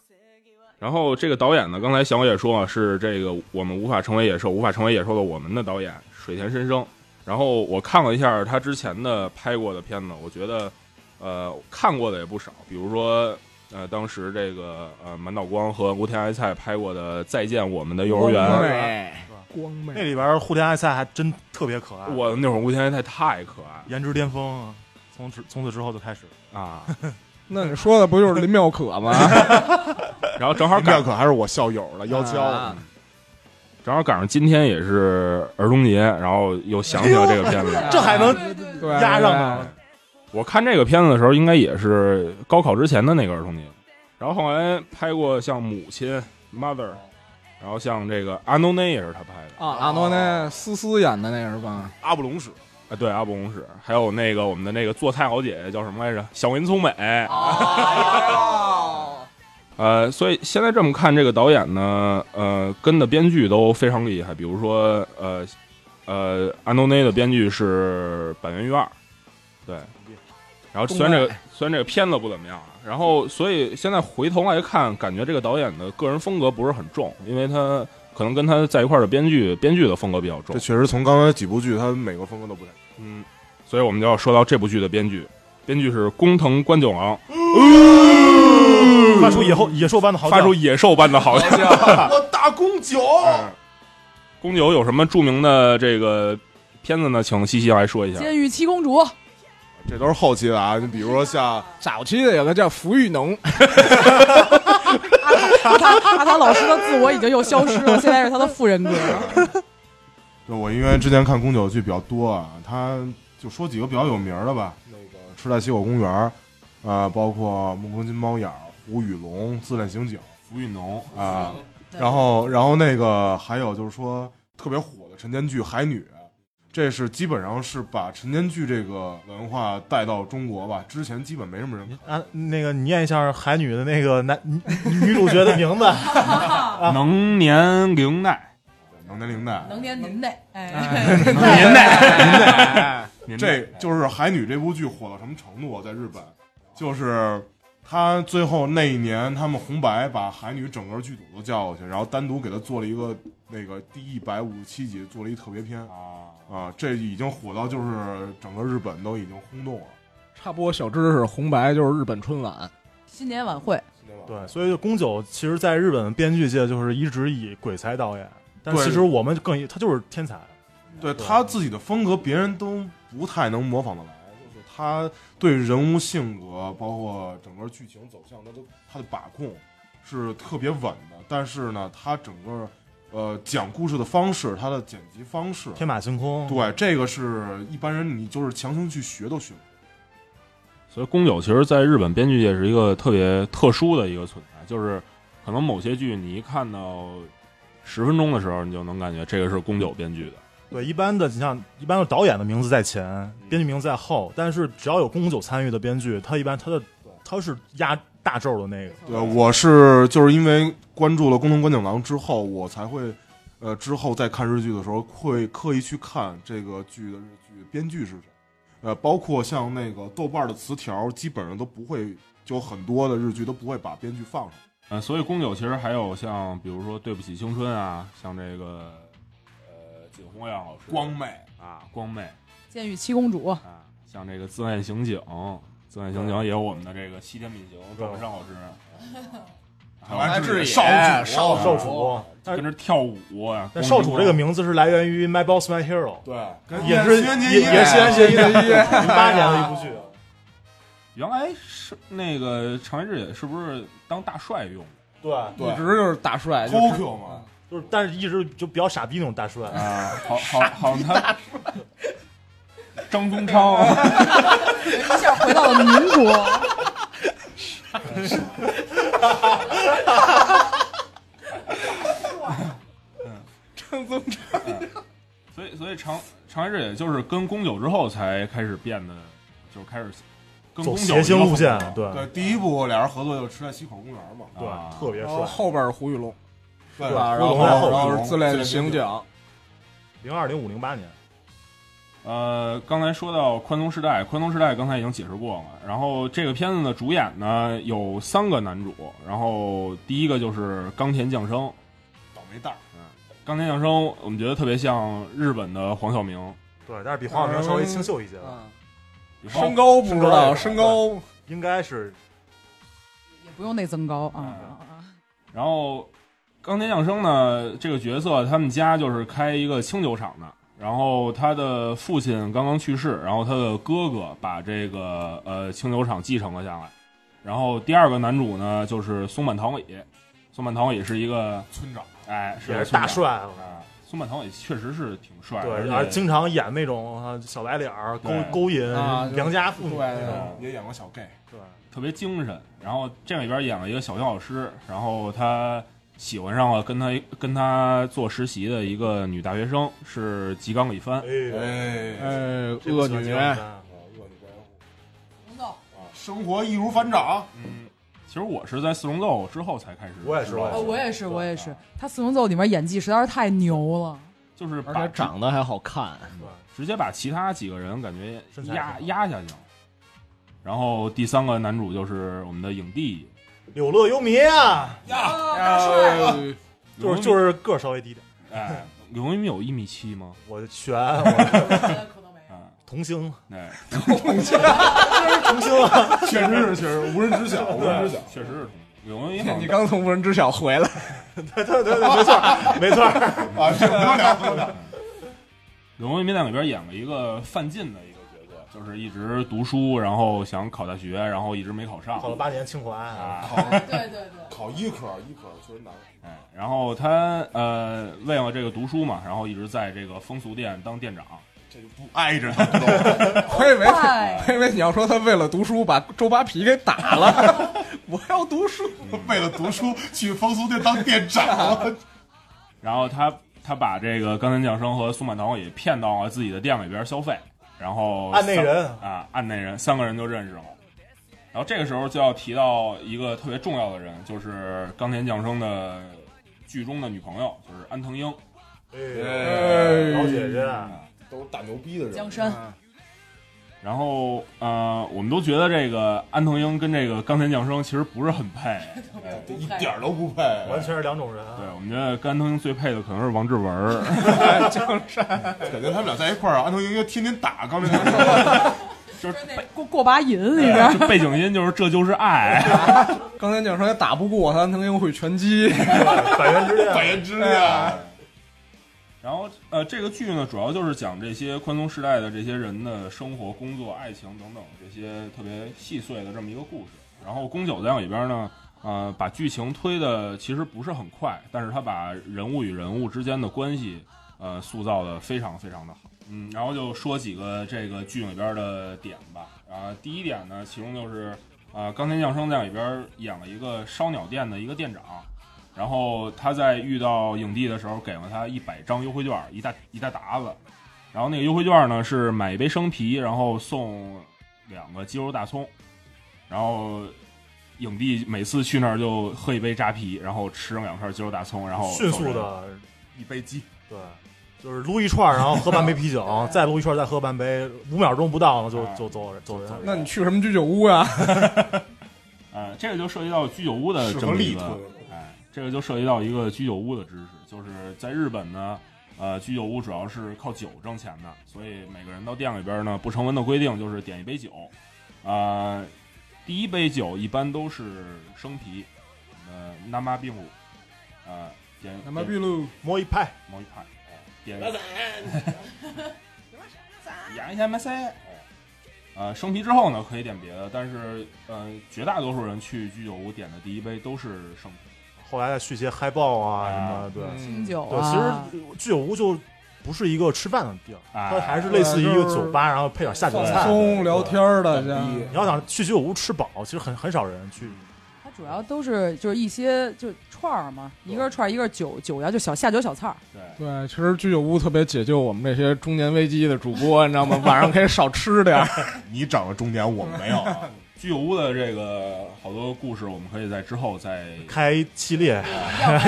[SPEAKER 2] 然后这个导演呢，刚才小伟也说了，是这个我们无法成为野兽，无法成为野兽的我们的导演水田伸生。然后我看了一下他之前的拍过的片子，我觉得呃看过的也不少，比如说呃当时这个呃满岛光和吴田爱菜拍过的《再见我们的幼儿园》，
[SPEAKER 5] 哦
[SPEAKER 3] 光妹，光
[SPEAKER 4] 那
[SPEAKER 3] 妹，
[SPEAKER 4] 里边户田爱菜还真特别可爱，
[SPEAKER 2] 我那会儿吴田爱菜太可爱
[SPEAKER 4] 颜值巅峰啊，从此从此之后就开始。
[SPEAKER 2] 啊，
[SPEAKER 3] [laughs] 那你说的不就是林妙可
[SPEAKER 5] [laughs]
[SPEAKER 3] 吗？
[SPEAKER 2] 然后正好赶
[SPEAKER 5] 那可还是我校友了，幺
[SPEAKER 3] 啊
[SPEAKER 5] 幺。
[SPEAKER 2] 正好赶上今天也是儿童节，然后又想起了这个片子。
[SPEAKER 3] 啊
[SPEAKER 4] 这还能
[SPEAKER 1] 对对对
[SPEAKER 3] 对，
[SPEAKER 4] 压上啊？
[SPEAKER 2] 我看这个片子的时候，应该也是高考之前的那个儿童节。然后后来拍过像《母亲》（Mother），然后像这个《阿诺内》也是他拍的，
[SPEAKER 3] 啊，阿诺那思思演的那是吧？
[SPEAKER 5] 阿布隆史，
[SPEAKER 2] 啊，对，《阿布公使》，还有那个我们的那个做菜老姐姐叫什么来着？小林聪美。
[SPEAKER 3] [laughs] 哦，
[SPEAKER 2] 呃，所以现在这么看，这个导演呢，呃，跟的编剧都非常厉害。比如说，呃，呃，安东内的编剧是板垣裕二，对。然后虽然这个虽然这个片子不怎么样啊，然后所以现在回头来看，感觉这个导演的个人风格不是很重，因为他可能跟他在一块儿的编剧编剧的风格比较重
[SPEAKER 5] 这。确实从刚才几部剧，他每个风格都不太。
[SPEAKER 2] 嗯，所以我们就要说到这部剧的编剧，编剧是工藤官九郎，
[SPEAKER 4] 发出野后野兽般的嚎叫，
[SPEAKER 2] 发出野兽般的嚎叫。
[SPEAKER 5] 我大公九，
[SPEAKER 2] 宫九有什么著名的这个片子呢？请西西来说一下。
[SPEAKER 1] 监狱七公主，
[SPEAKER 5] 这都是后期的啊。你比如说像
[SPEAKER 3] 早期的有个叫福玉农，
[SPEAKER 1] 阿汤阿汤老师的自我已经又消失了，现在是他的副人格。嗯
[SPEAKER 5] 就我因为之前看宫九的剧比较多啊，他就说几个比较有名儿的吧，那个《吃在西口公园》，呃，包括《木工金猫眼》《吴雨龙》《自恋刑警
[SPEAKER 2] 吴运农》
[SPEAKER 5] 啊，然后然后那个还有就是说特别火的晨间剧《海女》，这是基本上是把晨间剧这个文化带到中国吧，之前基本没什么人看。
[SPEAKER 4] 啊，那个你念一下海女的那个男女女主角的名字，
[SPEAKER 2] 能年玲奈，
[SPEAKER 5] 能年龄代，
[SPEAKER 1] 能年您内，哎，
[SPEAKER 3] 哎
[SPEAKER 2] 年代，年代，
[SPEAKER 5] 这就是《海女》这部剧火到什么程度啊？在日本，就是他最后那一年，他们红白把《海女》整个剧组都叫过去，然后单独给他做了一个那个第一百五十七集做了一特别篇
[SPEAKER 2] 啊，
[SPEAKER 5] 啊，这已经火到就是整个日本都已经轰动了。
[SPEAKER 3] 插播小知识，红白就是日本春晚，
[SPEAKER 1] 新年晚会，
[SPEAKER 4] 对，所以就宫九其实在日本编剧界就是一直以鬼才导演，但
[SPEAKER 5] 对
[SPEAKER 4] 其实我们更以他就是天才，
[SPEAKER 5] 对他自己的风格，别人都不太能模仿得来。就是他对人物性格，包括整个剧情走向，他都他的把控是特别稳的。但是呢，他整个呃讲故事的方式，他的剪辑方式，
[SPEAKER 4] 天马行空。
[SPEAKER 5] 对这个是一般人你就是强行去学都学不。
[SPEAKER 2] 所以宫九其实在日本编剧界是一个特别特殊的一个存在，就是可能某些剧你一看到十分钟的时候，你就能感觉这个是宫九编剧的。
[SPEAKER 4] 对，一般的你像一般的导演的名字在前，编剧名字在后，但是只要有宫九参与的编剧，他一般他的他是压大轴的那个。
[SPEAKER 5] 对，呃我是就是因为关注了《宫藤官九郎》之后，我才会呃之后再看日剧的时候，会刻意去看这个剧的日剧编剧是谁，呃，包括像那个豆瓣的词条，基本上都不会，就很多的日剧都不会把编剧放上。
[SPEAKER 2] 呃，所以宫九其实还有像比如说《对不起青春》啊，像这个呃井宏亮老师
[SPEAKER 5] 妹，
[SPEAKER 2] 啊光妹，
[SPEAKER 1] 监狱七公主，
[SPEAKER 2] 啊，像这个《自爱刑警》，《自爱刑警》也有我们的这个西天敏行赵本山老师，
[SPEAKER 6] 来
[SPEAKER 3] 治
[SPEAKER 6] 治
[SPEAKER 3] 野
[SPEAKER 6] 野
[SPEAKER 3] 少
[SPEAKER 6] 少
[SPEAKER 3] 主
[SPEAKER 6] 主
[SPEAKER 4] 少主，
[SPEAKER 2] 跟这跳舞啊。
[SPEAKER 4] 但少主这个名字是来源于《My Boss My Hero》，
[SPEAKER 5] 啊
[SPEAKER 6] 对，跟
[SPEAKER 4] 也是
[SPEAKER 6] 西安
[SPEAKER 4] 也
[SPEAKER 6] 街
[SPEAKER 4] 也是西安协一的零八年的一部剧。
[SPEAKER 2] 原来是那个长野智也是不是当大帅用？
[SPEAKER 4] 对，
[SPEAKER 6] 对
[SPEAKER 3] 一直就是大帅，就
[SPEAKER 6] t
[SPEAKER 3] 是
[SPEAKER 6] Q 嘛，
[SPEAKER 4] 就是但是一直就比较傻逼那种大帅，
[SPEAKER 2] 啊，好好好像他 [laughs] 张宗昌啊
[SPEAKER 1] 一下回到了民国。
[SPEAKER 2] 嗯所以所以长长野智也就是跟宫九之后才开始变得，就是开始跟
[SPEAKER 4] 走
[SPEAKER 2] 宫九
[SPEAKER 4] 谐星路线啊
[SPEAKER 2] 一个风，格
[SPEAKER 4] 对
[SPEAKER 6] 对，第一部俩人合作就吃在西口公园嘛，
[SPEAKER 2] 啊
[SPEAKER 4] 对，特别
[SPEAKER 3] 然后
[SPEAKER 4] 帅。
[SPEAKER 3] 后边是胡玉龙，
[SPEAKER 6] 对
[SPEAKER 3] 是吧？然
[SPEAKER 4] 胡玉
[SPEAKER 3] 后
[SPEAKER 4] 龙
[SPEAKER 3] 然
[SPEAKER 4] 胡
[SPEAKER 3] 后
[SPEAKER 6] 玉
[SPEAKER 3] 是
[SPEAKER 6] 龙
[SPEAKER 3] 自恋的刑警，
[SPEAKER 4] 零二零五零八年，
[SPEAKER 2] 呃，刚才说到宽松时代，宽松时代刚才已经解释过了。然后这个片子的主演呢有三个男主，然后第一个就是冈田将生，
[SPEAKER 6] 倒霉蛋儿，
[SPEAKER 2] 冈田将生我们觉得特别像日本的黄晓明，
[SPEAKER 4] 对，但是比黄晓明稍微清秀一些吧，
[SPEAKER 3] 嗯
[SPEAKER 2] 比方
[SPEAKER 3] 身高不知道，
[SPEAKER 4] 身
[SPEAKER 3] 身
[SPEAKER 4] 高
[SPEAKER 3] 高
[SPEAKER 4] 应该是
[SPEAKER 1] 也不用内增高啊啊。啊啊
[SPEAKER 2] 然后冈田将生呢，这个角色他们家就是开一个清酒厂的，然后他的父亲刚刚去世，然后他的哥哥把这个呃清酒厂继承了下来。然后第二个男主呢，就是松坂桃李，松坂桃李是一个
[SPEAKER 6] 村长，
[SPEAKER 2] 哎是
[SPEAKER 4] 也是
[SPEAKER 2] 村
[SPEAKER 4] 大
[SPEAKER 2] 长
[SPEAKER 4] 帅，我
[SPEAKER 2] 啊，松坂桃李确实是挺帅，
[SPEAKER 4] 对，然
[SPEAKER 2] 而
[SPEAKER 4] 后
[SPEAKER 2] 且
[SPEAKER 4] 经常演那种啊小白脸儿勾
[SPEAKER 2] 对
[SPEAKER 4] 勾引
[SPEAKER 3] 啊就
[SPEAKER 4] 良家妇女
[SPEAKER 3] 对
[SPEAKER 4] 那
[SPEAKER 3] 对
[SPEAKER 4] 种，
[SPEAKER 6] 也演过小
[SPEAKER 5] 哎
[SPEAKER 6] gay，
[SPEAKER 4] 对，
[SPEAKER 2] 特别精神。然后这里边演了一个小学老师，然后他喜欢上了跟他跟他做实习的一个女大学生，是吉冈里帆。
[SPEAKER 4] 哎呦，
[SPEAKER 6] 哎，
[SPEAKER 3] 呃
[SPEAKER 4] 这个
[SPEAKER 3] 恶
[SPEAKER 4] 小
[SPEAKER 3] 女
[SPEAKER 4] 金，刚
[SPEAKER 6] 恶女关系
[SPEAKER 1] 红豆
[SPEAKER 6] 啊，生活易如反掌，
[SPEAKER 2] 嗯，其实我是在四重奏之后才开始知道的，
[SPEAKER 4] 我也是我也
[SPEAKER 1] 哦，
[SPEAKER 4] 是
[SPEAKER 1] 我也是，我也是。他《四重奏》里面演技实在是太牛了，
[SPEAKER 2] 就是
[SPEAKER 3] 而
[SPEAKER 2] 把
[SPEAKER 3] 且长得还好看，
[SPEAKER 2] 直接把其他几个人感觉
[SPEAKER 4] 身材
[SPEAKER 2] 压
[SPEAKER 4] 挺好
[SPEAKER 2] 压下去了。然后第三个男主就是我们的影帝，
[SPEAKER 4] 柳乐优弥啊，
[SPEAKER 1] 大帅
[SPEAKER 3] 呃
[SPEAKER 4] 就是就是个儿稍微低点，
[SPEAKER 2] 哎，刘文敏有一米七吗？
[SPEAKER 4] 我悬，我
[SPEAKER 1] 可能没有。
[SPEAKER 2] 啊，
[SPEAKER 4] 童星，
[SPEAKER 2] 哎，
[SPEAKER 4] 童星啊，
[SPEAKER 6] [laughs] 确实是确实无人知晓，无人知晓，
[SPEAKER 2] 确实是同刘文敏好像
[SPEAKER 3] 你刚从无人知晓回来，
[SPEAKER 4] 对对对，对没错儿没错儿，
[SPEAKER 6] 啊，这不能聊，不能聊，
[SPEAKER 2] 龙文明在里边演了一个范进的一个角色，就是一直读书，然后想考大学，然后一直没考上
[SPEAKER 4] 考。了八年清华啊，
[SPEAKER 6] 考
[SPEAKER 1] 对对对，
[SPEAKER 6] 考医科，医科确实难，
[SPEAKER 2] 哎，然后他呃为了这个读书嘛，然后一直在这个风俗店当店长。
[SPEAKER 6] 这就不挨着他，知道吗
[SPEAKER 3] 我以为
[SPEAKER 1] 拜
[SPEAKER 3] 我以为你要说他为了读书把周扒皮给打了， [laughs] 我要读书，
[SPEAKER 6] [laughs] 为了读书去风俗店当店长，
[SPEAKER 2] 然后他他把这个冈田将生和松坂桃也骗到了自己的店里边消费，然后
[SPEAKER 4] 按内
[SPEAKER 2] 三
[SPEAKER 4] 人
[SPEAKER 2] 啊，按内人三个人就认识了。然后这个时候就要提到一个特别重要的人，就是冈田将生的剧中的女朋友，就是安藤英。
[SPEAKER 4] 哎，老姐姐，
[SPEAKER 6] [laughs] 都是大牛逼的人，嗯
[SPEAKER 1] 江山
[SPEAKER 2] 然后呃，我们都觉得这个安藤英跟这个冈田将生其实不是很配，哎
[SPEAKER 6] 一点儿都不配，
[SPEAKER 4] 完全是两种人啊，
[SPEAKER 2] 对我们觉得跟安藤英最配的可能是王志文儿， [laughs]
[SPEAKER 6] 感觉他们俩在一块儿啊，安藤英应该天天打钢铁 [laughs] 侠，
[SPEAKER 2] 就是
[SPEAKER 1] 那过过把瘾里边，
[SPEAKER 2] 就背景音就是这就是爱， [laughs]
[SPEAKER 3] 刚才讲说也打不过他，能英会拳击， [laughs]
[SPEAKER 4] 百元之
[SPEAKER 5] 哎
[SPEAKER 6] 百
[SPEAKER 4] 恋，
[SPEAKER 6] 元之啊恋，
[SPEAKER 2] 然后呃，这个剧呢，主要就是讲这些宽松时代的这些人的生活、工作、爱情等等这些特别细碎的这么一个故事。然后宫九在里边呢，呃，把剧情推的其实不是很快，但是他把人物与人物之间的关系，呃，塑造的非常非常的好。嗯，然后就说几个这个剧里边的点吧。啊，第一点呢，其中就是呃，钢琴降生在里边演了一个烧鸟店的一个店长，然后他在遇到影帝的时候，给了他一百张优惠券，一大一大沓子。然后那个优惠券呢是买一杯生啤，然后送两个鸡肉大葱。然后影帝每次去那儿就喝一杯扎啤，然后吃两片鸡肉大葱，然后
[SPEAKER 4] 迅
[SPEAKER 2] 走
[SPEAKER 4] 速
[SPEAKER 2] 人。
[SPEAKER 4] 的，
[SPEAKER 6] 一杯鸡，
[SPEAKER 4] 对。就是撸一串儿，然后喝半杯啤酒，再撸一串儿，再喝半杯，五秒钟不到呢，就就走人，走人。
[SPEAKER 3] 那你去什么居酒屋啊呀？
[SPEAKER 2] 呃，这个就涉及到居酒屋的
[SPEAKER 6] 适
[SPEAKER 2] 这
[SPEAKER 6] 合
[SPEAKER 2] 么一
[SPEAKER 6] 力
[SPEAKER 2] 个
[SPEAKER 6] 推，
[SPEAKER 2] 哎，这个就涉及到一个居酒屋的知识，就是在日本呢，呃，居酒屋主要是靠酒挣钱的，所以每个人到店里边呢，不成文的规定就是点一杯酒，呃，第一杯酒一般都是生啤，
[SPEAKER 6] 呃，南麻壁虎，
[SPEAKER 2] 呃
[SPEAKER 6] 啊，点
[SPEAKER 3] 那么闭路
[SPEAKER 4] 摸一派，
[SPEAKER 6] [laughs] 某一派，哎，点养一下 MC，哎，呃，生啤之后呢，可以点别的，但是呃，绝大多数人去居酒屋点的第一杯都是生啤。
[SPEAKER 4] 后来再续些嗨爆啊什么
[SPEAKER 6] 啊
[SPEAKER 4] 的，对。
[SPEAKER 1] 清酒
[SPEAKER 4] 对，
[SPEAKER 1] 啊，
[SPEAKER 4] 其实居酒屋就不是一个吃饭的地儿，
[SPEAKER 6] 哎
[SPEAKER 4] 它还是类似于一个酒吧，然后配点下酒
[SPEAKER 3] 放
[SPEAKER 4] 菜。
[SPEAKER 3] 松聊天儿的，
[SPEAKER 4] 对
[SPEAKER 3] 这
[SPEAKER 4] 你要想去居酒屋吃饱，其实很很少人去。
[SPEAKER 2] 嗯
[SPEAKER 1] 它主要都是就是一些就是串儿嘛，一个是串儿，一个是酒酒 [laughs] 肴，就小下酒小菜儿。
[SPEAKER 6] 对，
[SPEAKER 3] 对，其实居酒屋特别解救我们这些中年危机的主播，你知
[SPEAKER 4] [laughs]
[SPEAKER 3] 道吗？晚上可以少吃点儿。
[SPEAKER 6] 你长了中年，我们没有。居酒屋的这个好多故事，我们可以在之后再
[SPEAKER 4] 开一系列，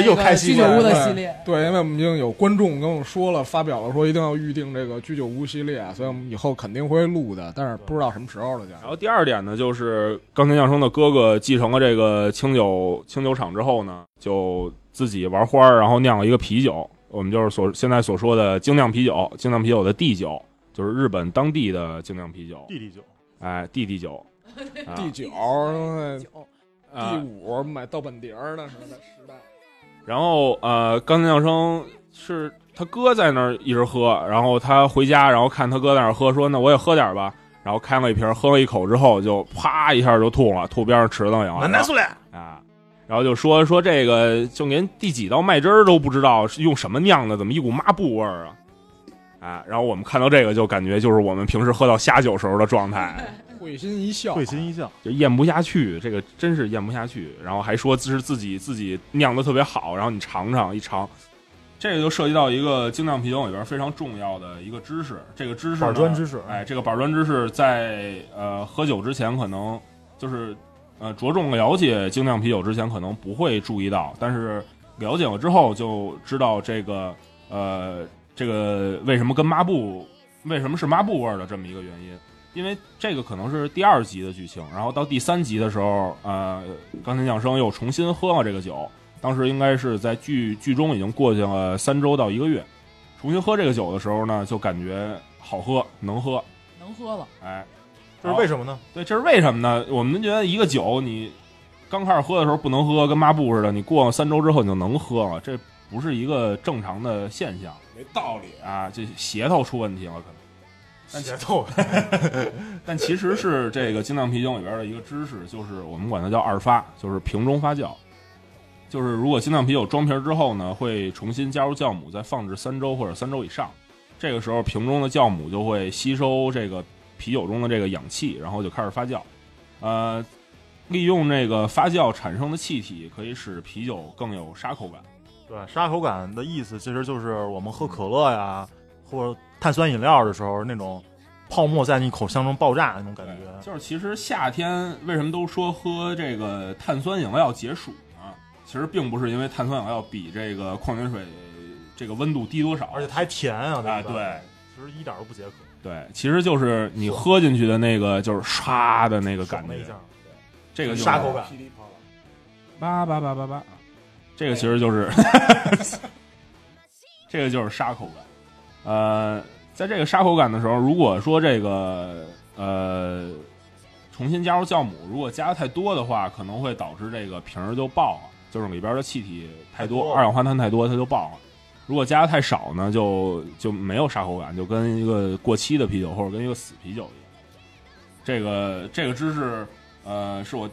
[SPEAKER 1] 又
[SPEAKER 4] 又开心
[SPEAKER 1] 居酒屋的 [laughs]
[SPEAKER 3] 对
[SPEAKER 1] 系列，
[SPEAKER 3] 对，因为我们已经有观众跟我们说了，发表了说一定要预定这个居酒屋系列，所以我们以后肯定会录的，但是不知道什么时候了就。
[SPEAKER 2] 然后第二点呢，就是钢琴教生的哥哥继承了这个清酒清酒厂之后呢，就自己玩花儿，然后酿了一个啤酒，我们就是所现在所说的精酿啤酒，精酿啤酒的地酒，就是日本当地的精酿啤
[SPEAKER 4] [laughs]
[SPEAKER 2] 酒，
[SPEAKER 4] 弟弟酒，
[SPEAKER 2] 哎，地地酒，啊
[SPEAKER 3] 第九、第
[SPEAKER 1] 酒
[SPEAKER 2] 啊，
[SPEAKER 3] 五买盗版碟儿呢，什么的时代。
[SPEAKER 2] 然后呃，钢琴教生是他哥在那儿一直喝，然后他回家，然后看他哥在那儿喝，说那我也喝点儿吧。然后开了一瓶，喝了一口之后，就啪一下就吐了，吐边上池子里了。
[SPEAKER 4] 满大出来，
[SPEAKER 2] 啊，然后就说说这个，就连第几道麦汁儿都不知道是用什么酿的，怎么一股抹布味儿啊？啊，然后我们看到这个就感觉就是我们平时喝到虾酒时候的状态，
[SPEAKER 3] 会心一笑，
[SPEAKER 4] 会心一笑。
[SPEAKER 2] 就咽不下去，这个真是咽不下去。然后还说是自己自己酿的特别好，然后你尝尝一尝，这个就涉及到一个精酿啤酒里边非常重要的一个知识，这个知识呢
[SPEAKER 4] 板砖知识，
[SPEAKER 2] 哎，这个板砖知识在呃喝酒之前可能就是呃着重了解精酿啤酒之前可能不会注意到，但是了解了之后就知道这个呃这个为什么跟抹布为什么是抹布味儿的这么一个原因。因为这个可能是第二集的剧情，然后到第三集的时候，呃，钢琴降生又重新喝了这个酒，当时应该是在剧剧中已经过去了三周到一个月，重新喝这个酒的时候呢，就感觉好喝，能喝，
[SPEAKER 1] 能喝了，
[SPEAKER 2] 哎，
[SPEAKER 4] 这是为什么呢？
[SPEAKER 2] 对，这是为什么呢？我们觉得一个酒你刚开始喝的时候不能喝，跟抹布似的，你过了三周之后你就能喝了，这不是一个正常的现象
[SPEAKER 6] 没道理。
[SPEAKER 2] 啊！这邪头出问题了，可能。
[SPEAKER 4] [laughs]
[SPEAKER 2] 但其
[SPEAKER 4] 头，
[SPEAKER 2] 但其实是这个精酿啤酒里边的一个知识，就是我们管它叫二发，就是瓶中发酵。就是如果精酿啤酒装瓶之后呢，会重新加入酵母，再放置三周或者三周以上。这个时候瓶中的酵母就会吸收这个啤酒中的这个氧气，然后就开始发酵。呃，利用这个发酵产生的气体，可以使啤酒更有沙口感。
[SPEAKER 4] 对，沙口感的意思其实就是我们喝可乐呀，或者碳酸饮料的时候那种泡沫在你口腔中爆炸那种感
[SPEAKER 2] 对
[SPEAKER 4] 觉。
[SPEAKER 2] 就是其实夏天为什么都说喝这个碳酸饮料解暑呢？其实并不是因为碳酸饮料比这个矿泉水这个温度低多少，
[SPEAKER 4] 而且它还甜啊！吧
[SPEAKER 2] 哎对，
[SPEAKER 4] 其实一点都不解渴，
[SPEAKER 2] 对，其实就是你喝进去的那个就是唰啊的那个感
[SPEAKER 4] 爽了
[SPEAKER 2] 觉
[SPEAKER 4] 一，下，
[SPEAKER 2] 这个就是
[SPEAKER 4] 沙口感
[SPEAKER 6] 噼里啪啦。
[SPEAKER 2] 叭叭叭叭叭，这个其实就是， [laughs] 这个就是沙口感。呃，在这个沙口感的时候，如果说这个呃重新加入酵母，如果加的太多的话，可能会导致这个瓶儿就爆了，就是里边的气体太
[SPEAKER 4] 太
[SPEAKER 2] 多，
[SPEAKER 4] 多
[SPEAKER 2] 二氧化碳太多，它就爆了。如果加的太少呢，就就没有沙口感，就跟一个过期的啤酒或者跟一个死啤酒一样。这个这个知识，呃，是我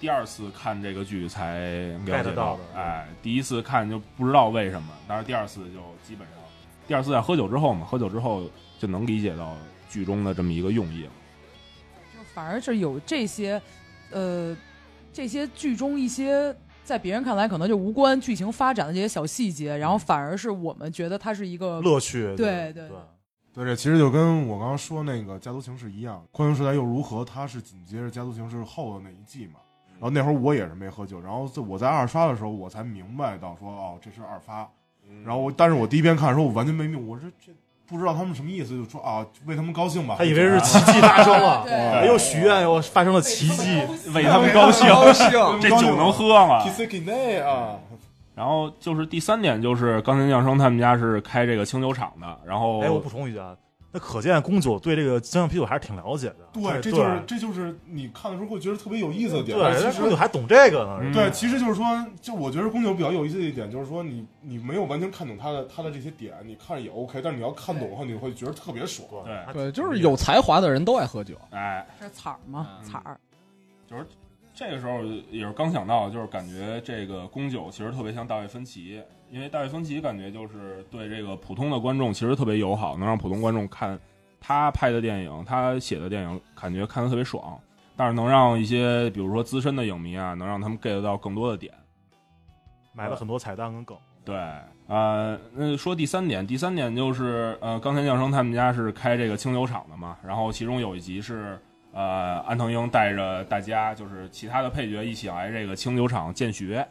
[SPEAKER 2] 第二次看这个剧才了
[SPEAKER 4] get
[SPEAKER 2] 解
[SPEAKER 4] 到的
[SPEAKER 2] 哎，第一次看就不知道为什么，但是第二次就基本上，第二次在喝酒之后嘛，喝酒之后就能理解到剧中的这么一个用意了。
[SPEAKER 1] 就反而是有这些，呃，这些剧中一些在别人看来可能就无关剧情发展的这些小细节，然后反而是我们觉得它是一个
[SPEAKER 4] 嗯乐趣。
[SPEAKER 1] 对对
[SPEAKER 4] 对，
[SPEAKER 5] 对，这其实就跟我刚刚说那个《家族形式》一样，《宽容时代又如何》，它是紧接着《家族形式》后的那一季嘛。然后那会儿我也是没喝酒，然后在我在二刷的时候，我才明白到说哦，这是二发。然后我，但是我第一遍看的时候，我完全没明，我说这不知道他们什么意思，就说啊，为他们高兴吧。
[SPEAKER 4] 他以为是奇迹发生了，
[SPEAKER 1] [laughs] 对
[SPEAKER 4] 又许愿又发生了奇迹。
[SPEAKER 2] 为他们高兴，
[SPEAKER 3] 高兴，
[SPEAKER 2] 这酒能喝吗？
[SPEAKER 6] T C K 内啊，
[SPEAKER 2] 然后就是第三点，就是钢琴降生他们家是开这个清酒厂的，然后
[SPEAKER 4] 哎，我补充一句啊，那可见宫九对这个江上啤酒还是挺了解的。
[SPEAKER 7] 对，这就是这就是你看的时候会觉得特别有意思的
[SPEAKER 4] 对，
[SPEAKER 7] 点。
[SPEAKER 4] 对
[SPEAKER 7] 其
[SPEAKER 4] 宫
[SPEAKER 7] 实
[SPEAKER 4] 九还懂这个呢。
[SPEAKER 2] 嗯
[SPEAKER 7] 对，其实就是说，就我觉得宫九比较有意思的一点就是说你，你没有完全看懂他的他的这些点，你看着也 OK，但是你要看懂的话，你会觉得特别爽。
[SPEAKER 2] 对
[SPEAKER 4] 还
[SPEAKER 3] 对，就是有才华的人都爱喝酒。
[SPEAKER 2] 哎，
[SPEAKER 1] 是彩儿吗？
[SPEAKER 2] 嗯
[SPEAKER 1] 彩儿，
[SPEAKER 2] 这个时候也是刚想到，就是感觉这个宫九其实特别像大卫芬奇，因为大卫芬奇感觉就是对这个普通的观众其实特别友好，能让普通观众看他拍的电影、他写的电影，感觉看得特别爽。但是能让一些比如说资深的影迷啊，能让他们 get 到更多的点。
[SPEAKER 4] 埋了很多彩蛋跟梗。
[SPEAKER 2] 对，呃，那说第三点，第三点就是，呃，钢铁降生他们家是开这个清酒厂的嘛，然后其中有一集是，呃，安藤英带着大家，就是其他的配角一起来这个清酒厂见学。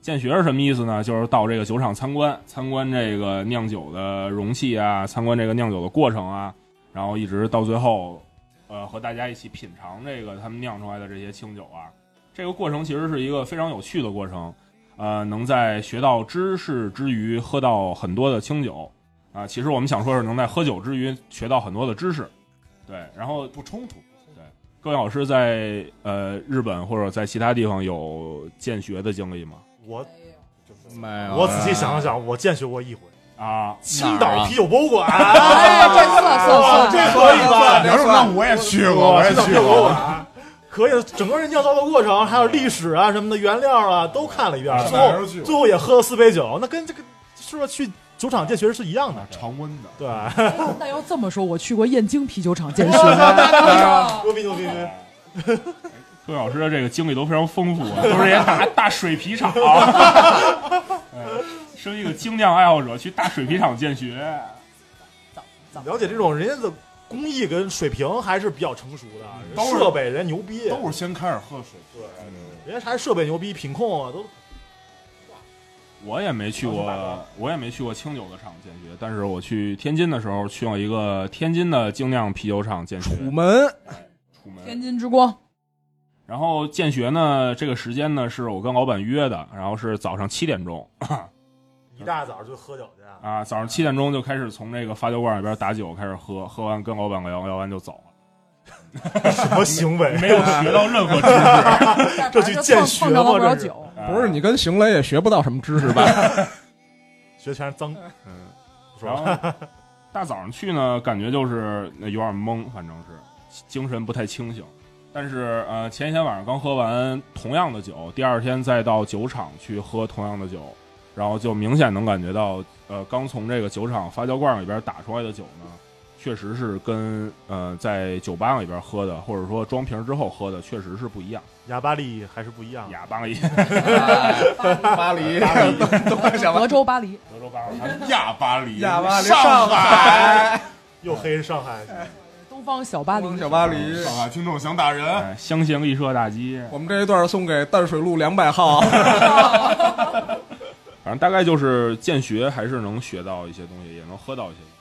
[SPEAKER 2] 见学是什么意思呢？就是到这个酒厂参观，参观这个酿酒的容器啊，参观这个酿酒的过程啊，然后一直到最后，呃，和大家一起品尝这个他们酿出来的这些清酒啊。这个过程其实是一个非常有趣的过程，呃，能在学到知识之余喝到很多的清酒啊、其实我们想说是能在喝酒之余学到很多的知识，对。然后
[SPEAKER 7] 不冲突。
[SPEAKER 2] 各位老师在呃日本或者在其他地方有见学的经历吗？
[SPEAKER 4] 我
[SPEAKER 3] 没
[SPEAKER 4] 我仔细想了想，我见学过一回
[SPEAKER 2] 啊，
[SPEAKER 4] 青岛啤酒博物馆，
[SPEAKER 1] 哎，这算算
[SPEAKER 4] 这
[SPEAKER 1] 算，
[SPEAKER 4] 可以吧？
[SPEAKER 7] 梁总，那我也去过，我也
[SPEAKER 4] 青岛啤
[SPEAKER 7] 去
[SPEAKER 4] 酒博物
[SPEAKER 7] 过。
[SPEAKER 4] 馆。可以的，整个人酿造的过程，还有历史啊什么的原料啊，都看了一遍。
[SPEAKER 7] 啊
[SPEAKER 4] 最
[SPEAKER 7] 哪儿
[SPEAKER 4] 后
[SPEAKER 7] 都去过
[SPEAKER 4] 最后也喝了四杯酒，那跟这个是不是去酒厂见学是一样的？
[SPEAKER 7] 啊常温的，
[SPEAKER 4] 对，
[SPEAKER 7] [laughs]
[SPEAKER 1] 那要这么说，我去过燕京啤酒
[SPEAKER 4] [laughs]
[SPEAKER 1] 厂见学，
[SPEAKER 4] 牛逼牛逼牛逼！
[SPEAKER 2] 各位老师的这个经历都非常丰富啊，都是这些大大水皮厂。 [laughs] 呃身为一个精酿爱好者，去大水皮厂见学，
[SPEAKER 4] 了解这种人家的工艺跟水平还是比较成熟的，
[SPEAKER 7] 嗯都是
[SPEAKER 4] 设备人牛逼，
[SPEAKER 7] 都是先开始喝水。对，
[SPEAKER 4] 人家还设备牛逼，品控啊都
[SPEAKER 2] 我也没去过，我也没去过清酒的厂见学，但是我去天津的时候去了一个天津的精酿啤酒厂见学，
[SPEAKER 3] 楚门
[SPEAKER 2] 楚
[SPEAKER 1] 天
[SPEAKER 2] 门。
[SPEAKER 1] 津之光，
[SPEAKER 2] 然后见学呢，这个时间呢是我跟老板约的，然后是早上七点钟
[SPEAKER 4] 一大早就喝酒去啊。
[SPEAKER 2] 啊，早上七点钟就开始从这个发酒馆里边打酒开始喝，喝完跟老板聊聊完就走了，
[SPEAKER 7] 啊
[SPEAKER 4] 什么行为？
[SPEAKER 2] 没有学到任何知 [laughs] 识。
[SPEAKER 4] 这去见学
[SPEAKER 1] 碰着了
[SPEAKER 4] 吗
[SPEAKER 1] 不少
[SPEAKER 4] 这是
[SPEAKER 1] 酒，
[SPEAKER 3] 不
[SPEAKER 2] [laughs]
[SPEAKER 3] 是你跟邢雷也学不到什么知识吧？
[SPEAKER 4] 学全是脏，
[SPEAKER 2] 嗯，
[SPEAKER 4] 不
[SPEAKER 2] 然
[SPEAKER 4] 说
[SPEAKER 2] 后大早上去呢，感觉就是呃有点懵，反正是精神不太清醒。但是呃，前一天晚上刚喝完同样的酒，第二天再到酒厂去喝同样的酒，然后就明显能感觉到，呃，刚从这个酒厂发酵罐里边打出来的酒呢，确实是跟呃在酒吧里边喝的，或者说装瓶之后喝的，确实是不一样。
[SPEAKER 4] 哑巴力还是不一样的。
[SPEAKER 2] 哑巴里，
[SPEAKER 7] 巴黎，
[SPEAKER 1] 德州巴黎，
[SPEAKER 2] 德州巴黎，
[SPEAKER 7] 亚巴黎，
[SPEAKER 3] 亚巴黎
[SPEAKER 7] 上海，
[SPEAKER 4] 又黑上海，
[SPEAKER 1] 东方小巴黎，
[SPEAKER 3] 小巴黎，
[SPEAKER 7] 上海听众想打人，
[SPEAKER 2] 哎，香榭丽舍大街，
[SPEAKER 3] 我们这一段送给淡水路两百号。
[SPEAKER 2] 反正大概就是见学还是能学到一些东西，也能喝到一些东西。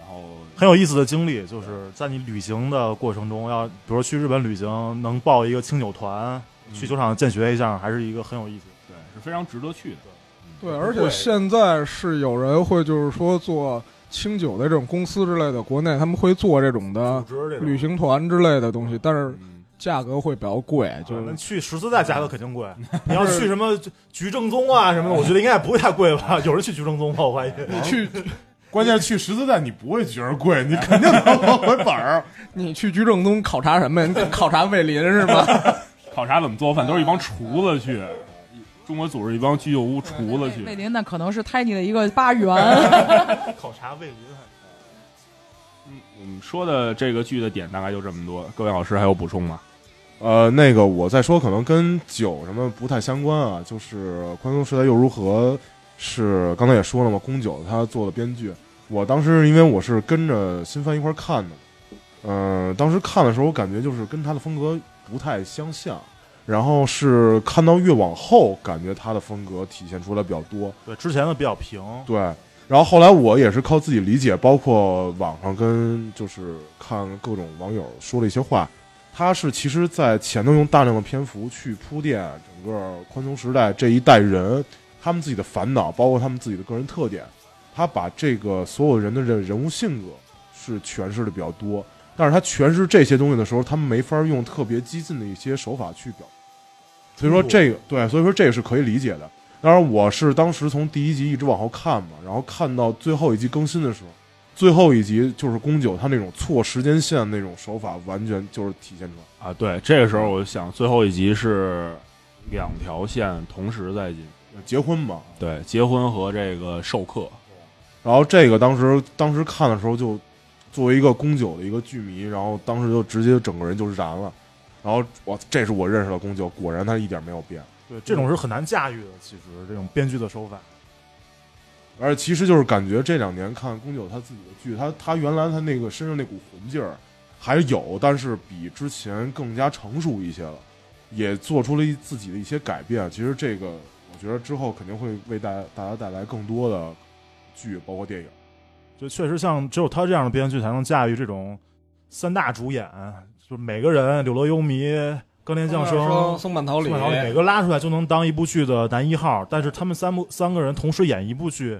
[SPEAKER 2] 然后
[SPEAKER 4] 很有意思的经历，就是在你旅行的过程中，要比如去日本旅行，能报一个清酒团，去酒厂见学一下，还是一个很有意思。
[SPEAKER 2] 对是非常值得去的。
[SPEAKER 3] 对，而且现在是有人会就是说做清酒的这种公司之类的，国内他们会做这种的
[SPEAKER 4] 组织这种
[SPEAKER 3] 旅行团之类的东西，但是
[SPEAKER 2] 嗯，
[SPEAKER 3] 价格会比较贵，就
[SPEAKER 4] 对，那
[SPEAKER 3] 是
[SPEAKER 4] 去十字带价格肯定 [laughs] 贵。你要去什么菊正宗啊什么的，我觉得应该也不会太贵吧？有人去菊正宗吗？我怀疑。
[SPEAKER 7] 你
[SPEAKER 4] [laughs]
[SPEAKER 7] 去。关键去十字带，你不会觉得贵，你肯定能往回本儿。
[SPEAKER 3] [laughs] 你去居正东考察什么呀？你 [laughs] 考察卫林是吗？
[SPEAKER 2] 考察怎么做饭，都是一帮厨子去。中国组织一帮居酒屋厨子
[SPEAKER 1] 贝
[SPEAKER 2] 去，
[SPEAKER 1] 呃林那可能是 Tiny 的一个八元，
[SPEAKER 4] 考察卫林，
[SPEAKER 2] 嗯，我们说的这个剧的点大概就这么多。各位老师还有补充吗？
[SPEAKER 5] 呃，那个我再说，可能跟酒什么不太相关啊，就是《宽松时代又如何》是刚才也说了嘛，宫九他做的编剧。我当时因为我是跟着新番一块儿看的嘛，呃，当时看的时候我感觉就是跟他的风格不太相像，然后是看到越往后，感觉他的风格体现出来比较多。
[SPEAKER 4] 对之前的比较平，
[SPEAKER 5] 对，然后后来我也是靠自己理解，包括网上跟就是看各种网友说了一些话，他是其实在前头用大量的篇幅去铺垫整个宽松时代这一代人他们自己的烦恼，包括他们自己的个人特点，他把这个所有人的人人物性格是诠释的比较多，但是他诠释这些东西的时候，他们没法用特别激进的一些手法去表。所以说这个对，所以说这个是可以理解的。当然，我是当时从第一集一直往后看嘛，然后看到最后一集更新的时候，最后一集就是宫九他那种错时间线那种手法，完全就是体现出来。
[SPEAKER 2] 啊，对，这个时候我就想最后一集是两条线同时在进，
[SPEAKER 5] 结婚嘛，
[SPEAKER 2] 对，结婚和这个授课，
[SPEAKER 5] 然后这个当时当时看的时候就作为一个宫九的一个剧迷，然后当时就直接整个人就燃了。然后我这是我认识的宫九，果然他一点没有变。
[SPEAKER 4] 对，这种是很难驾驭的。其实这种编剧的手法，
[SPEAKER 5] 而其实就是感觉这两年看宫九他自己的剧，他他原来他那个身上那股魂劲儿还有，但是比之前更加成熟一些了，也做出了一自己的一些改变。其实这个我觉得之后肯定会为大大家带来更多的剧，包括电影。
[SPEAKER 4] 就确实像只有他这样的编剧才能驾驭这种三大主演，就是每个人柳乐优弥、冈田将生、
[SPEAKER 3] 松坂桃李，
[SPEAKER 4] 宋小李每个拉出来就能当一部剧的男一号，但是他们三部三个人同时演一部剧，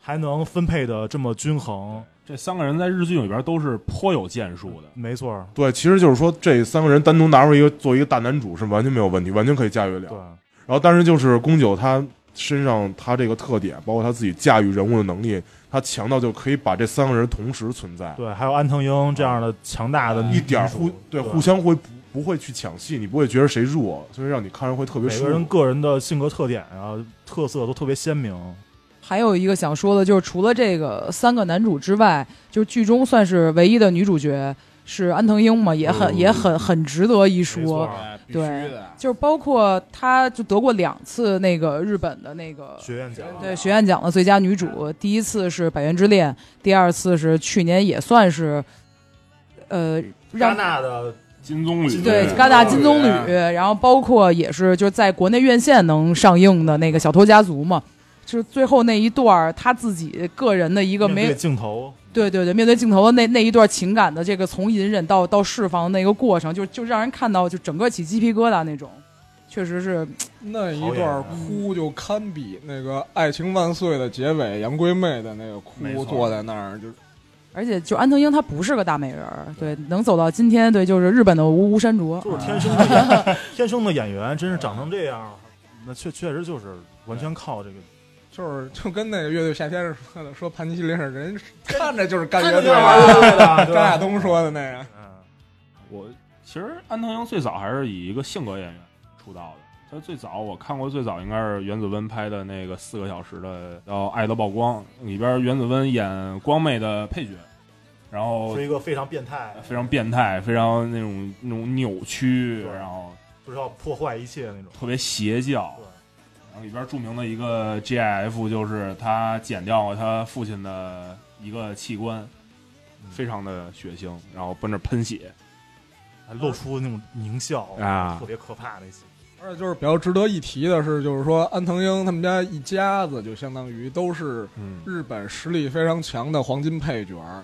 [SPEAKER 4] 还能分配的这么均衡，
[SPEAKER 2] 这三个人在日剧里边都是颇有建树的。
[SPEAKER 4] 没错儿，
[SPEAKER 5] 对，其实就是说这三个人单独拿出一个做一个大男主是完全没有问题，完全可以驾驭得了
[SPEAKER 4] 对。，
[SPEAKER 5] 然后，但是就是宫九他身上他这个特点，包括他自己驾驭人物的能力，他强到就可以把这三个人同时存在，
[SPEAKER 4] 对，还有安藤樱这样的强大的
[SPEAKER 5] 一
[SPEAKER 1] 嗯
[SPEAKER 5] 点儿互
[SPEAKER 4] 对
[SPEAKER 5] 对互相会不不会去抢戏，你不会觉得谁弱，所以让你看着会特别
[SPEAKER 4] 每
[SPEAKER 5] 舒
[SPEAKER 4] 个人
[SPEAKER 5] 服。
[SPEAKER 4] 个人的性格特点啊、特色都特别鲜明。
[SPEAKER 1] 还有一个想说的就是，除了这个三个男主之外，就是剧中算是唯一的女主角是安藤樱嘛，也很、也很很值得一
[SPEAKER 4] 嗯没错
[SPEAKER 1] 说。
[SPEAKER 4] 儿
[SPEAKER 2] 啊
[SPEAKER 7] 哎必须
[SPEAKER 1] 对
[SPEAKER 7] 的，
[SPEAKER 1] 就是包括她就得过两次那个日本的那个
[SPEAKER 4] 学院奖，
[SPEAKER 1] 对学院奖的最佳女主，第一次是《百元之恋》，第二次是去年也算是，呃，
[SPEAKER 4] 戛
[SPEAKER 1] 让
[SPEAKER 4] 纳的
[SPEAKER 2] 金棕榈
[SPEAKER 1] 对
[SPEAKER 4] 嗯
[SPEAKER 7] 对
[SPEAKER 1] 戛纳
[SPEAKER 7] 对
[SPEAKER 1] 金棕
[SPEAKER 4] 哦
[SPEAKER 1] 榈，
[SPEAKER 7] 对
[SPEAKER 1] 然后包括也是就是在国内院线能上映的那个《小偷家族》嘛，就是最后那一段儿他自己个人的一个
[SPEAKER 4] 面
[SPEAKER 1] 没
[SPEAKER 4] 对镜头，
[SPEAKER 1] 对对对，面对镜头的那那一段情感的这个从隐忍到到释放的那个过程，就就让人看到就整个起鸡皮疙瘩那种，确实是
[SPEAKER 3] 那一
[SPEAKER 4] 好演
[SPEAKER 3] 段
[SPEAKER 4] 员
[SPEAKER 3] 哭就堪比那个《爱情万岁》的结尾杨贵妹的那个
[SPEAKER 4] 没
[SPEAKER 3] 哭，
[SPEAKER 4] 错
[SPEAKER 3] 坐在那儿就是
[SPEAKER 1] 而且就安藤樱她不是个大美人儿，对，能走到今天，对，就是日本的无无山卓，
[SPEAKER 4] 就是天生
[SPEAKER 1] [laughs]
[SPEAKER 4] 的演天生的演员，真是长成这样，那确确实就是完全靠这个。
[SPEAKER 3] 就是就跟那个乐队夏天似的，说盘尼西林似的，人看着就是干
[SPEAKER 4] 看
[SPEAKER 3] 乐
[SPEAKER 4] 着
[SPEAKER 3] 队
[SPEAKER 4] 就是
[SPEAKER 3] 的，
[SPEAKER 4] 的，
[SPEAKER 3] 张亚东说的那个。
[SPEAKER 4] 嗯，
[SPEAKER 2] 我其实安藤樱最早还是以一个性格演员出道的。他最早我看过最早应该是原子温拍的那个四个小时的叫《爱的曝光》，里边原子温演光妹的配角，然后
[SPEAKER 4] 是一个非常变
[SPEAKER 2] [laughs]
[SPEAKER 4] 态，
[SPEAKER 2] 非常变态，非常那种那种扭曲，
[SPEAKER 4] 对
[SPEAKER 2] 然后
[SPEAKER 4] 就是要破坏一切那种。
[SPEAKER 2] 特别邪教。然后里边著名的一个 GIF 就是他剪掉了他父亲的一个器官，
[SPEAKER 4] 嗯
[SPEAKER 2] 非常的血腥，然后奔着喷血
[SPEAKER 4] 还露出那种狞笑，
[SPEAKER 3] 哎
[SPEAKER 2] 啊
[SPEAKER 4] 特别可怕那些。
[SPEAKER 3] 而且就是比较值得一提的是，就是说安藤英他们家一家子就相当于都是
[SPEAKER 2] 嗯
[SPEAKER 3] 日本实力非常强的黄金配角儿，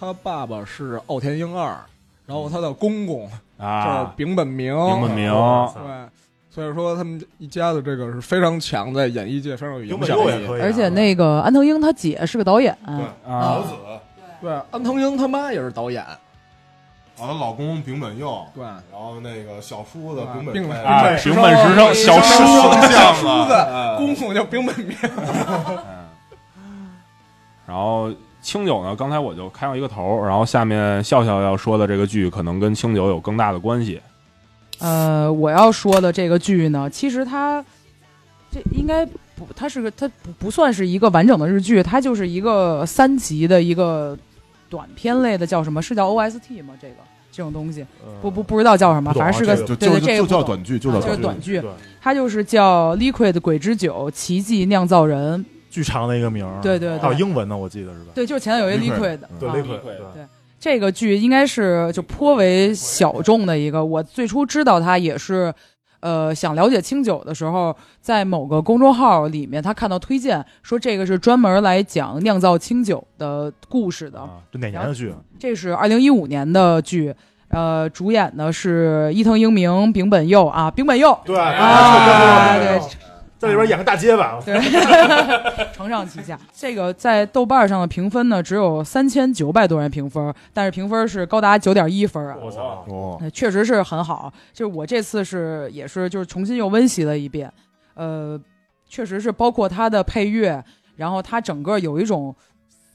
[SPEAKER 3] 他爸爸是奥田英二，然后他的公公叫
[SPEAKER 4] 嗯
[SPEAKER 2] 啊，
[SPEAKER 3] 丙本明，
[SPEAKER 2] 明不明？
[SPEAKER 3] 对，所以说他们一家子这个是非常强，在演艺界非常有
[SPEAKER 4] 永
[SPEAKER 3] 影
[SPEAKER 4] 本
[SPEAKER 3] 响
[SPEAKER 4] 佑也
[SPEAKER 3] 力。
[SPEAKER 4] 可以啊，
[SPEAKER 1] 而且那个安藤樱她姐是个导演，
[SPEAKER 7] 老
[SPEAKER 2] 啊，
[SPEAKER 7] 子
[SPEAKER 3] 对，安藤英他妈也是导演，
[SPEAKER 7] 啊，她老公丙本佑，
[SPEAKER 3] 对，
[SPEAKER 7] 然后那个小叔子
[SPEAKER 3] 啊
[SPEAKER 7] 丙本
[SPEAKER 3] 丙本
[SPEAKER 2] 啊
[SPEAKER 7] 啊，
[SPEAKER 2] 平本时生小
[SPEAKER 3] 叔
[SPEAKER 7] 生
[SPEAKER 3] 小
[SPEAKER 7] 像
[SPEAKER 3] 叔
[SPEAKER 7] 啊
[SPEAKER 3] 子
[SPEAKER 7] 哎
[SPEAKER 3] 公公叫丙本明，
[SPEAKER 2] 嗯，然后清酒呢，刚才我就开了一个头，然后下面笑笑要说的这个剧，可能跟清酒有更大的关系。
[SPEAKER 1] 呃，我要说的这个剧呢，其实它这应该不，它是个它不不算是一个完整的日剧，它就是一个三集的一个短片类的，叫什么？是叫 OST 吗？这个这种东西，
[SPEAKER 4] 呃
[SPEAKER 1] 不不不知道叫什么，
[SPEAKER 4] 不懂啊
[SPEAKER 1] 反正是个
[SPEAKER 4] 这
[SPEAKER 5] 就
[SPEAKER 4] 个
[SPEAKER 1] 对
[SPEAKER 5] 就
[SPEAKER 1] 对这个
[SPEAKER 5] 就
[SPEAKER 1] 不懂
[SPEAKER 5] 叫短剧，就叫
[SPEAKER 1] 啊
[SPEAKER 5] 短
[SPEAKER 1] 就
[SPEAKER 5] 剧。
[SPEAKER 1] 是短剧，
[SPEAKER 4] 对，
[SPEAKER 1] 它就是叫《Liquid 鬼之酒奇迹酿造人》，
[SPEAKER 4] 巨长的一个名儿，
[SPEAKER 1] 对对对
[SPEAKER 4] 还有英文呢，我记得是吧？
[SPEAKER 1] 对，就是前头有一 Liquid，
[SPEAKER 5] Liquid，
[SPEAKER 4] 对
[SPEAKER 1] 啊
[SPEAKER 4] 雷鬼，
[SPEAKER 7] 对
[SPEAKER 4] 对
[SPEAKER 1] 这个剧应该是就颇为小众的一个。我最初知道它也是，呃，想了解清酒的时候，在某个公众号里面，他看到推荐说这个是专门来讲酿造清酒的故事的。
[SPEAKER 4] 啊，这哪年的剧？
[SPEAKER 1] 这是二零一五年的剧，呃，主演呢是伊藤英明、丙本佑啊，丙本佑。
[SPEAKER 4] [laughs] 对
[SPEAKER 1] 啊，对，
[SPEAKER 4] 在里边演个大结巴，
[SPEAKER 1] 对，承上启下。这个在豆瓣上的评分呢，只有三千九百多人评分，但是评分是高达九点一分啊。
[SPEAKER 4] 我操！
[SPEAKER 5] 哦，
[SPEAKER 1] 呃确实是很好。就是我这次是也是就是重新又温习了一遍，呃，确实是包括它的配乐，然后它整个有一种。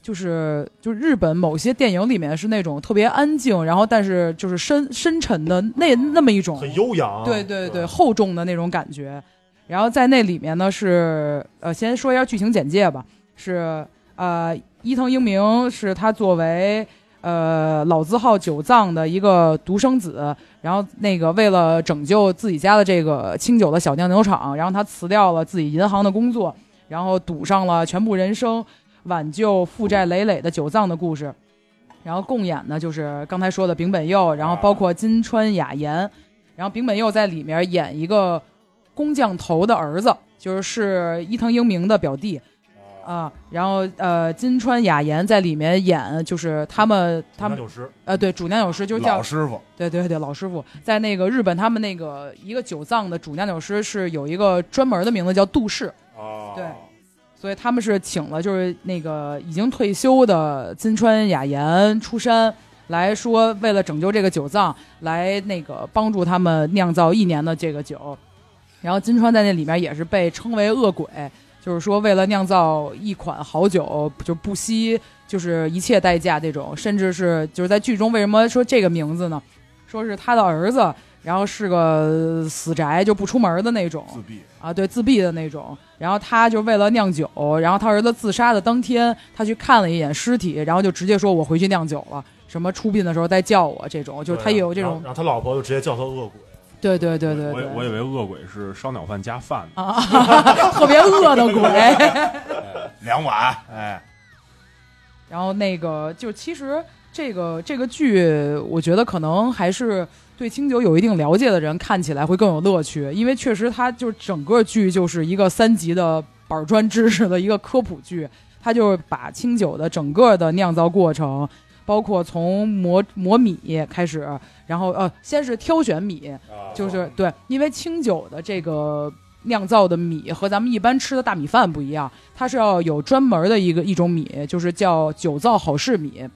[SPEAKER 1] 就是就是日本某些电影里面是那种特别安静，然后但是就是深深沉的那那么一种
[SPEAKER 4] 很啊悠扬，
[SPEAKER 1] 对对对，厚重的那种感觉。然后在那里面呢是呃，先说一下剧情简介吧，是呃，伊藤英明是他作为呃老字号酒藏的一个独生子，然后那个为了拯救自己家的这个清酒的小酿酒厂，然后他辞掉了自己银行的工作，然后赌上了全部人生，挽救负债累累的酒藏的故事。然后共演呢就是刚才说的柄本佑，然后包括金川雅彦，然后柄本佑在里面演一个工匠头的儿子，就是是伊藤英明的表弟。啊，然后呃，金川雅彦在里面演，就是他们他们
[SPEAKER 4] 九十
[SPEAKER 1] 呃，对，主酿酒师就是叫哦
[SPEAKER 5] 老师傅，
[SPEAKER 1] 对对对，老师傅在那个日本，他们那个一个酒藏的主酿酒师是有一个专门的名字叫杜氏，
[SPEAKER 3] 哦
[SPEAKER 4] 啊，
[SPEAKER 1] 对所以他们是请了就是那个已经退休的金川雅彦出山来说，为了拯救这个酒藏，来那个帮助他们酿造一年的这个酒。然后金川在那里面也是被称为恶鬼，就是说为了酿造一款好酒，就不惜就是一切代价这种，甚至是就是在剧中为什么说这个名字呢？说是他的儿子，然后是个死宅，就不出门的那种，
[SPEAKER 5] 自闭，
[SPEAKER 1] 啊，对，自闭的那种。然后他就为了酿酒，然后他儿子自杀的当天，他去看了一眼尸体，然后就直接说：“我回去酿酒了。”什么出殡的时候再叫我这种，就是他也有这种
[SPEAKER 4] 然，后他老婆就直接叫他恶鬼，
[SPEAKER 1] 对对对对
[SPEAKER 2] 我以
[SPEAKER 1] 对，
[SPEAKER 2] 我以为恶鬼是烧鸟饭加饭呢。
[SPEAKER 1] 啊， [laughs] 特别饿的鬼。
[SPEAKER 5] 两哎碗，哎，
[SPEAKER 1] 然后那个就其实这个这个剧，我觉得可能还是对清酒有一定了解的人看起来会更有乐趣，因为确实它就整个剧就是一个三级的板砖知识的一个科普剧，它就是把清酒的整个的酿造过程。包括从磨磨米开始，然后呃，先是挑选米，
[SPEAKER 3] 啊
[SPEAKER 1] 就是对，因为清酒的这个酿造的米和咱们一般吃的大米饭不一样，它是要有专门的一个一种米，就是叫酒造好事米。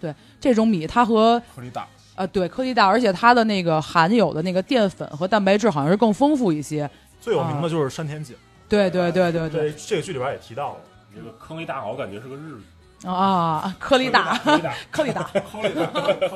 [SPEAKER 1] 对，这种米它和
[SPEAKER 7] 颗粒大，
[SPEAKER 1] 呃对颗粒大，而且它的那个含有的那个淀粉和蛋白质好像是更丰富一些。
[SPEAKER 4] 最有名的就是山田姐，
[SPEAKER 1] 对对对对对
[SPEAKER 4] 对，这个剧里边也提到了，
[SPEAKER 2] 这个坑里大佬感觉是个日语，
[SPEAKER 1] 啊，颗粒大，颗粒大，
[SPEAKER 7] 颗粒大，颗粒大，颗粒大。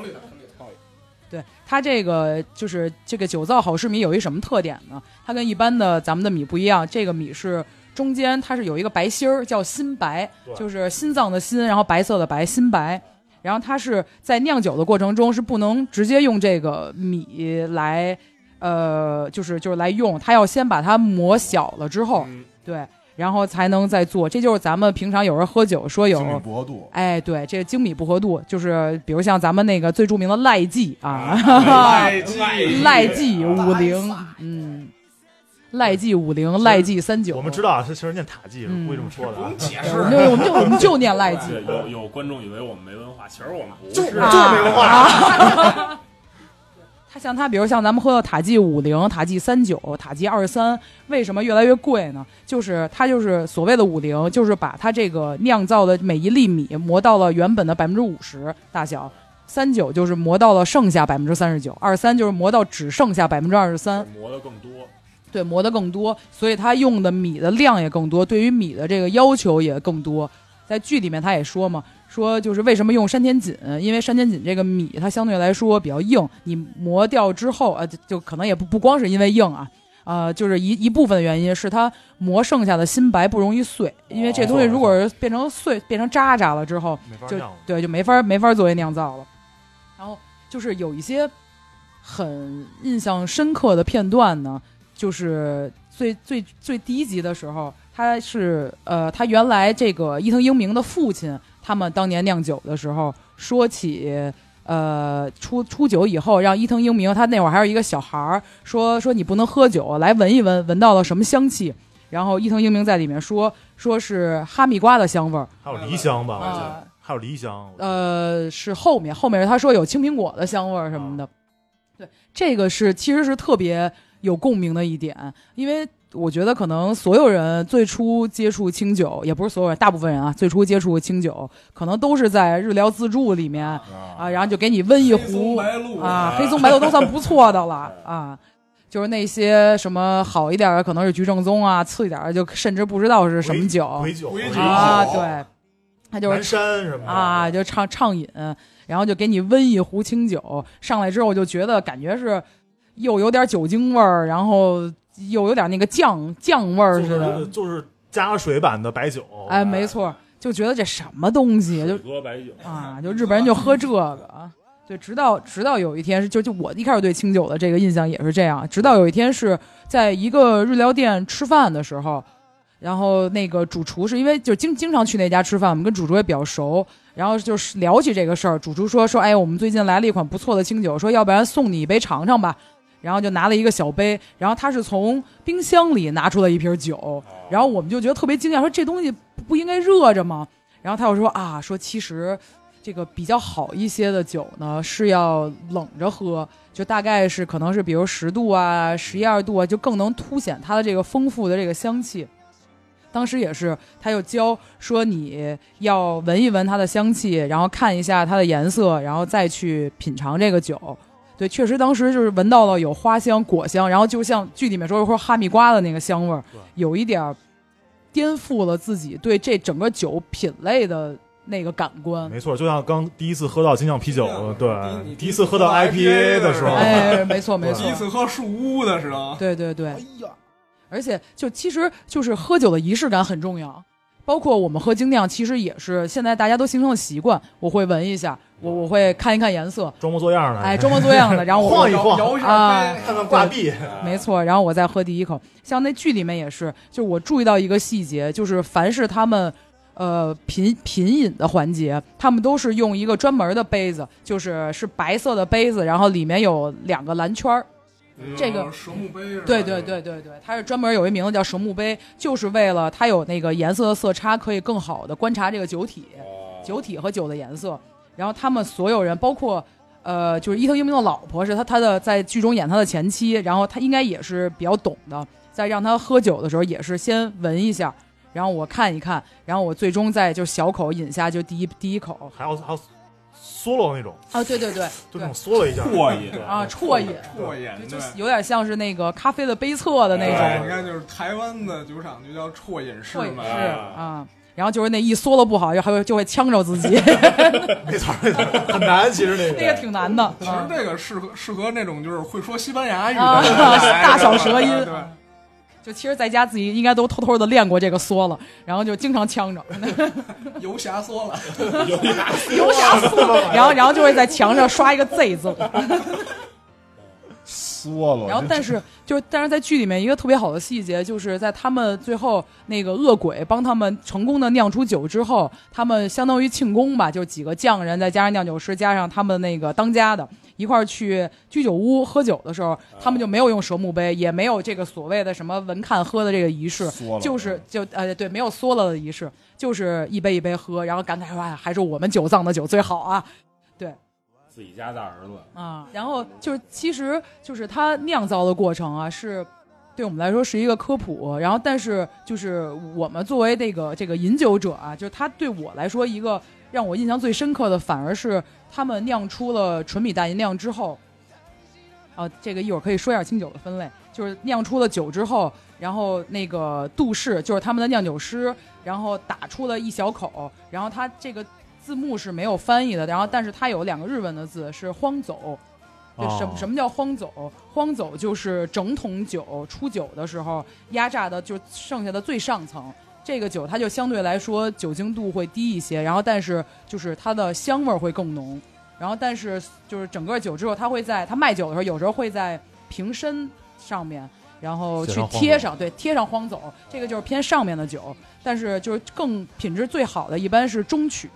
[SPEAKER 1] 对它这个就是这个酒造好事米有一什么特点呢？它跟一般的咱们的米不一样，这个米是中间它是有一个白心儿，叫心白
[SPEAKER 4] 对，
[SPEAKER 1] 就是心脏的心，然后白色的白，心白。然后它是在酿酒的过程中是不能直接用这个米来，呃，就是就是来用，它要先把它磨小了之后，
[SPEAKER 7] 嗯
[SPEAKER 1] 对，然后才能再做。这就是咱们平常有人喝酒说有
[SPEAKER 5] 精密不合度，
[SPEAKER 1] 哎，对，这个精米不合度，就是比如像咱们那个最著名的赖记啊， [laughs] 赖记五零，嗯，赖记五零，赖记三九，
[SPEAKER 4] 我们知道啊，是其实念塔记是
[SPEAKER 1] 嗯
[SPEAKER 4] 故意这么说的
[SPEAKER 7] 不
[SPEAKER 4] 啊
[SPEAKER 7] 用，解
[SPEAKER 1] 对，
[SPEAKER 7] 释
[SPEAKER 1] 我们，就我们就我们就念赖记
[SPEAKER 2] 对，有有观众以为我们没文化，其实我们不。
[SPEAKER 7] 就是
[SPEAKER 1] 啊，
[SPEAKER 4] 这个话
[SPEAKER 1] 它像它，比如像咱们喝的塔记五零、塔记三九、塔记二三，为什么越来越贵呢？就是它就是所谓的五零，就是把它这个酿造的每一粒米磨到了原本的百分之五十大小，三九就是磨到了剩下百分之三十九，二三就是磨到只剩下百分之二十三，
[SPEAKER 2] 磨的更多，
[SPEAKER 1] 对，磨得更多，所以它用的米的量也更多，对于米的这个要求也更多。在剧里面他也说嘛，说就是为什么用山田锦，因为山田锦这个米它相对来说比较硬，你磨掉之后，呃，就就可能也不不光是因为硬啊，呃，就是一一部分的原因是它磨剩下的心白不容易碎，因为这东西如果是变成碎变成渣渣了之后，
[SPEAKER 4] 没法
[SPEAKER 1] 就
[SPEAKER 4] 酿了，
[SPEAKER 1] 对，就没法没法作为酿造了。然后就是有一些很印象深刻的片段呢，就是最最最低级的时候，他是呃，他原来这个伊藤英明的父亲，他们当年酿酒的时候说起。呃，出出酒以后，让伊藤英明他那会儿还有一个小孩儿，说说你不能喝酒，来闻一闻，闻到了什么香气？然后伊藤英明在里面说，说是哈密瓜的香味儿，
[SPEAKER 4] 还有梨香吧，我记
[SPEAKER 1] 啊
[SPEAKER 4] 得，还有梨香，
[SPEAKER 1] 呃，是后面后面他说有青苹果的香味儿什么的，对，这个是其实是特别有共鸣的一点，因为我觉得可能所有人最初接触清酒，也不是所有人，大部分人啊，最初接触清酒，可能都是在日料自助里面啊，然后就给你温一
[SPEAKER 7] 黑松
[SPEAKER 1] 壶
[SPEAKER 7] 白露
[SPEAKER 1] 啊，黑松白豆都算不错的了 [laughs] 啊。就是那些什么好一点的，可能是菊正宗啊，次一点的就甚至不知道是什么酒
[SPEAKER 8] 鬼酒
[SPEAKER 7] 鬼酒
[SPEAKER 1] 啊，对，他就是
[SPEAKER 8] 南山什么的
[SPEAKER 1] 啊，，
[SPEAKER 4] 哦
[SPEAKER 1] 就畅畅饮，然后就给你温一壶清酒，上来之后就觉得感觉是又有点酒精味儿，然后又有点那个酱酱味儿
[SPEAKER 8] 就
[SPEAKER 1] 似
[SPEAKER 8] 是
[SPEAKER 1] 的，
[SPEAKER 8] 就是加水版的白酒，
[SPEAKER 1] 哎，没错，就觉得这什么东西，就
[SPEAKER 2] 喝白酒，
[SPEAKER 1] 啊，就日本人就喝这个啊。对，直到直到有一天是，就就我一开始对清酒的这个印象也是这样。直到有一天是在一个日料店吃饭的时候，然后那个主厨是因为就经经常去那家吃饭，我们跟主厨也比较熟，然后就是聊起这个事儿，主厨说说，哎，我们最近来了一款不错的清酒，说要不然送你一杯尝尝吧。然后就拿了一个小杯，然后他是从冰箱里拿出了一瓶酒，然后我们就觉得特别惊讶，说这东西不不应该热着吗？然后他又说啊，说其实这个比较好一些的酒呢是要冷着喝，就大概是可能是比如十度啊、十一二度啊，就更能凸显它的这个丰富的这个香气。当时也是，他又教说你要闻一闻它的香气，然后看一下它的颜色，然后再去品尝这个酒。对，确实当时就是闻到了有花香、果香，然后就像剧里面说说哈密瓜的那个香味儿，有一点儿颠覆了自己对这整个酒品类的那个感官。
[SPEAKER 8] 没错，就像刚第一次喝到金酿啤酒
[SPEAKER 7] 对，你
[SPEAKER 8] 对，
[SPEAKER 7] 你
[SPEAKER 8] 第一次喝到
[SPEAKER 7] 第一次喝到
[SPEAKER 8] IPA 的时候，
[SPEAKER 1] 哎，没错没错
[SPEAKER 7] 第，一次喝树屋的时候，
[SPEAKER 1] 对对对
[SPEAKER 7] 哎，呀，
[SPEAKER 1] 而且就其实就是喝酒的仪式感很重要，包括我们喝精酿，其实也是现在大家都形成了习惯。我会闻一下，我我会看一看颜色，
[SPEAKER 8] 装模作样的，
[SPEAKER 1] 哎，装模作样的，然后我
[SPEAKER 8] 晃一晃，
[SPEAKER 7] 摇一
[SPEAKER 1] 啊
[SPEAKER 7] 下
[SPEAKER 8] 看看挂壁，
[SPEAKER 1] 没错，然后我再喝第一口。像那剧里面也是，就我注意到一个细节，就是凡是他们。呃，品品饮的环节，他们都是用一个专门的杯子，就是是白色的杯子，然后里面有两个蓝圈儿，
[SPEAKER 7] 杯
[SPEAKER 1] 这个
[SPEAKER 7] 蛇木杯是吧，
[SPEAKER 1] 对对对对对，它是专门有一名字叫蛇木杯，就是为了它有那个颜色的色差，可以更好的观察这个酒体、酒体和酒的颜色。然后他们所有人，包括呃，就是伊藤英明的老婆是他他的在剧中演他的前妻，然后他应该也是比较懂的，在让他喝酒的时候也是先闻一下，然后我看一看，然后我最终再就小口饮下就第一第一口
[SPEAKER 8] 还有还有 solo 那种，
[SPEAKER 1] 啊，对对对
[SPEAKER 8] 就那
[SPEAKER 1] 对
[SPEAKER 8] 种嗦了一下，
[SPEAKER 2] 过瘾
[SPEAKER 8] 对
[SPEAKER 1] 啊，啜饮。
[SPEAKER 7] 过眼
[SPEAKER 1] 就
[SPEAKER 7] 对。
[SPEAKER 1] 有点像是那个咖啡的杯侧的那种，
[SPEAKER 7] 对，你看，就是台湾的酒厂就叫啜饮室
[SPEAKER 1] 会
[SPEAKER 7] 嘛，
[SPEAKER 1] 是啊。然后就是那一缩了不好，就还会就会呛着自己， [laughs]
[SPEAKER 8] 没错没错，很难，其实那个
[SPEAKER 1] 那个挺难的。
[SPEAKER 7] 其实
[SPEAKER 1] 啊
[SPEAKER 7] 这个适合适合那种就是会说西班牙语
[SPEAKER 1] 啊
[SPEAKER 7] 的人来，
[SPEAKER 1] 大小舌音
[SPEAKER 7] 对吧，
[SPEAKER 1] 就其实在家自己应该都偷偷的练过这个缩了，然后就经常呛着，
[SPEAKER 7] 对游侠缩了，
[SPEAKER 1] 有啥缩了？然后然后就会在墙上刷一个 Z 字。
[SPEAKER 5] 缩了。
[SPEAKER 1] 然后但是就是但是在剧里面一个特别好的细节，就是在他们最后那个恶鬼帮他们成功的酿出酒之后，他们相当于庆功吧，就是几个匠人再加上酿酒师加上他们那个当家的一块儿去居酒屋喝酒的时
[SPEAKER 5] 啊
[SPEAKER 1] 候，他们就没有用蛇木杯，也没有这个所谓的什么文看喝的这个仪式，
[SPEAKER 5] 缩了啊
[SPEAKER 1] 就是就呃对，没有缩了的仪式，就是一杯一杯喝，然后感慨说哎，还是我们酒藏的酒最好啊。
[SPEAKER 2] 自己家大儿子，
[SPEAKER 1] 啊，然后就是其实就是它酿造的过程啊，是对我们来说是一个科普，然后但是就是我们作为那个这个饮酒者啊，就是它对我来说一个让我印象最深刻的，反而是他们酿出了纯米大吟酿之后，啊，这个一会儿可以说一下清酒的分类，就是酿出了酒之后，然后那个杜氏就是他们的酿酒师，然后打出了一小口，然后他这个字幕是没有翻译的，然后但是它有两个日文的字是荒走。对，什么什么叫荒走？荒走就是整桶酒出酒的时候压榨的，就剩下的最上层。这个酒它就相对来说酒精度会低一些，然后但是就是它的香味儿会更浓。然后但是就是整个酒之后，它会在它卖酒的时候，有时候会在瓶身上面，然后
[SPEAKER 8] 写
[SPEAKER 1] 去
[SPEAKER 8] 上荒
[SPEAKER 1] 贴
[SPEAKER 8] 走
[SPEAKER 1] 上，对，贴上荒走，这个就是偏上面的酒。但是就是更品质最好的，一般是中曲，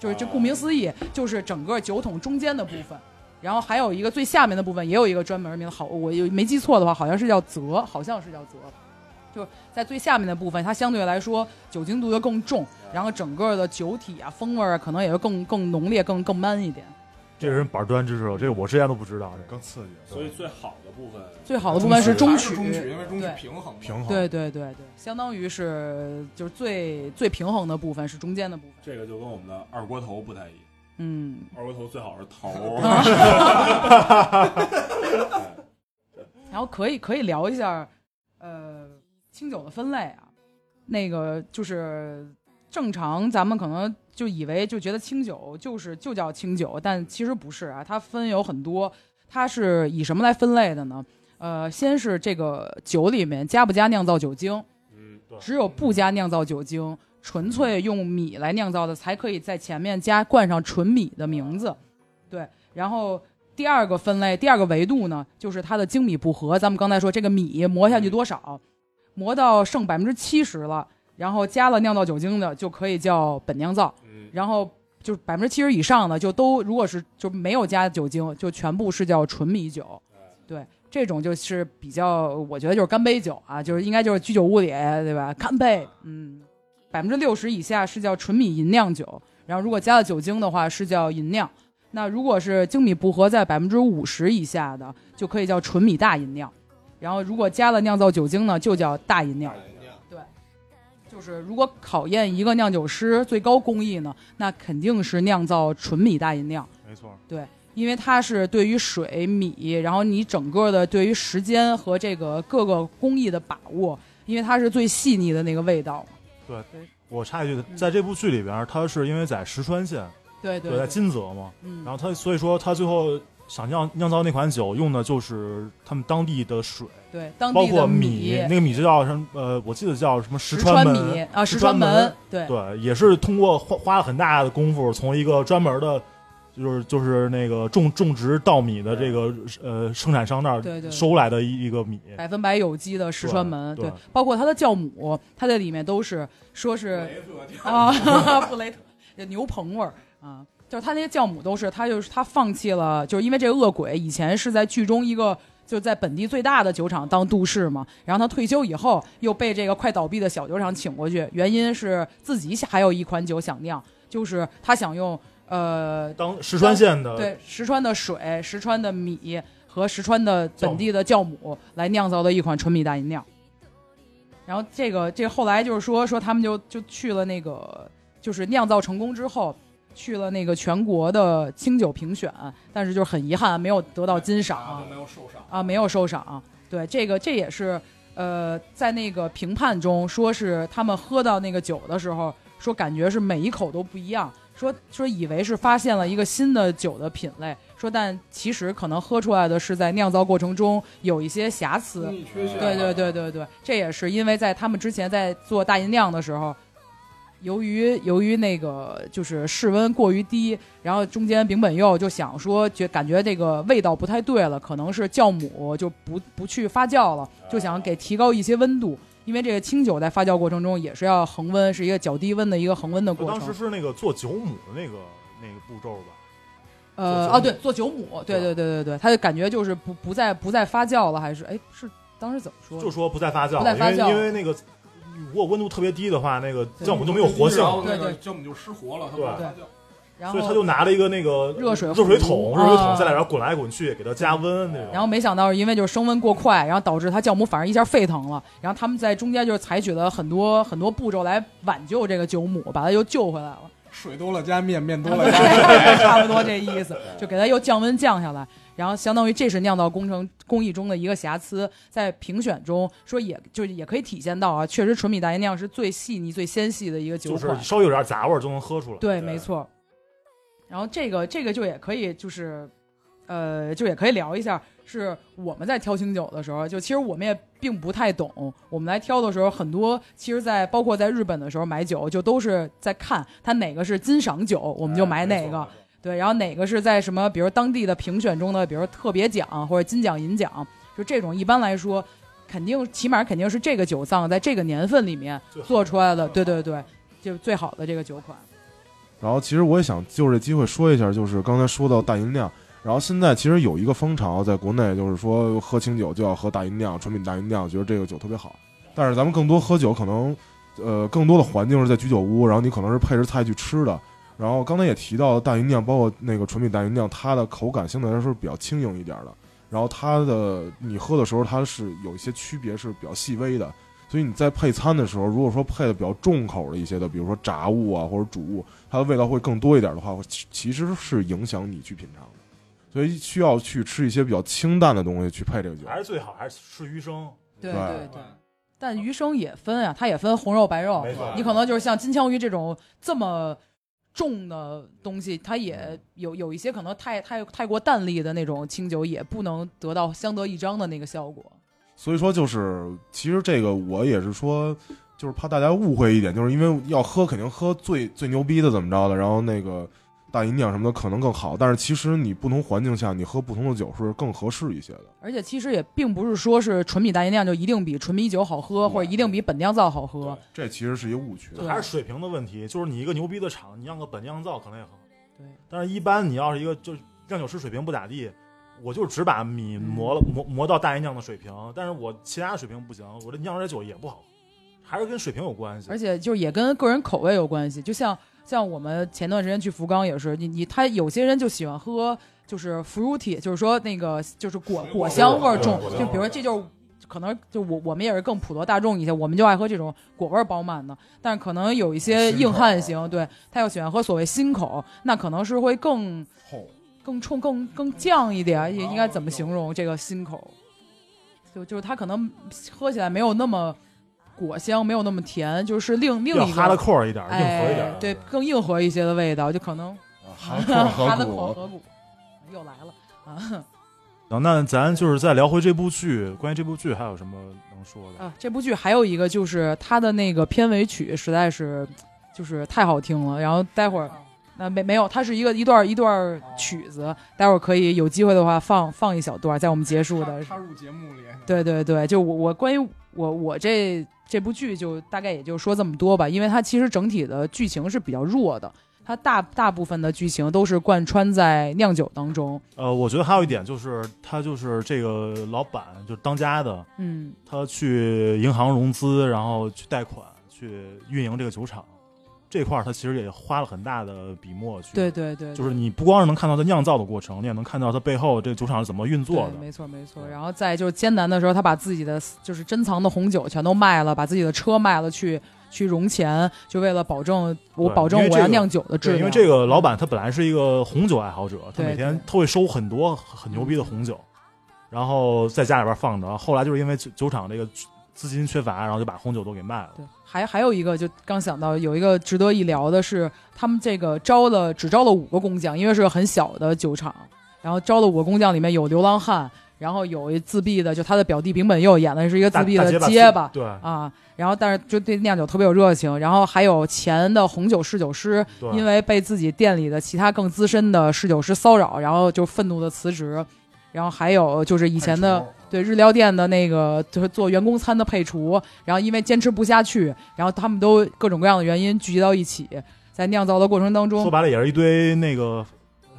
[SPEAKER 1] 就是
[SPEAKER 8] 哦
[SPEAKER 1] 这顾名思义，就是整个酒桶中间的部分。然后还有一个最下面的部分，也有一个专门名字，好，我有没记错的话，好像是叫泽，好像是叫泽，就是在最下面的部分，它相对来说酒精度就更重，然后整个的酒体啊、风味儿啊，可能也会更更浓烈、更更 man 一点。
[SPEAKER 8] 这人板砖知识，这个我之前都不知道。这
[SPEAKER 5] 更刺激，
[SPEAKER 6] 所以最好的部分，
[SPEAKER 1] 最好的部分是
[SPEAKER 3] 中
[SPEAKER 1] 曲，
[SPEAKER 3] 中曲，因为中曲
[SPEAKER 1] 对
[SPEAKER 3] 平衡嘛
[SPEAKER 5] 平衡。
[SPEAKER 1] 对对对对，相当于是就是最最平衡的部分是中间的部分。
[SPEAKER 6] 这个就跟我们的二锅头不太一样。
[SPEAKER 1] 嗯，
[SPEAKER 6] 二锅头最好是头儿，
[SPEAKER 1] 然后可以可以聊一下，呃，清酒的分类啊，那个就是正常咱们可能就以为就觉得清酒就是就叫清酒，但其实不是啊，它分有很多，它是以什么来分类的呢？呃，先是这个酒里面加不加酿造酒精，
[SPEAKER 6] 嗯，
[SPEAKER 1] 只有不加酿造酒精，纯粹用米来酿造的，才可以在前面加冠上纯米的名字。对，然后第二个分类，第二个维度呢，就是它的精米不和。咱们刚才说这个米磨下去多少，磨到剩百分之七十了，然后加了酿造酒精的就可以叫本酿造，
[SPEAKER 6] 嗯
[SPEAKER 1] 然后。就是百分之七十以上的，就都如果是就没有加酒精，就全部是叫纯米酒。对，这种就是比较，我觉得就是干杯酒啊，就是应该就是居酒屋里对吧？干杯，嗯，百分之六十以下是叫纯米吟酿酒，然后如果加了酒精的话是叫吟酿。那如果是精米不合在百分之五十以下的，就可以叫纯米大吟酿。然后如果加了酿造酒精呢，就叫大吟酿。对，就是如果考验一个酿酒师最高工艺呢，那肯定是酿造纯米大吟酿。
[SPEAKER 4] 没错，
[SPEAKER 1] 因为它是对于水米，然后你整个的对于时间和这个各个工艺的把握，因为它是最细腻的那个味道。
[SPEAKER 8] 我插一句，
[SPEAKER 1] 嗯
[SPEAKER 8] 在这部剧里边，他是因为在石川县，
[SPEAKER 1] 对对
[SPEAKER 8] 对，在金泽嘛，
[SPEAKER 1] 嗯，
[SPEAKER 8] 然后他所以说他最后想酿酿造那款酒，用的就是他们当地的水，
[SPEAKER 1] 对当
[SPEAKER 8] 包
[SPEAKER 1] 地
[SPEAKER 8] 括
[SPEAKER 1] 的
[SPEAKER 8] 米，那个米就叫什么？呃，我记得叫什么石
[SPEAKER 1] 石川
[SPEAKER 8] 门
[SPEAKER 1] 米啊，石
[SPEAKER 8] 川
[SPEAKER 1] 川门
[SPEAKER 8] 门，
[SPEAKER 1] 对
[SPEAKER 8] 对，也是通过花花了很大的功夫，从一个专门的，就是就是那个种种植稻米的这个呃生产商那
[SPEAKER 1] 对对
[SPEAKER 8] 儿收来的一一个米，
[SPEAKER 1] 百分百有机的石川门，
[SPEAKER 8] 对对
[SPEAKER 1] 包括它的酵母，它在里面都是说是啊， [laughs] 布雷特这牛棚味儿啊，就是它那些酵母都是，它就是它放弃了，就是因为这个恶鬼以前是在剧中一个。就在本地最大的酒厂当杜氏嘛，然后他退休以后又被这个快倒闭的小酒厂请过去，原因是自己还有一款酒想酿，就是他想用呃
[SPEAKER 8] 当石川县的
[SPEAKER 1] 对，石川的水、石川的米和石川的本地的酵母来酿造的一款纯米大吟酿。然后这个这后来就是说说他们就就去了那个就是酿造成功之后，去了那个全国的清酒评选，但是就是很遗憾没有得到金赏
[SPEAKER 3] 都没有受伤。
[SPEAKER 1] 啊，没有受赏。对，这个这也是呃在那个评判中说是他们喝到那个酒的时候，说感觉是每一口都不一样，说说以为是发现了一个新的酒的品类，说但其实可能喝出来的是在酿造过程中有一些瑕疵。
[SPEAKER 3] 你缺陷，
[SPEAKER 1] 对对对对对，这也是因为在他们之前在做大吟酿的时候，由于由于那个就是室温过于低，然后中间丙本佑就想说，觉感觉这个味道不太对了，可能是酵母就不不去发酵了，
[SPEAKER 8] 哎
[SPEAKER 1] 就想给提高一些温度。因为这个清酒在发酵过程中也是要恒温，是一个较低温的一个恒温的过
[SPEAKER 8] 当时
[SPEAKER 1] 程。
[SPEAKER 8] 是那个做酒母的那个那个步骤吧，做酒母
[SPEAKER 1] 呃，哦，对，做酒母，对对对对对，他就感觉就是不不再不再发酵了，还是哎是当时怎么说的？
[SPEAKER 8] 就说不再发酵，
[SPEAKER 1] 不再发酵
[SPEAKER 8] 因为因为那个如果温度特别低的话，那个
[SPEAKER 1] 对
[SPEAKER 8] 酵母就没有活性
[SPEAKER 3] 然，后
[SPEAKER 1] 对
[SPEAKER 3] 那
[SPEAKER 1] 对
[SPEAKER 3] 个酵母就失活
[SPEAKER 2] 嗯
[SPEAKER 3] 了，它
[SPEAKER 8] 对
[SPEAKER 3] 不发酵
[SPEAKER 1] 然后
[SPEAKER 8] 所以他就拿了一个那个
[SPEAKER 1] 热水
[SPEAKER 8] 热水桶，
[SPEAKER 1] 壶
[SPEAKER 8] 热水
[SPEAKER 1] 啊
[SPEAKER 8] 桶在里边滚来滚去，给它加温那种。
[SPEAKER 1] 然后没想到，因为就是升温过快，然后导致它酵母反而一下沸腾了。然后他们在中间就是采取了很多很多步骤来挽救这个酒母，把它又救回来了。
[SPEAKER 3] 水多了加面，面多了加。
[SPEAKER 1] 差不多这意思，就给它又降温降下来，然后相当于这是酿造工程工艺中的一个瑕疵，在评选中说也就也可以体现到啊，确实纯米大吟酿是最细腻、最纤细的一个酒
[SPEAKER 8] 就
[SPEAKER 1] 款，
[SPEAKER 8] 是稍微有点杂味儿就能喝出来。
[SPEAKER 1] 对，没错。然后这个这个就也可以就是，呃，就也可以聊一下，是我们在挑清酒的时候，就其实我们也并不太懂。我们来挑的时候，很多其实在包括在日本的时候买酒，就都是在看它哪个是金赏酒，我
[SPEAKER 4] 哎
[SPEAKER 1] 们就买哪个。对，然后哪个是在什么，比如当地的评选中的，比如特别奖或者金奖、银奖，就这种一般来说，肯定起码肯定是这个酒藏在这个年份里面
[SPEAKER 8] 最好
[SPEAKER 1] 做出来的，对对对，就最好的这个酒款。
[SPEAKER 5] 然后其实我也想就这机会说一下，就是刚才说到大吟酿，然后现在其实有一个风潮在国内，就是说喝清酒就要喝大吟酿，纯品大吟酿，觉得这个酒特别好。但是咱们更多喝酒可能，呃，更多的环境是在居酒屋，然后你可能是配着菜去吃的。然后刚才也提到了大吟酿，包括那个纯米大吟酿，它的口感相对来说是比较轻盈一点的。然后它的你喝的时候，它是有一些区别是比较细微的。所以你在配餐的时候，如果说配的比较重口的一些的，比如说炸物啊或者煮物，它的味道会更多一点的话，其其实是影响你去品尝的。所以需要去吃一些比较清淡的东西去配这个酒。
[SPEAKER 4] 还是最好还是吃鱼生，
[SPEAKER 1] 对
[SPEAKER 5] 对
[SPEAKER 1] 对对。但鱼生也分啊，它也分红肉白肉，
[SPEAKER 4] 没错
[SPEAKER 1] 你可能就是像金枪鱼这种这么重的东西，它也有有一些可能太太太过淡丽的那种清酒，也不能得到相得益彰的那个效果。
[SPEAKER 5] 所以说，就是其实这个我也是说，就是怕大家误会一点，就是因为要喝肯定喝最最牛逼的怎么着的，然后那个大吟酿什么的可能更好，但是其实你不同环境下你喝不同的酒是更合适一些的。
[SPEAKER 1] 而且其实也并不是说是纯米大吟酿就一定比纯米酒好喝，或者一定比本酿造好喝。
[SPEAKER 5] [laughs] 这其实是一个误区。
[SPEAKER 1] 对
[SPEAKER 4] 还是水平的问题。就是你一个牛逼的厂，你让个本酿造可能也很好，
[SPEAKER 1] 对，
[SPEAKER 4] 但是一般你要是一个就是酿酒师水平不咋地，我就只把米
[SPEAKER 1] 嗯
[SPEAKER 4] 磨了磨磨到大吟酿的水平，但是我其他水平不行，我这酿出来酒也不好，还是跟水平有关系
[SPEAKER 1] 而。且就是也跟个人口味有关系，就像像我们前段时间去福冈也是，你你他有些人就喜欢喝就是 fruity，就是说那个就是果
[SPEAKER 7] 水果
[SPEAKER 1] 果香味儿
[SPEAKER 7] 对
[SPEAKER 1] 重
[SPEAKER 7] 果，香
[SPEAKER 1] 就比如说这就是。可能就我我们也是更普罗大众一些，我们就爱喝这种果味儿饱满的，但是可能有一
[SPEAKER 4] 啊
[SPEAKER 1] 些硬汉型，对他又喜欢喝所谓新口，那可能是会更
[SPEAKER 5] 厚
[SPEAKER 1] 更冲、更更犟一点，也应该
[SPEAKER 4] 哦
[SPEAKER 1] 怎么形容这个新口？就就是它可能嗯喝起来没有那么果香，没有那么甜，就是另另
[SPEAKER 4] 要
[SPEAKER 1] 一
[SPEAKER 4] 哈的
[SPEAKER 1] 个
[SPEAKER 4] 扣一点，硬核一
[SPEAKER 1] 哎
[SPEAKER 4] 点，。
[SPEAKER 1] 对，更硬核一些的味道，就可能
[SPEAKER 5] 哈
[SPEAKER 1] 哈的口
[SPEAKER 5] 谷，
[SPEAKER 1] 河谷又来了啊
[SPEAKER 4] 行，那咱就是再聊回这部剧，关于这部剧还有什么能说的？
[SPEAKER 1] 啊！这部剧还有一个就是它的那个片尾曲实在是就是太好听了，然后待会儿。那没没有，它是一个一段一段曲子，待会儿可以有机会的话放放一小段，在我们结束的
[SPEAKER 3] 插入节目里，
[SPEAKER 1] 对对对，就我我关于我我这这部剧就大概也就说这么多吧，因为它其实整体的剧情是比较弱的，它大大部分的剧情都是贯穿在酿酒当中。
[SPEAKER 4] 呃，我觉得还有一点就是，他就是这个老板，就是当家的，
[SPEAKER 1] 嗯，
[SPEAKER 4] 他去银行融资，然后去贷款，去运营这个酒厂这块儿，他其实也花了很大的笔墨去。
[SPEAKER 1] 对，对对，
[SPEAKER 4] 就是你不光是能看到他酿造的过程，你也能看到他背后这个酒厂是怎么运
[SPEAKER 1] 对
[SPEAKER 4] 作的。
[SPEAKER 1] 没错没错。然后再就是艰难的时候，他把自己的就是珍藏的红酒全都卖了，把自己的车卖了去。去融钱，就为了保证我
[SPEAKER 4] 对
[SPEAKER 1] 保证
[SPEAKER 4] 因为
[SPEAKER 1] 我
[SPEAKER 4] 这
[SPEAKER 1] 要
[SPEAKER 4] 个
[SPEAKER 1] 酿酒的质
[SPEAKER 4] 对，
[SPEAKER 1] 量。
[SPEAKER 4] 因为这个老板他本来是一个红酒爱好者，他
[SPEAKER 1] 嗯对
[SPEAKER 4] 每天
[SPEAKER 1] 对
[SPEAKER 4] 他会收很多很牛逼的红酒，然后在家里边放着。后来就是因为酒酒厂这个资金缺乏，然后就把红酒都给卖了。
[SPEAKER 1] 对，还还有一个，就刚想到有一个值得一聊的是，他们这个招了只招了五个工匠，因为是个很小的酒厂，然后招了五个工匠，里面有流浪汉，然后有一自闭的，就他的表弟丙本佑演的是一个自
[SPEAKER 4] 大
[SPEAKER 1] 闭
[SPEAKER 4] 大
[SPEAKER 1] 的
[SPEAKER 4] 结巴
[SPEAKER 1] 结巴。
[SPEAKER 4] 对
[SPEAKER 1] 啊，然后但是就对酿酒特别有热情，然后还有前的红酒侍酒师，
[SPEAKER 4] 对，
[SPEAKER 1] 因为被自己店里的其他更资深的侍酒师骚扰，然后就愤怒的辞职，然后还有就是以前的对日料店的那个就是做员工餐的配厨，然后因为坚持不下去，然后他们都各种各样的原因聚集到一起，在酿造的过程当
[SPEAKER 4] 说
[SPEAKER 1] 中，
[SPEAKER 4] 白了也是一堆那个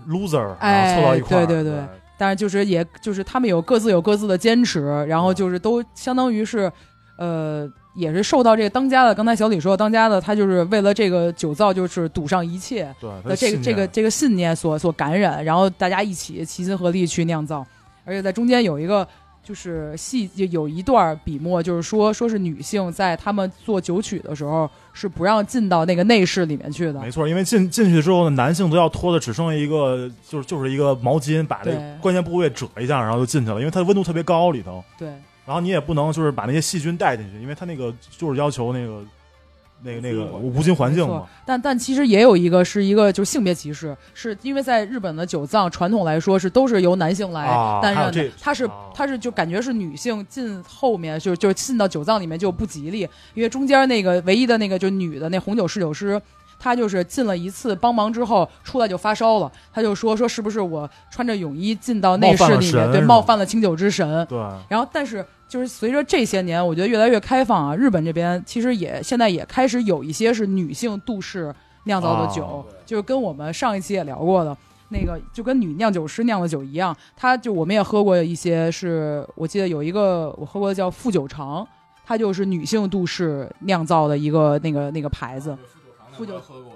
[SPEAKER 4] loser，然后
[SPEAKER 1] 哎
[SPEAKER 4] 凑到一块儿。
[SPEAKER 1] 对对对但是就是也就是他们有各自有各自的坚持，然后就是都相当于是，呃，也是受到这个当家的，刚才小李说当家的，他就是为了这个酒造就是赌上一切，
[SPEAKER 4] 对，他
[SPEAKER 1] 呃的这个
[SPEAKER 4] 信念
[SPEAKER 1] 这个这个信念所所感染，然后大家一起齐心合力去酿造，而且在中间有一个就是细就有一段笔墨，就是说说是女性在她们做酒曲的时候是不让进到那个内室里面去的
[SPEAKER 4] 没，错，因为进进去之后呢，男性都要脱的只剩一个，就是就是一个毛巾，把这
[SPEAKER 1] 对
[SPEAKER 4] 个关键部位折一下，然后就进去了，因为它的温度特别高里头，
[SPEAKER 1] 对，
[SPEAKER 4] 然后你也不能就是把那些细菌带进去，因为它那个就是要求那个那个那个无菌环境
[SPEAKER 1] 没
[SPEAKER 4] 嘛
[SPEAKER 1] 错。但但其实也有一个是一个就是性别歧视，是因为在日本的酒葬传统来说是都是由男性来
[SPEAKER 4] 啊
[SPEAKER 1] 担任
[SPEAKER 4] 还有
[SPEAKER 1] 的
[SPEAKER 4] 这，
[SPEAKER 1] 他是
[SPEAKER 4] 啊
[SPEAKER 1] 他是就感觉是女性进后面就就进到酒葬里面就不吉利，因为中间那个唯一的那个就女的那红酒侍酒师。她就是进了一次帮忙之后出来就发烧了，她就说说是不是我穿着泳衣进到内
[SPEAKER 4] 冒犯
[SPEAKER 1] 室
[SPEAKER 4] 了
[SPEAKER 1] 里面，
[SPEAKER 4] 神
[SPEAKER 1] 对，
[SPEAKER 4] 是
[SPEAKER 1] 冒
[SPEAKER 4] 吗
[SPEAKER 1] 犯了清酒之神。
[SPEAKER 4] 对，
[SPEAKER 1] 然后，但是就是随着这些年，我觉得越来越开放啊，日本这边其实也现在也开始有一些是女性度氏酿造的酒，
[SPEAKER 4] 哦
[SPEAKER 1] 就是跟我们上一期也聊过的。那个就跟女酿酒师酿的酒一样，它就我们也喝过一些是，我记得有一个我喝过的叫富酒长，它就是女性度氏酿造的一个那个那个牌子，
[SPEAKER 3] 富酒厂
[SPEAKER 1] 富酒
[SPEAKER 3] 喝过，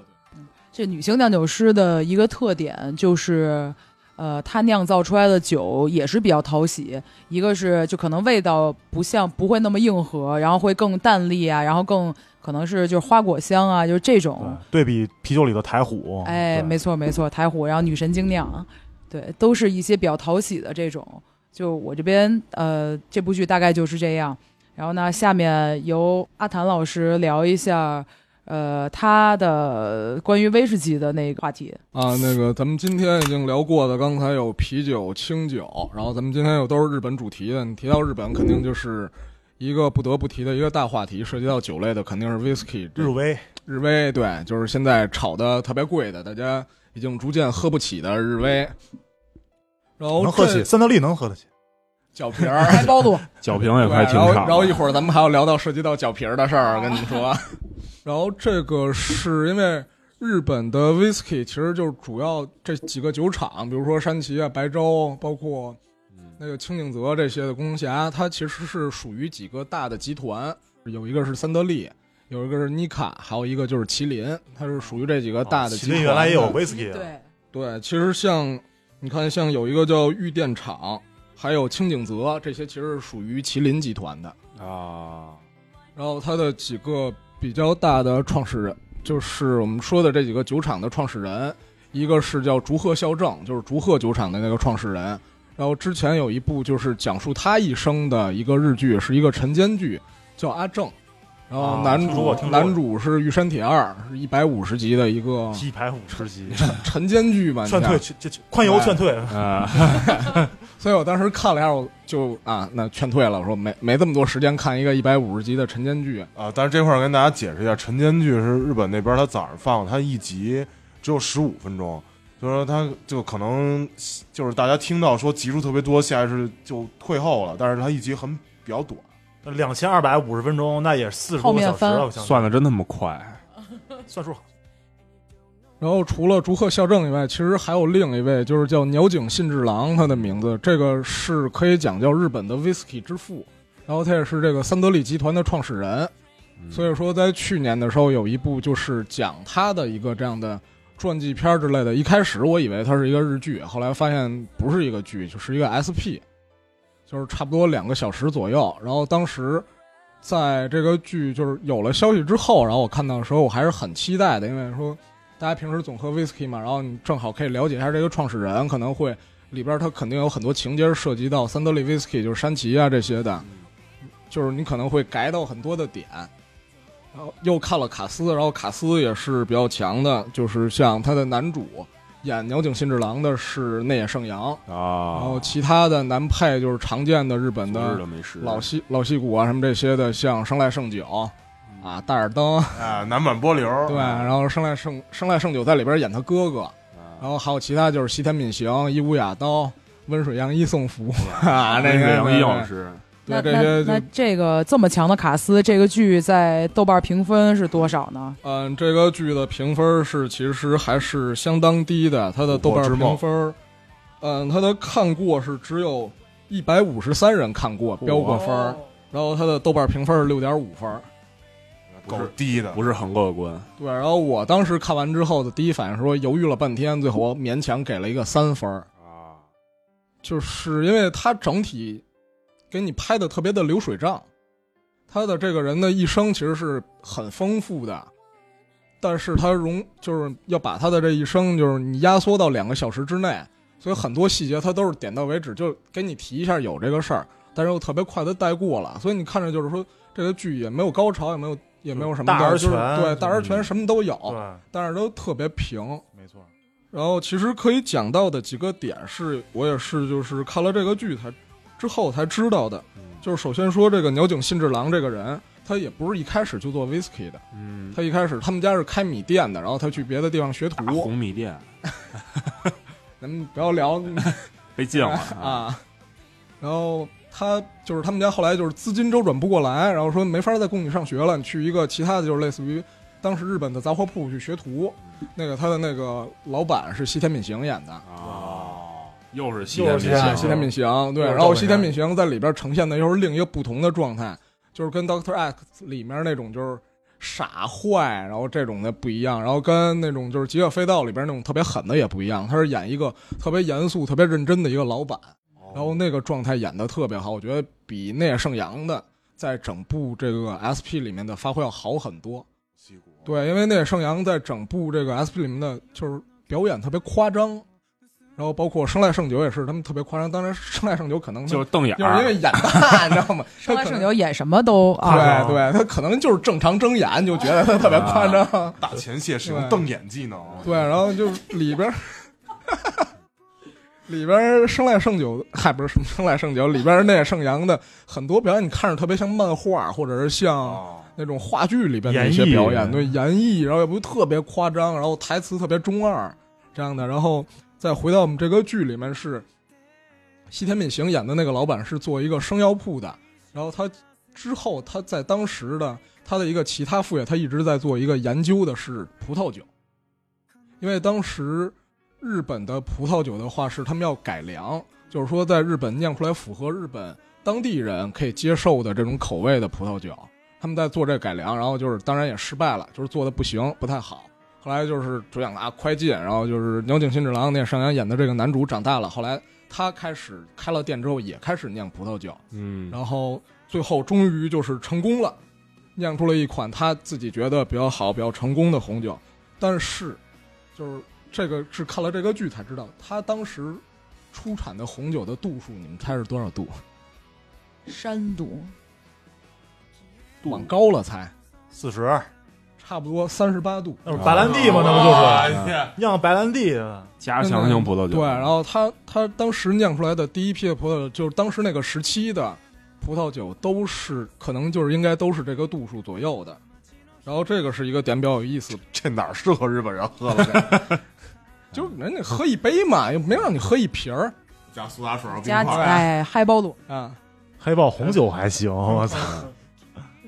[SPEAKER 1] 这女性酿酒师的一个特点就是，呃，她酿造出来的酒也是比较讨喜。一个是就可能味道不像不会那么硬核，然后会更淡丽啊，然后更可能是就是花果香啊，就是这种。
[SPEAKER 4] 对比啤酒里的台虎，
[SPEAKER 1] 哎，
[SPEAKER 4] 对
[SPEAKER 1] 没错没错，台虎，然后女神精酿，对，都是一些比较讨喜的这种。就我这边呃，这部剧大概就是这样。然后呢，下面由阿谭老师聊一下，呃，他的关于威士忌的那个话题。
[SPEAKER 3] 啊，那个咱们今天已经聊过的，刚才有啤酒、清酒，然后咱们今天又都是日本主题的。你提到日本，肯定就是一个不得不提的一个大话题，涉及到酒类的，肯定是 whisky 这
[SPEAKER 4] 日威，
[SPEAKER 3] 日威，对，就是现在炒的特别贵的，大家已经逐渐喝不起的日威。然后
[SPEAKER 4] 能喝
[SPEAKER 3] 哦这
[SPEAKER 4] 起，三得利能喝得起。
[SPEAKER 3] 脚皮儿，
[SPEAKER 1] 来，包子，
[SPEAKER 2] 酒瓶也快
[SPEAKER 3] 对
[SPEAKER 2] 停
[SPEAKER 3] 然后
[SPEAKER 2] 产
[SPEAKER 3] 然后一
[SPEAKER 2] 了。
[SPEAKER 3] 会儿咱们还要聊到涉及到脚皮儿的事儿，跟你
[SPEAKER 4] [laughs]
[SPEAKER 3] 们说。然后这个是因为日本的 whisky 其实就是主要这几个酒厂，比如说山崎啊、白州，包括那个清井泽这些的宫霞，它其实是属于几个大的集团，有一个是三得利。有一个是妮卡，还有一个就是麒麟，它是属于这几个大的集
[SPEAKER 4] 哦麒
[SPEAKER 3] 团的。
[SPEAKER 4] 麟原来也有 whisky，啊
[SPEAKER 1] 对，
[SPEAKER 3] 对，其实像你看，像有一个叫玉电厂，还有清景泽，这些其实是属于麒麟集团的
[SPEAKER 2] 啊。
[SPEAKER 3] 然后它的几个比较大的创始人，就是我们说的这几个酒厂的创始人，一个是叫竹贺孝正，就是竹贺酒厂的那个创始人。然后之前有一部就是讲述他一生的一个日剧，是一个晨间剧，叫《阿正》。然后
[SPEAKER 4] 啊
[SPEAKER 3] 男
[SPEAKER 4] 听说
[SPEAKER 3] 主、
[SPEAKER 4] 过听说过
[SPEAKER 3] 男主是玉山铁二，是一百五十集的一个
[SPEAKER 4] 鸡排五十级，
[SPEAKER 3] 晨间剧吧，你
[SPEAKER 4] [laughs] 劝
[SPEAKER 3] 看 [laughs]
[SPEAKER 4] 退，这这宽油劝退，
[SPEAKER 3] 哎
[SPEAKER 2] 啊，
[SPEAKER 3] 所以我当时看了一下，我就啊，那劝退了。我说没没这么多时间看一个一百五十集的晨间剧，
[SPEAKER 5] 啊，但是这块儿跟大家解释一下，晨间剧是日本那边儿他早上放，他一集只有十五分钟，所以说他就可能就是大家听到说集数特别多，下意识就退后了，但是他一集很比较短，
[SPEAKER 4] 两千二百五十分钟，那也四十多
[SPEAKER 1] 后
[SPEAKER 4] 个
[SPEAKER 1] 面
[SPEAKER 4] 小时
[SPEAKER 1] 翻
[SPEAKER 4] 了，我想
[SPEAKER 2] 算的真他妈快，
[SPEAKER 4] 算数好，
[SPEAKER 3] 然后除了竹贺孝正以外，其实还有另一位，就是叫鸟井信治郎，他的名字这个是可以讲叫日本的 whisky 之父，然后他也是这个三得利集团的创始人。
[SPEAKER 2] 嗯
[SPEAKER 3] 所以说，在去年的时候，有一部就是讲他的一个这样的传记片之类的。一开始我以为它是一个日剧，后来发现不是一个剧，就是一个 SP，就是差不多两个小时左右。然后当时在这个剧就是有了消息之后，然后我看到的时候，我还是很期待的，因为说大家平时总喝 whisky 嘛，然后你正好可以了解一下这个创始人，可能会里边他肯定有很多情节是涉及到三得利 whisky，就是山崎啊这些的，就是你可能会改到很多的点。然后又看了卡斯，然后卡斯也是比较强的，就是像他的男主演鸟井信治郎的是内野圣阳，然
[SPEAKER 2] 啊
[SPEAKER 3] 后，其他的男配就是常见的日本
[SPEAKER 2] 不是
[SPEAKER 3] 的
[SPEAKER 2] 的没事。
[SPEAKER 3] 老戏老戏骨啊什么这些的，像生濑胜久
[SPEAKER 2] 嗯
[SPEAKER 3] 啊、大耳灯，
[SPEAKER 5] 啊，南满波流，
[SPEAKER 3] 对，然后生濑胜生濑胜久在里边演他哥哥，然后还有其他就是西田敏行、伊无雅刀、温水洋一宋福啊， [laughs] 那
[SPEAKER 2] 那
[SPEAKER 3] 个
[SPEAKER 2] 个杨毅老师，
[SPEAKER 1] 那
[SPEAKER 3] 对这
[SPEAKER 1] 那
[SPEAKER 3] 些就
[SPEAKER 1] 那这个这么强的卡斯，这个剧在豆瓣评分是多少呢？
[SPEAKER 3] 嗯，这个剧的评分是其实还是相当低的，它的豆瓣评分，嗯，它的看过是只有一百五十三人看过，标过分儿，然后它的豆瓣评分是六点五分儿。
[SPEAKER 5] 够低的，
[SPEAKER 2] 不是很乐观。
[SPEAKER 3] 对，然后我当时看完之后的第一反应是说犹豫了半天，最后我勉强给了一个三分儿，
[SPEAKER 2] 啊，
[SPEAKER 3] 就是因为它整体给你拍的特别的流水账，他的这个人的一生其实是很丰富的，但是他容就是要把他的这一生就是你压缩到两个小时之内，所以很多细节他都是点到为止，就给你提一下有这个事儿，但是又特别快的带过了，所以你看着就是说这个剧也没有高潮，也没有也没有什么的
[SPEAKER 4] 大而全
[SPEAKER 3] 就是对大而全什么都有，
[SPEAKER 4] 对，
[SPEAKER 3] 但是都特别平，
[SPEAKER 4] 没错，
[SPEAKER 3] 然后其实可以讲到的几个点是，我也是就是看了这个剧才之后才知道的。就是首先说这个鸟井信治郎这个人，他也不是一开始就做 whisky 的，
[SPEAKER 2] 嗯，
[SPEAKER 3] 他一开始他们家是开米店的，然后他去别的地方学
[SPEAKER 2] 大
[SPEAKER 3] 徒。
[SPEAKER 2] 红米店
[SPEAKER 3] 咱们不要聊
[SPEAKER 2] 被禁了啊，
[SPEAKER 3] [laughs] 啊。然后他就是他们家后来就是资金周转不过来，然后说没法再供你上学了，你去一个其他的，就是类似于当时日本的杂货铺去学徒。那个他的那个老板是西田敏行演的。
[SPEAKER 2] 啊，又是啊西
[SPEAKER 4] 又
[SPEAKER 2] 天
[SPEAKER 4] 是
[SPEAKER 2] 民
[SPEAKER 4] 西
[SPEAKER 2] 行，
[SPEAKER 4] 天
[SPEAKER 3] 啊西天敏行，对，
[SPEAKER 4] 对
[SPEAKER 3] 然后
[SPEAKER 4] 赵
[SPEAKER 3] 西
[SPEAKER 4] 本
[SPEAKER 3] 天
[SPEAKER 4] 山
[SPEAKER 3] 敏行在里边呈现的又是另一个不同的状态，就是跟 Doctor X 里面那种就是傻坏，然后这种的不一样，然后跟那种就是《极恶飞盗》里边那种特别狠的也不一样，他是演一个特别严肃、特别认真的一个老板，
[SPEAKER 7] 哦
[SPEAKER 5] 哦
[SPEAKER 3] 然后那个状态演的特别好，我觉得比那也盛阳的在整部这个 SP 里面的发挥要好很多。
[SPEAKER 5] 西谷
[SPEAKER 3] 对，因为那个盛阳在整部这个 SP 里面的就是表演特别夸张，然后包括生来圣九也是他们特别夸张，当然生来圣九可能他
[SPEAKER 2] 就是瞪眼
[SPEAKER 3] 就是因
[SPEAKER 2] 儿
[SPEAKER 3] 为，眼大，你知道吗？
[SPEAKER 1] 生来
[SPEAKER 3] 他可
[SPEAKER 1] 圣
[SPEAKER 3] 能
[SPEAKER 1] 九演什么都啊，
[SPEAKER 3] 对对，他可能就是正常睁眼就觉得他特别夸
[SPEAKER 2] 啊
[SPEAKER 3] 张，
[SPEAKER 7] 大前蟹使用
[SPEAKER 3] 对
[SPEAKER 7] 瞪眼技能，
[SPEAKER 3] 对，然后就是里边儿里边儿生来圣九，嗨，不是什么生来圣九，里边儿那圣阳的很多表演，你看着特别像漫画，或者是像
[SPEAKER 7] 啊，
[SPEAKER 3] 那种话剧里边的
[SPEAKER 4] 演
[SPEAKER 3] 一些
[SPEAKER 4] 绎嗯
[SPEAKER 3] 表演，对演绎，然后也不是特别夸张，然后台词特别中二这样的，然后再回到我们这个剧里面是西田敏行演的那个老板是做一个生药铺的，然后他之后他在当时的他的一个其他副业，他一直在做一个研究的是葡萄酒，因为当时日本的葡萄酒的话是他们要改良，就是说在日本酿出来符合日本当地人可以接受的这种口味的葡萄酒，他们在做这改良，然后就是当然也失败了，就是做的不行，不太好。后来就是主演啊，快进，然后就是鸟井新之郎那上阳演的这个男主长大了，后来他开始开了店之后也开始酿葡萄酒，
[SPEAKER 2] 嗯，
[SPEAKER 3] 然后最后终于就是成功了，酿出了一款他自己觉得比较好、比较成功的红酒。但是，就是这个是看了这个剧才知道，他当时出产的红酒的度数，你们猜是多少度？
[SPEAKER 1] 山毒
[SPEAKER 3] 往高了猜，
[SPEAKER 4] 四十，
[SPEAKER 3] 差不多三十八度。
[SPEAKER 4] 那不是白兰
[SPEAKER 5] 哦
[SPEAKER 4] 地吗？那不
[SPEAKER 7] 哇
[SPEAKER 3] 啊
[SPEAKER 4] 就是
[SPEAKER 7] 塞
[SPEAKER 4] 酿白兰地，啊
[SPEAKER 2] 加强型葡萄
[SPEAKER 3] 嗯
[SPEAKER 2] 酒，
[SPEAKER 3] 对，然后他他当时酿出来的第一批的葡萄酒，就是当时那个时期的葡萄酒，都是可能就是应该都是这个度数左右的。然后这个是一个点比较有意思的
[SPEAKER 5] 这哪儿适合日本人喝了？这
[SPEAKER 3] 就是人家喝一杯嘛，又没让你喝一瓶儿
[SPEAKER 7] [laughs] 加苏打水儿，
[SPEAKER 1] 加
[SPEAKER 7] 冰块儿
[SPEAKER 1] 哎嗨包鲁，
[SPEAKER 3] 啊。
[SPEAKER 8] 黑豹红酒还行，我操，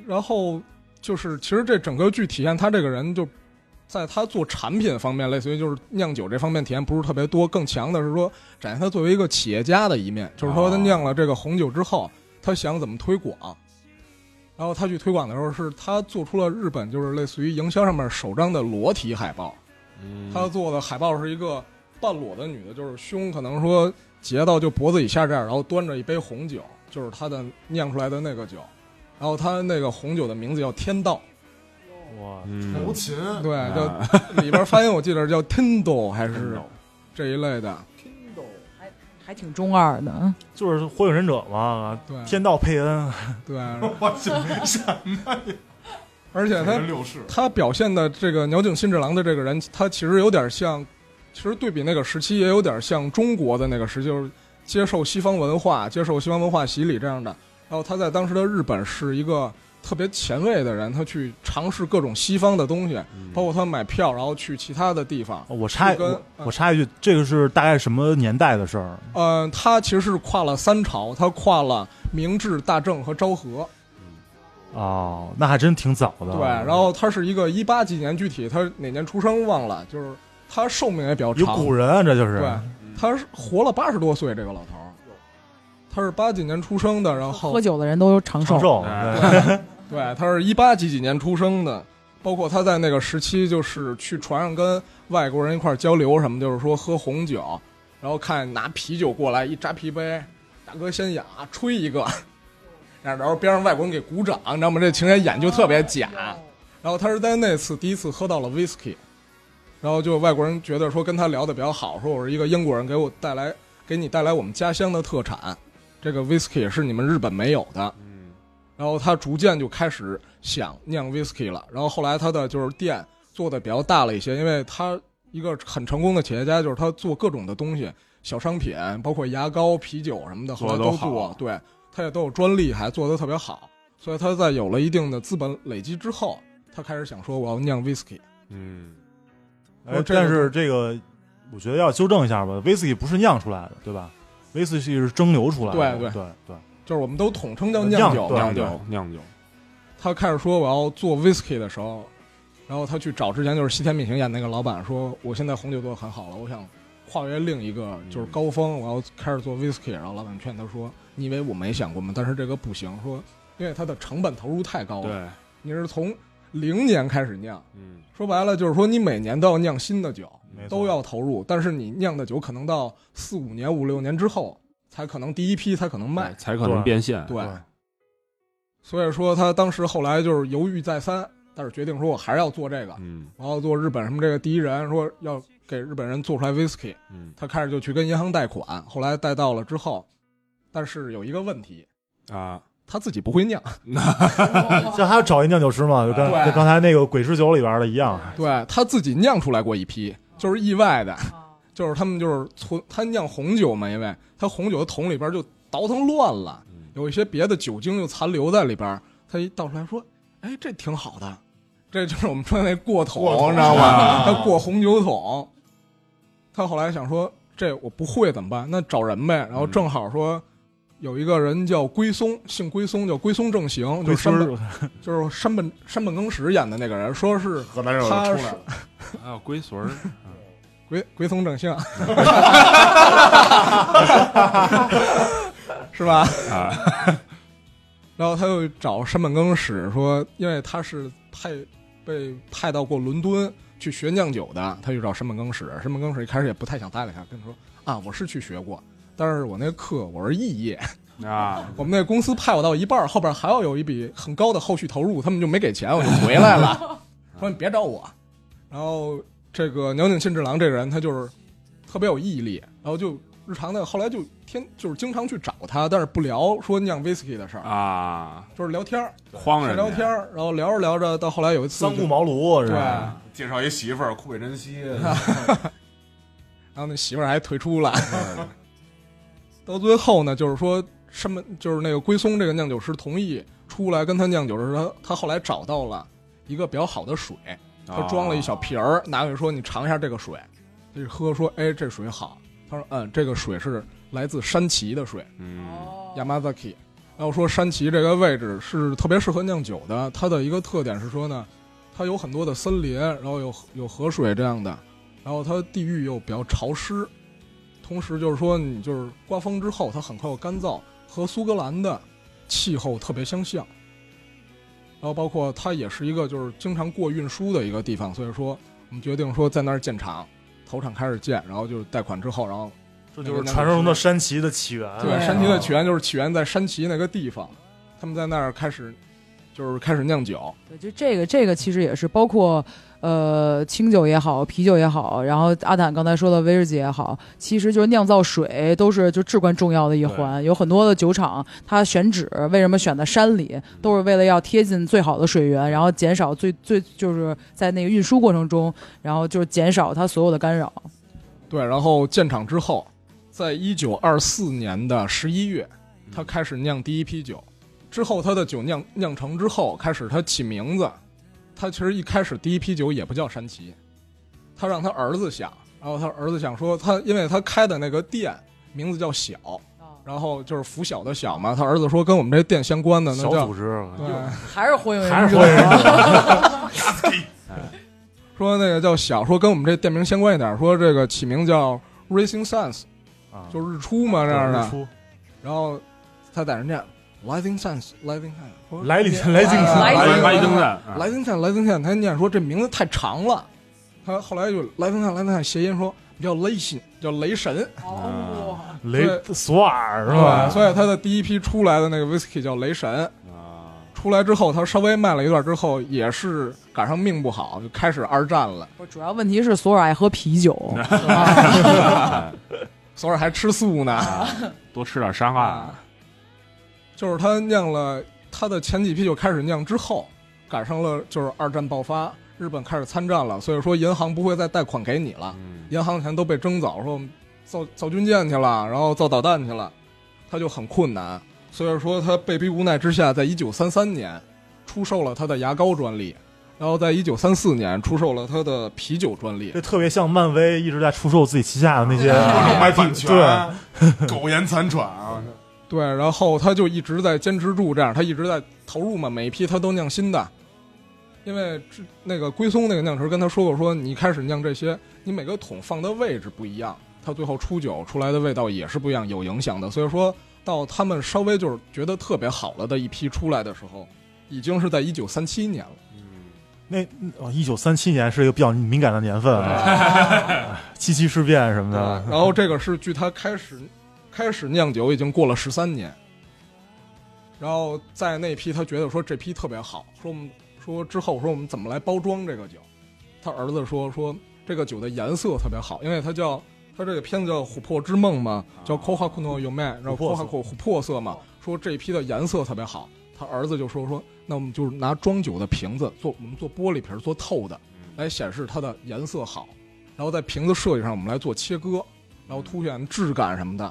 [SPEAKER 3] 然后就是，其实这整个剧体现他这个人就。在他做产品方面，类似于就是酿酒这方面体验不是特别多，更强的是说展现他作为一个企业家的一面，就是说他酿了这个红酒之后，他想怎么推广，然后他去推广的时候，是他做出了日本就是类似于营销上面首张的裸体海报，
[SPEAKER 5] 嗯
[SPEAKER 7] 嗯
[SPEAKER 3] 他做的海报是一个半裸的女的，就是胸可能说截到就脖子以下这样，然后端着一杯红酒，就是他的酿出来的那个酒，然后他那个红酒的名字叫天道，
[SPEAKER 4] 哇，
[SPEAKER 7] 胡
[SPEAKER 2] 嗯，
[SPEAKER 7] 琴，
[SPEAKER 3] 对，
[SPEAKER 2] 啊
[SPEAKER 3] 叫里边发音我记得叫 Tendo 还是这一类的，
[SPEAKER 1] 还挺中二的，啊
[SPEAKER 4] 就是火影忍者嘛，
[SPEAKER 3] 对
[SPEAKER 4] 天道佩恩，
[SPEAKER 3] 对，
[SPEAKER 7] 我去，什么呀？
[SPEAKER 3] 而且他
[SPEAKER 7] 人六世，
[SPEAKER 3] 他表现的这个鸟井新治郎的这个人，他其实有点像，其实对比那个时期也有点像中国的那个时期，就是接受西方文化、接受西方文化洗礼这样的。然后他在当时的日本是一个特别前卫的人，他去尝试各种西方的东西，
[SPEAKER 4] 嗯
[SPEAKER 3] 包
[SPEAKER 2] 嗯
[SPEAKER 3] 括他买票，然后去其他的地方。
[SPEAKER 4] 我插
[SPEAKER 3] 就跟
[SPEAKER 4] 我
[SPEAKER 3] 嗯
[SPEAKER 4] 我插一句，这个是大概什么年代的事儿？
[SPEAKER 3] 嗯、他其实是跨了三朝，他跨了明治、大正和昭和。
[SPEAKER 2] 嗯
[SPEAKER 4] 哦，那还真挺早的。
[SPEAKER 3] 对，然后他是一个一八几年，具体他哪年出生忘了，就是他寿命也比较
[SPEAKER 4] 有
[SPEAKER 3] 长。
[SPEAKER 4] 古人啊，这就是
[SPEAKER 3] 对，他是活了八十多岁，这个老头儿，他是八几年出生的，然后
[SPEAKER 1] 喝酒的人都长
[SPEAKER 4] 长
[SPEAKER 1] 寿，
[SPEAKER 4] 寿。对
[SPEAKER 3] 哎
[SPEAKER 4] 哎
[SPEAKER 3] 对， [laughs] 他是一八几几年出生的，包括他在那个时期，就是去船上跟外国人一块儿交流什么，就是说喝红酒，然后看拿啤酒过来一扎啤杯，大哥先仰吹一个， [laughs] 然后边上外国人给鼓掌，你知道吗？这情节演就特别假。然后他是在那次第一次喝到了 whisky，然后就外国人觉得说跟他聊的比较好，说我是一个英国人，给我带来给你带来我们家乡的特产，这个 whisky 是你们日本没有的。然后他逐渐就开始想酿 whisky 了。然后后来他的就是店做的比较大了一些，因为他一个很成功的企业家，就是他做各种的东西，小商品，包括牙膏、啤酒什么的，后来
[SPEAKER 2] 做
[SPEAKER 3] 都
[SPEAKER 2] 得都
[SPEAKER 3] 做
[SPEAKER 2] 好，
[SPEAKER 3] 对，他也都有专利，还做得特别好。所以他在有了一定的资本累积之后，他开始想说我要酿 whisky。
[SPEAKER 2] 嗯，
[SPEAKER 4] 哎
[SPEAKER 3] 我，这个
[SPEAKER 4] 但是这个我觉得要纠正一下吧，威士忌不是酿出来的，对吧？威士忌是蒸馏出来的，
[SPEAKER 3] 对
[SPEAKER 4] 对对
[SPEAKER 3] 就是我们都统称叫
[SPEAKER 4] 酿
[SPEAKER 3] 酿酒，
[SPEAKER 4] 对
[SPEAKER 2] 酿酒酿酒，
[SPEAKER 3] 他开始说我要做 whisky 的时候，然后他去找之前就是西田敏行演那个老板说，我现在红酒做的很好了，我想跨越另一个就是高峰，我要开始做 whisky。然后老板劝他说，你以为我没想过吗？但是这个不行，说因为它的成本投入太高了，
[SPEAKER 2] 对，
[SPEAKER 3] 你是从零年开始酿，
[SPEAKER 2] 嗯，
[SPEAKER 3] 说白了就是说你每年都要酿新的酒，
[SPEAKER 2] 没
[SPEAKER 3] 都要投入，但是你酿的酒可能到四五年、五六年之后，才可能第一批才可能卖。
[SPEAKER 2] 才可能变现。
[SPEAKER 3] 哎对，所以说他当时后来就是犹豫再三，但是决定说我还是要做这个，
[SPEAKER 2] 嗯
[SPEAKER 3] 我要做日本什么这个第一人，说要给日本人做出来 whisky。
[SPEAKER 2] 嗯
[SPEAKER 3] 他开始就去跟银行贷款，后来贷到了之后，但是有一个问题，
[SPEAKER 2] 啊，
[SPEAKER 3] 他自己不会酿。
[SPEAKER 8] 像他找一酿酒师嘛，就跟
[SPEAKER 3] 对
[SPEAKER 8] 跟刚才那个鬼师酒里边的一样，
[SPEAKER 3] 对他自己酿出来过一批，就是意外的，就是他们就是存他酿红酒嘛，因为他红酒的桶里边就倒腾乱了，
[SPEAKER 2] 嗯
[SPEAKER 3] 有一些别的酒精就残留在里边，他一倒出来说，哎，这挺好的，这就是我们说那过桶，你知道吗？他过红酒桶，他后来想说这我不会怎么办？那找人呗，然后正好说。有一个人叫龟松，姓龟松，叫龟松正行，就
[SPEAKER 8] 鬼
[SPEAKER 3] 是山本，
[SPEAKER 8] 师
[SPEAKER 3] 就是山本山本耕史演的那个人，说是
[SPEAKER 7] 河南人我
[SPEAKER 3] 他
[SPEAKER 7] 就出
[SPEAKER 3] 是
[SPEAKER 7] 来了，
[SPEAKER 2] 还有龟孙儿，
[SPEAKER 3] 鬼鬼叢整性，是吧？
[SPEAKER 2] 啊，
[SPEAKER 3] [laughs] 然后他又找山本耕史说，因为他是派被派到过伦敦去学酿酒的，他就找山本耕史。山本耕史一开始也不太想搭理他，跟他说啊，我是去学过，但是我那课我是肄业，
[SPEAKER 2] 啊，
[SPEAKER 3] 我们那公司派我到一半儿，后边还要有一笔很高的后续投入，他们就没给钱，我就回来了，说你别找我。然后这个鸟井信治郎这个人，他就是特别有毅力，然后就日常的后来就天就是经常去找他，但是不聊说酿 whisky 的事儿，
[SPEAKER 2] 啊，
[SPEAKER 3] 就是聊天儿，
[SPEAKER 2] 慌
[SPEAKER 3] 是
[SPEAKER 2] 人啊
[SPEAKER 3] 聊天儿，然后聊着聊着，到后来有一次
[SPEAKER 8] 三顾
[SPEAKER 3] 就
[SPEAKER 8] 茅
[SPEAKER 4] 啊
[SPEAKER 8] 庐啊是
[SPEAKER 3] 对，
[SPEAKER 8] 吧？
[SPEAKER 3] 然
[SPEAKER 7] 介绍一媳妇儿，库北真
[SPEAKER 3] [laughs]
[SPEAKER 7] 希，
[SPEAKER 3] 后那媳妇儿还退出了。
[SPEAKER 8] 嗯
[SPEAKER 3] [laughs] 到最后呢，就是说山本就是那个龟松这个酿酒师同意出来跟他酿酒的时候，他他后来找到了一个比较好的水，他装了一小瓶儿，拿给说你尝一下这个水，他就喝说哎这水好，他说嗯这个水是来自山崎的水
[SPEAKER 1] 哦
[SPEAKER 2] 嗯
[SPEAKER 3] ，Yamazaki。然后说山崎这个位置是特别适合酿酒的，它的一个特点是说呢，它有很多的森林，然后有有河水这样的，然后它地域又比较潮湿，同时就是说你就是刮风之后它很快又干燥，和苏格兰的气候特别相像。然后包括它也是一个就是经常过运输的一个地方，所以说我们决定说在那儿建厂，头厂开始建，然后就是贷款之后，然后
[SPEAKER 8] 这就是传说中的山崎的起源。
[SPEAKER 4] 啊
[SPEAKER 3] 对，山崎的起源就是起源在山崎那个地方，他们在那儿开始，就是开始酿酒。
[SPEAKER 1] 对，就这个这个其实也是包括呃清酒也好，啤酒也好，然后阿坦刚才说的威士忌也好，其实就是酿造水都是就至关重要的一环。有很多的酒厂，它选址为什么选在山里，都是为了要贴近最好的水源，然后减少最最就是在那个运输过程中，然后就是减少它所有的干扰。
[SPEAKER 3] 对，然后建厂之后，在一九二四年的十一月，
[SPEAKER 4] 嗯
[SPEAKER 3] 他开始酿第一批酒。之后，他的酒酿酿成之后，开始他起名字。他其实一开始第一批酒也不叫山崎，他让他儿子想，然后他儿子想说他，因为他开的那个店名字叫小，然后就是拂晓的晓嘛。他儿子说跟我们这店相关的那
[SPEAKER 4] 小
[SPEAKER 3] 叫
[SPEAKER 4] 组织，
[SPEAKER 3] 对。
[SPEAKER 1] 还是火影
[SPEAKER 8] 还
[SPEAKER 1] 忍
[SPEAKER 8] 是
[SPEAKER 1] 者
[SPEAKER 8] 火影忍者，
[SPEAKER 3] 说那个叫小，说跟我们这店名相关一点，说这个起名叫 Racing Suns，
[SPEAKER 4] 啊
[SPEAKER 3] 就日出嘛这样的。
[SPEAKER 8] 出
[SPEAKER 3] 然后他在人家 Rising Suns，Rising Suns，
[SPEAKER 8] 来里来劲
[SPEAKER 1] 啊
[SPEAKER 8] 来
[SPEAKER 1] 来
[SPEAKER 8] 劲
[SPEAKER 1] 劲
[SPEAKER 2] 歪精蛋，啊
[SPEAKER 3] Rising Sun，Rising Sun，他念说这名字太长了，他后来就 Rising Sun，Rising Sun 谐音说叫雷神，叫雷神，
[SPEAKER 1] [laughs] 哦
[SPEAKER 8] 雷索尔是
[SPEAKER 3] 是吧？
[SPEAKER 8] 吧？
[SPEAKER 3] 所以他的第一批出来的那个 whisky 叫雷神。出来之后，他稍微卖了一段之后，也是赶上命不好，就开始二战了。
[SPEAKER 1] 不是主要问题是索尔爱喝啤
[SPEAKER 3] [laughs]
[SPEAKER 1] 酒，
[SPEAKER 3] 索尔还吃素呢。
[SPEAKER 2] 啊多吃点沙拉，
[SPEAKER 3] 就是他酿了他的前几批酒开始酿之后，赶上了就是二战爆发，日本开始参战了，所以说银行不会再贷款给你了，
[SPEAKER 2] 嗯
[SPEAKER 3] 银行钱都被征走，说我们造造军舰去了，然后造导弹去了，他就很困难，所以说他被逼无奈之下，在一九三三年出售了他的牙膏专利，然后在一九三四年出售了他的啤酒专利，
[SPEAKER 8] 这特别像漫威一直在出售自己旗下的那些
[SPEAKER 7] 各种买版
[SPEAKER 8] 对，
[SPEAKER 7] 权，苟延残喘啊！
[SPEAKER 3] 对，然后他就一直在坚持住这样，他一直在投入嘛，每一批他都酿新的。因为这那个龟松那个酿师跟他说过说，你一开始酿这些，你每个桶放的位置不一样，它最后出酒出来的味道也是不一样，有影响的。所以说到他们稍微就是觉得特别好了的一批出来的时候，已经是在一九三七年了。
[SPEAKER 2] 嗯
[SPEAKER 4] 那哦一九三七年是一个比较敏感的年份，啊七七事变
[SPEAKER 3] 嗯
[SPEAKER 4] 什么的。
[SPEAKER 3] [laughs] 然后这个是距他开始开始酿酒已经过了十三年，然后在那批他觉得说这批特别好，说我们说之后说我们怎么来包装这个酒，他儿子说说这个酒的颜色特别好，因为它叫它这个片子叫《琥珀之梦》嘛，叫 k o h a k u no y o m e 然后 k o h a k u 琥珀色哦嘛，说这批的颜色特别好，他儿子就说说那我们就是拿装酒的瓶子做我们做玻璃瓶做透的来显示它的颜色好。然后在瓶子设计上我们来做切割，然后凸显质感什么的。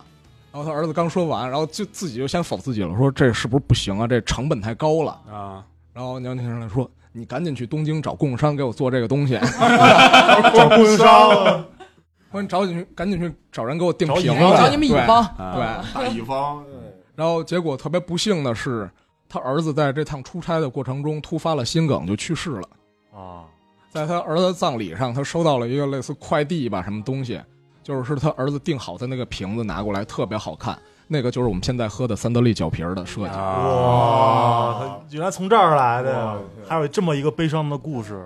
[SPEAKER 3] 然后他儿子刚说完，然后就自己就先否自己了，说这是不是不行啊？这成本太高了。
[SPEAKER 2] 啊，
[SPEAKER 3] 然后娘亲来说，你赶紧去东京找供应商给我做这个东西， [laughs]
[SPEAKER 4] 找供应商，
[SPEAKER 3] 说你找你去，赶紧去找人给我定
[SPEAKER 4] 找乙
[SPEAKER 3] 瓶
[SPEAKER 4] 方
[SPEAKER 3] 来
[SPEAKER 1] 找你们乙
[SPEAKER 3] 对
[SPEAKER 1] 方，
[SPEAKER 2] 啊
[SPEAKER 3] 对，
[SPEAKER 7] 大乙方，对
[SPEAKER 3] 然后结果特别不幸的是，他儿子在这趟出差的过程中突发了心梗，就去世了。
[SPEAKER 4] 啊，
[SPEAKER 3] 在他儿子葬礼上，他收到了一个类似快递吧，什么东西，就是是他儿子订好的那个瓶子拿过来，特别好看，那个就是我们现在喝的三得利酒瓶儿的设
[SPEAKER 2] 啊
[SPEAKER 3] 计。
[SPEAKER 4] 哇，他原来从这儿来的呀
[SPEAKER 7] 哇，
[SPEAKER 4] 还有这么一个悲伤的故事，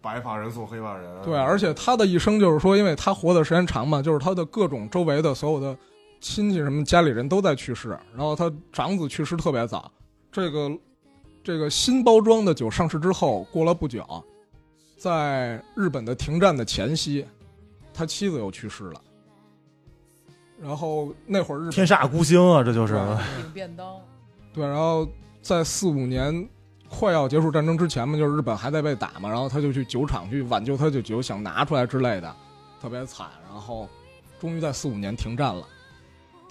[SPEAKER 7] 白发人送黑发
[SPEAKER 4] 嗯
[SPEAKER 7] 人，啊
[SPEAKER 3] 对，而且他的一生就是说，因为他活的时间长嘛，就是他的各种周围的所有的亲戚什么家里人都在去世，然后他长子去世特别早。这个这个新包装的酒上市之后，过了不久，在日本的停战的前夕，他妻子又去世了。然后那会儿日本
[SPEAKER 4] 天煞孤星啊，这就是
[SPEAKER 3] 对
[SPEAKER 1] 领便当，
[SPEAKER 3] 对，然后在四五年快要结束战争之前嘛，就是日本还在被打嘛，然后他就去酒厂去挽救他的酒，想拿出来之类的，特别惨。然后终于在四五年停战了。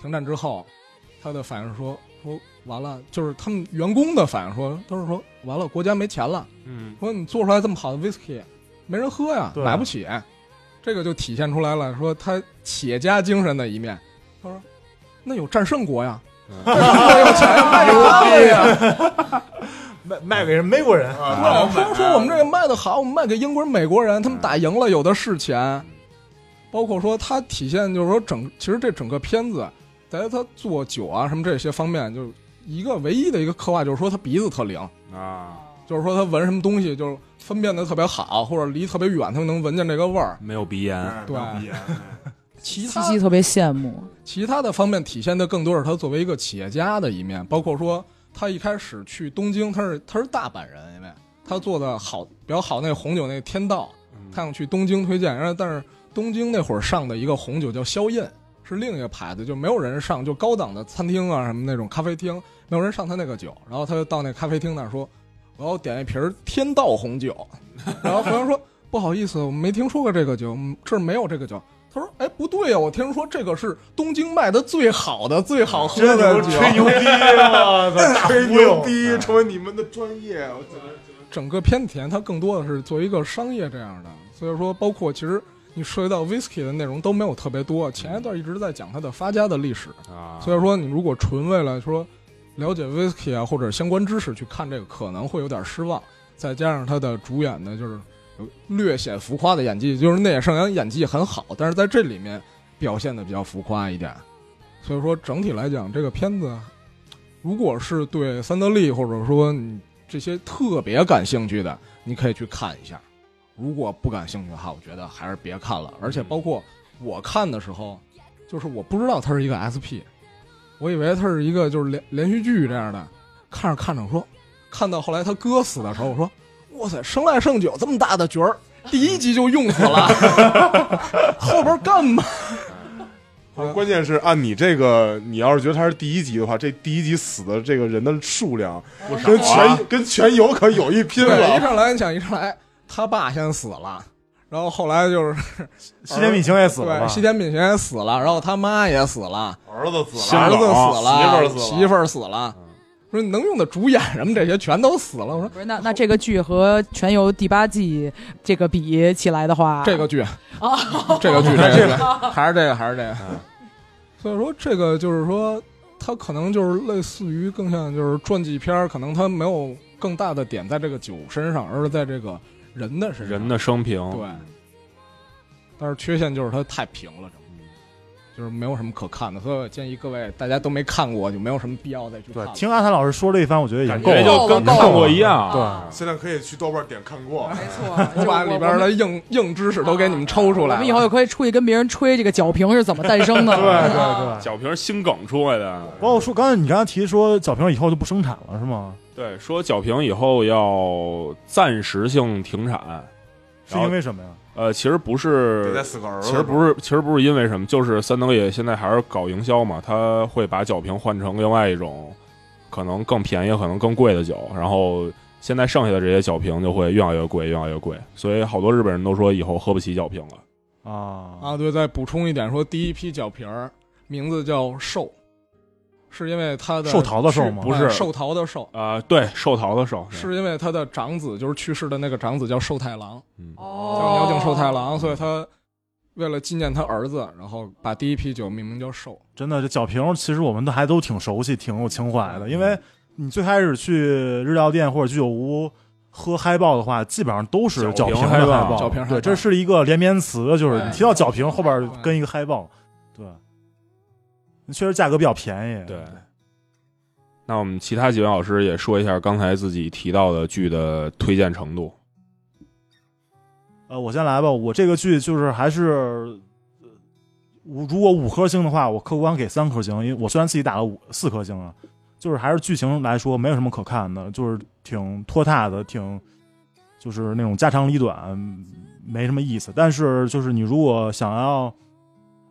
[SPEAKER 3] 停战之后，他的反应说说完了，就是他们员工的反应说都是说完了，国家没钱了，
[SPEAKER 2] 嗯，
[SPEAKER 3] 说你做出来这么好的 whisky，没人喝呀，
[SPEAKER 4] 对
[SPEAKER 3] 买不起。这个就体现出来了，说他企业家精神的一面。他说：“那有战胜国呀， [laughs] 战胜国有钱呀卖给他们呀。”
[SPEAKER 8] 卖卖给人美国人，
[SPEAKER 7] 啊，
[SPEAKER 3] 对，说说我们这个卖的好，我们卖给英国人、美国人，他们打赢了，有的是钱。包括说它体现就是说整，其实这整个片子，在它做酒啊什么这些方面，就是一个唯一的一个刻画，就是说它鼻子特灵，
[SPEAKER 2] 啊，
[SPEAKER 3] 就是说它闻什么东西就是分辨的特别好，或者离特别远，它就能闻见这个味儿。
[SPEAKER 2] 没有鼻炎，
[SPEAKER 7] 哎
[SPEAKER 3] 对
[SPEAKER 7] 要鼻炎
[SPEAKER 3] 其
[SPEAKER 1] 七
[SPEAKER 3] 他
[SPEAKER 1] 七特别羡慕，
[SPEAKER 3] 其他的方面体现的更多是他作为一个企业家的一面，包括说他一开始去东京，他是他是大阪人，因为他做的好比较好那红酒那天道，
[SPEAKER 2] 嗯
[SPEAKER 3] 嗯他想去东京推荐，然后但是东京那会儿上的一个红酒叫萧印，是另一个牌子，就没有人上，就高档的餐厅啊什么那种咖啡厅，没有人上他那个酒，然后他就到那咖啡厅那儿说，我要点一瓶儿天道红酒，然后服务员说不好意思，我没听说过这个酒，嗯这儿没有这个酒。他说：“哎，不对呀、我听说这个是东京卖的最好的、最好喝
[SPEAKER 4] 真
[SPEAKER 3] 的
[SPEAKER 4] 的
[SPEAKER 3] 酒。
[SPEAKER 4] 吹牛逼
[SPEAKER 7] 哎
[SPEAKER 4] 啊，大忽
[SPEAKER 7] 吹
[SPEAKER 4] 悠
[SPEAKER 7] 牛，逼，成为你们的专业，我真的
[SPEAKER 3] 整个片体验它更多的是作为一个商业这样的，所以说包括其实你涉及到 whisky 的内容都没有特别多。前一段一直在讲它的发家的历史，
[SPEAKER 2] 啊，
[SPEAKER 3] 所以说你如果纯为了说了解 whisky 啊或者相关知识去看这个，可能会有点失望。再加上他的主演呢，就是有略显浮夸的演技，就是内野圣阳演技很好，但是在这里面表现的比较浮夸一点。所以说整体来讲，这个片子如果是对三得利或者说你这些特别感兴趣的，你可以去看一下。如果不感兴趣的话，我觉得还是别看了。而且包括我看的时候，就是我不知道它是一个 SP，我以为它是一个就是连连续剧这样的。看着看着我说，看到后来他哥死的时候，我说：“哇塞，生来圣酒这么大的角儿，第一集就用死了，后边干嘛？”
[SPEAKER 5] 不是关键是按你这个，你要是觉得他是第一集的话，这第一集死的这个人的数量
[SPEAKER 2] 啊
[SPEAKER 5] 跟全跟全游可有一拼
[SPEAKER 3] 对，一
[SPEAKER 5] 了。
[SPEAKER 3] 上来你想一上来，他爸先死了，然后后来就是
[SPEAKER 4] [laughs] 西田敏行也死了吧
[SPEAKER 3] 对，？西田敏行也死了，然后他妈也死了，
[SPEAKER 7] 儿子死了，
[SPEAKER 3] 儿子死
[SPEAKER 7] 媳妇儿
[SPEAKER 3] 了，
[SPEAKER 7] 死了
[SPEAKER 3] 媳妇儿死了，说能用的主演什么这些全都死了。我说
[SPEAKER 1] 不是那那这个剧和《全游》第八季这个比起来的话，
[SPEAKER 3] 这个剧， [laughs] 这个剧，这个剧还是这个还是这个，所以说这个就是说，它可能就是类似于更像就是传记片儿，可能它没有更大的点在这个酒身上，而是在这个人的身上。
[SPEAKER 2] 人的生平，
[SPEAKER 3] 嗯对，但是缺陷就是它太平了，整个就是没有什么可看的，所以我建议各位大家都没看过，就没有什么必要再去看
[SPEAKER 4] 对，
[SPEAKER 3] 了。
[SPEAKER 4] 听阿谭老师说这一番，我觉得已经
[SPEAKER 2] 感
[SPEAKER 4] 够
[SPEAKER 2] 觉
[SPEAKER 4] 了。
[SPEAKER 2] 就跟
[SPEAKER 1] 够了
[SPEAKER 2] 看过一样。
[SPEAKER 1] 啊
[SPEAKER 7] 现在可以去豆瓣点看
[SPEAKER 2] [laughs]
[SPEAKER 7] 过，
[SPEAKER 1] 没错，
[SPEAKER 3] 我把里边的硬硬知识都给你们抽出来了。
[SPEAKER 1] 我们以后就可以出去跟别人吹这个角瓶是怎么诞
[SPEAKER 3] [laughs]
[SPEAKER 1] 生的。
[SPEAKER 4] 对对对，
[SPEAKER 2] 小瓶新梗出来的，
[SPEAKER 4] 包括说刚才你刚才提说小瓶以后就不生产了是吗？
[SPEAKER 2] 对，说角瓶以后要暂时性停产，
[SPEAKER 4] 是因为什么呀？
[SPEAKER 2] 呃，其实不
[SPEAKER 7] 得再
[SPEAKER 2] 是，
[SPEAKER 7] 死个儿子。
[SPEAKER 2] 其实不是，其实不是因为什么，就是三得也现在还是搞营销嘛，他会把酒瓶换成另外一种，可能更便宜、可能更贵的酒，然后现在剩下的这些酒瓶就会越来越贵，越来越贵，所以好多日本人都说以后喝不起酒瓶了。
[SPEAKER 4] 啊
[SPEAKER 3] 啊，对，再补充一点说，第一批角瓶儿名字叫寿，是因为它的
[SPEAKER 4] 寿桃的寿吗
[SPEAKER 3] 去
[SPEAKER 2] 不是
[SPEAKER 3] 哎寿桃的寿，
[SPEAKER 2] 啊、对，寿桃的寿
[SPEAKER 3] 是因为他的长子就是去世的那个长子叫寿太郎，
[SPEAKER 2] 嗯
[SPEAKER 1] 哦
[SPEAKER 3] 叫苗井寿太郎，所以他为了纪念他儿子，然后把第一批酒命名叫寿。
[SPEAKER 4] 真的，这角瓶其实我们都还都挺熟悉，挺有情怀
[SPEAKER 3] 嗯
[SPEAKER 4] 的。因为你最开始去日料店或者居酒屋喝嗨爆的话，基本上都是
[SPEAKER 2] 角
[SPEAKER 4] 角
[SPEAKER 2] 瓶
[SPEAKER 4] 瓶的
[SPEAKER 2] 嗨
[SPEAKER 4] 嗨
[SPEAKER 2] 爆
[SPEAKER 4] 爆。
[SPEAKER 3] 角瓶嗨
[SPEAKER 4] 对，
[SPEAKER 3] 爆
[SPEAKER 4] 这是一个连绵词，就是
[SPEAKER 3] 对
[SPEAKER 4] 你提到角瓶后边跟一个嗨爆，对，确实价格比较便宜。
[SPEAKER 2] 对。那我们其他几位老师也说一下刚才自己提到的剧的推荐程度。
[SPEAKER 4] 呃，我先来吧。我这个剧就是还是，呃五如果五颗星的话，我客观给三颗星，因为我虽然自己打了五四颗星啊，就是还是剧情来说没有什么可看的，就是挺拖沓的，挺就是那种家长里短，嗯没什么意思。但是就是你如果想要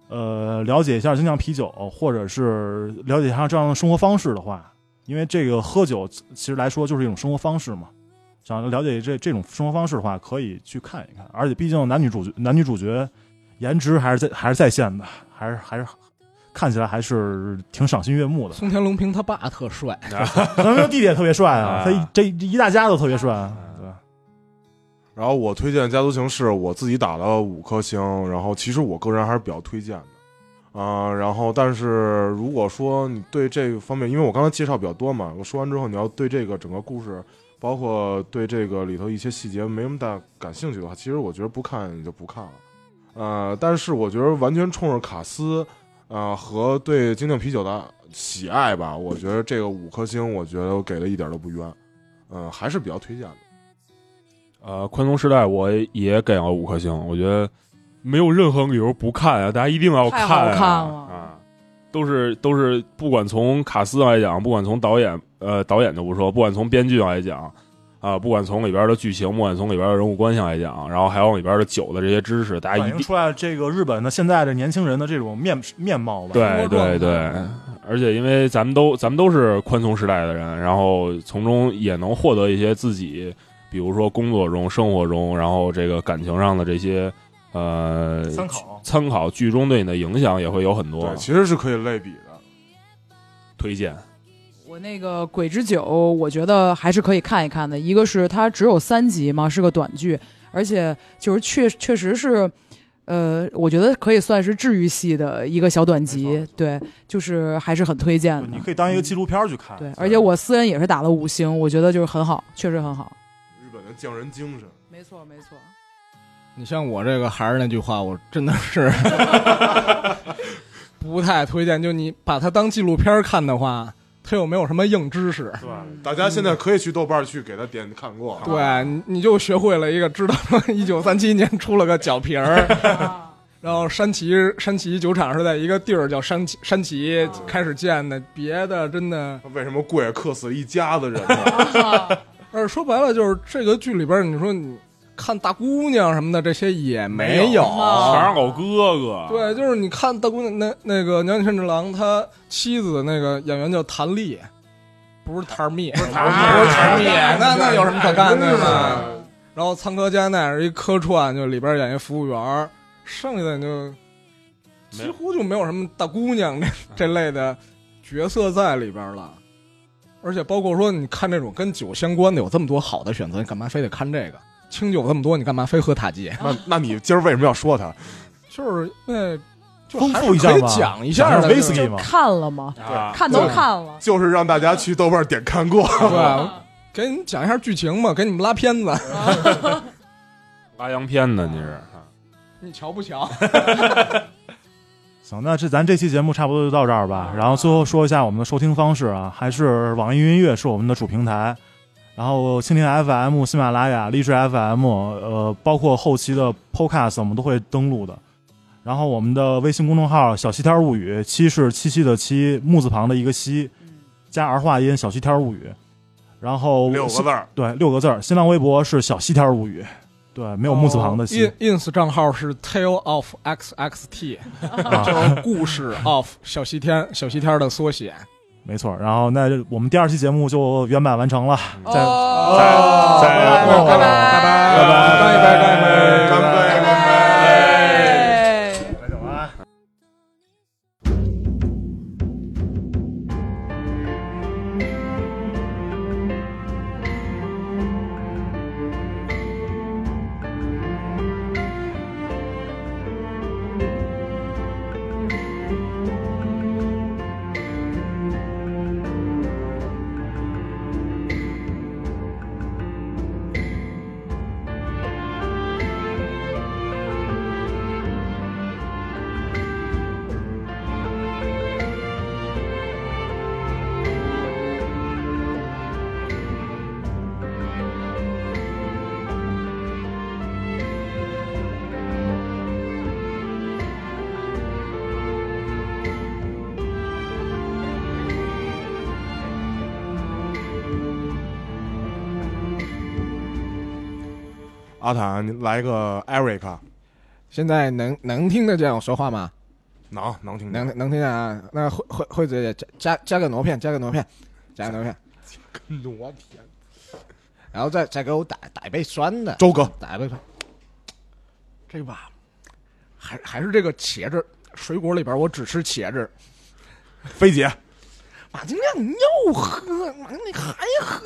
[SPEAKER 4] 呃了解一下精酿啤酒，或者是了解一下这样的生活方式的话，因为这个喝酒其实来说就是一种生活方式嘛。想了解这这种生活方式的话，可以去看一看。而且毕竟男女主角男女主角颜值还是在还是在线的，还是还是看起来还是挺赏心悦目的。
[SPEAKER 3] 松田龙平他爸特帅，
[SPEAKER 4] 咱们弟弟也特别帅啊
[SPEAKER 2] 啊，
[SPEAKER 4] 他一这一大家都特别帅啊，对，
[SPEAKER 5] 然后我推荐《家族形式》，我自己打了五颗星，然后其实我个人还是比较推荐的，啊、然后但是如果说你对这个方面，因为我刚才介绍比较多嘛，我说完之后你要对这个整个故事，包括对这个里头一些细节没什么大感兴趣的话，其实我觉得不看也就不看了，呃，但是我觉得完全冲着卡斯，啊、和对精酿啤酒的喜爱吧，我觉得这个五颗星，我觉得我给的一点都不冤，嗯、还是比较推荐的。
[SPEAKER 2] 呃，宽松时代我也给了五颗星，我觉得没有任何理由不看啊，大家一定要看、啊，
[SPEAKER 1] 太好看了
[SPEAKER 2] 啊！都是都是，不管从卡斯来讲，不管从导演呃导演就不说，不管从编剧来讲啊、不管从里边的剧情，不管从里边的人物关系来讲，然后还有里边的酒的这些知识，大家一
[SPEAKER 4] 反映
[SPEAKER 2] 定
[SPEAKER 4] 出来这个日本的现在的年轻人的这种面面貌吧。
[SPEAKER 2] 对
[SPEAKER 3] 生活状
[SPEAKER 2] 对
[SPEAKER 3] 态
[SPEAKER 2] 对，而且因为咱们都咱们都是宽松时代的人，然后从中也能获得一些自己，比如说工作中、生活中，然后这个感情上的这些呃
[SPEAKER 4] 参考
[SPEAKER 2] 参考，剧中对你的影响也会有很多
[SPEAKER 5] 对，其实是可以类比的。
[SPEAKER 2] 推荐。
[SPEAKER 1] 我那个《鬼之酒》，我觉得还是可以看一看的。一个是它只有三集嘛，是个短剧，而且就是确确实是，呃，我觉得可以算是治愈系的一个小短集，对，就是还是很推荐
[SPEAKER 4] 对
[SPEAKER 1] 的
[SPEAKER 4] 你。可以当一个纪录片去看。
[SPEAKER 1] 嗯对，而且我私人也是打了五星，我觉得就是很好，确实很好。
[SPEAKER 5] 日本的匠人精神。
[SPEAKER 1] 没错，没错。
[SPEAKER 3] 你像我这个还是那句话，我真的是 [laughs] 不太推荐。就你把它当纪录片儿看的话，它又没有什么硬知识。
[SPEAKER 4] 对
[SPEAKER 5] 大家现在可以去豆瓣儿去给他点看过。啊
[SPEAKER 3] 对，你你就学会了一个，知道一九三七年出了个角瓶儿，然后山崎山崎酒厂是在一个地儿叫山崎山崎开始建的，别的真的，
[SPEAKER 5] 为什么贵？克死一家子人呢？
[SPEAKER 3] 而呃说白了就是这个剧里边儿，你说你看大姑娘什么的这些也没有，
[SPEAKER 5] 啊
[SPEAKER 3] 哦
[SPEAKER 2] 全是老哥哥，
[SPEAKER 3] 对，就是你看大姑娘那那个鸟井慎之郎他妻子那个演员叫谭丽，不是谭蜜， [laughs] 不是
[SPEAKER 5] 谭蜜
[SPEAKER 3] 谭蜜，那那有什么可干的
[SPEAKER 5] 真是
[SPEAKER 3] 呢？然后仓科加奈是一客串，就里边演一服务员儿，剩下的就
[SPEAKER 2] 没啊
[SPEAKER 3] 几
[SPEAKER 2] 有
[SPEAKER 3] 乎就没有什么大姑娘这这类的角色在里边了。而且包括说，你看这种跟酒相关的有这么多好的选择，你干嘛非得看这个？清酒这么多，你干嘛非喝塔吉？ [laughs]
[SPEAKER 5] 那那你今儿为什么要说他？
[SPEAKER 3] 就是那就
[SPEAKER 4] 丰
[SPEAKER 3] 还
[SPEAKER 4] 富
[SPEAKER 3] 是
[SPEAKER 4] 一下
[SPEAKER 3] 可以
[SPEAKER 4] 嘛
[SPEAKER 3] 讲一下
[SPEAKER 4] 讲
[SPEAKER 3] 的
[SPEAKER 4] 讲
[SPEAKER 3] 这个
[SPEAKER 4] whisky
[SPEAKER 1] 就
[SPEAKER 4] 嘛
[SPEAKER 1] [laughs] 看了吗？
[SPEAKER 2] 啊，
[SPEAKER 1] 看都看了。
[SPEAKER 5] 就是让大家去豆瓣儿点看 [laughs] 过。
[SPEAKER 3] 对，
[SPEAKER 2] [laughs]
[SPEAKER 3] 给你们讲一下剧情嘛，给你们拉片子。
[SPEAKER 2] 啊拉洋片呢，你是？
[SPEAKER 3] 你瞧不瞧？
[SPEAKER 4] 行，那这咱这期节目差不多就到这儿吧。然后最后说一下我们的收听方式啊，还是网易云音乐是我们的主平台，然后蜻蜓 FM、喜马拉雅、荔枝 FM，呃，包括后期的 Podcast 我们都会登录的。然后我们的微信公众号“小西天物语”，七是七夕的七，木字旁的一个西，加儿化音“小西天物语”。然后
[SPEAKER 2] 六个字儿，
[SPEAKER 4] 对六个字儿，新浪微博是“小西天物语”，对，没有木字旁
[SPEAKER 2] 哦
[SPEAKER 4] 的西。
[SPEAKER 3] In 呃 ins 账号是 tail of xxt，
[SPEAKER 4] 啊
[SPEAKER 3] 就是
[SPEAKER 4] [laughs]
[SPEAKER 3] 故事 of 小西天，小西天的缩写。
[SPEAKER 4] 没错，然后那我们第二期节目就圆满完成了，再
[SPEAKER 1] 哦，
[SPEAKER 2] 再再
[SPEAKER 1] 拜拜
[SPEAKER 4] 拜
[SPEAKER 1] 拜
[SPEAKER 4] 拜
[SPEAKER 3] 拜拜拜拜
[SPEAKER 5] 干杯！
[SPEAKER 1] 拜拜。
[SPEAKER 5] 阿坦，你来个 Eric，
[SPEAKER 3] 现在能能听得见我说话吗？
[SPEAKER 5] 能能听见
[SPEAKER 3] 能能听见啊？那慧慧慧姐姐加加加个挪片，加个挪片，加个挪片，
[SPEAKER 5] 我天，
[SPEAKER 3] 然后再再给我打打一杯酸的，
[SPEAKER 5] 周哥，
[SPEAKER 3] 打一杯酸。这吧，还还是这个茄子，水果里边我只吃茄子。
[SPEAKER 5] 菲姐，
[SPEAKER 3] 马金亮，你又喝，马金亮还喝，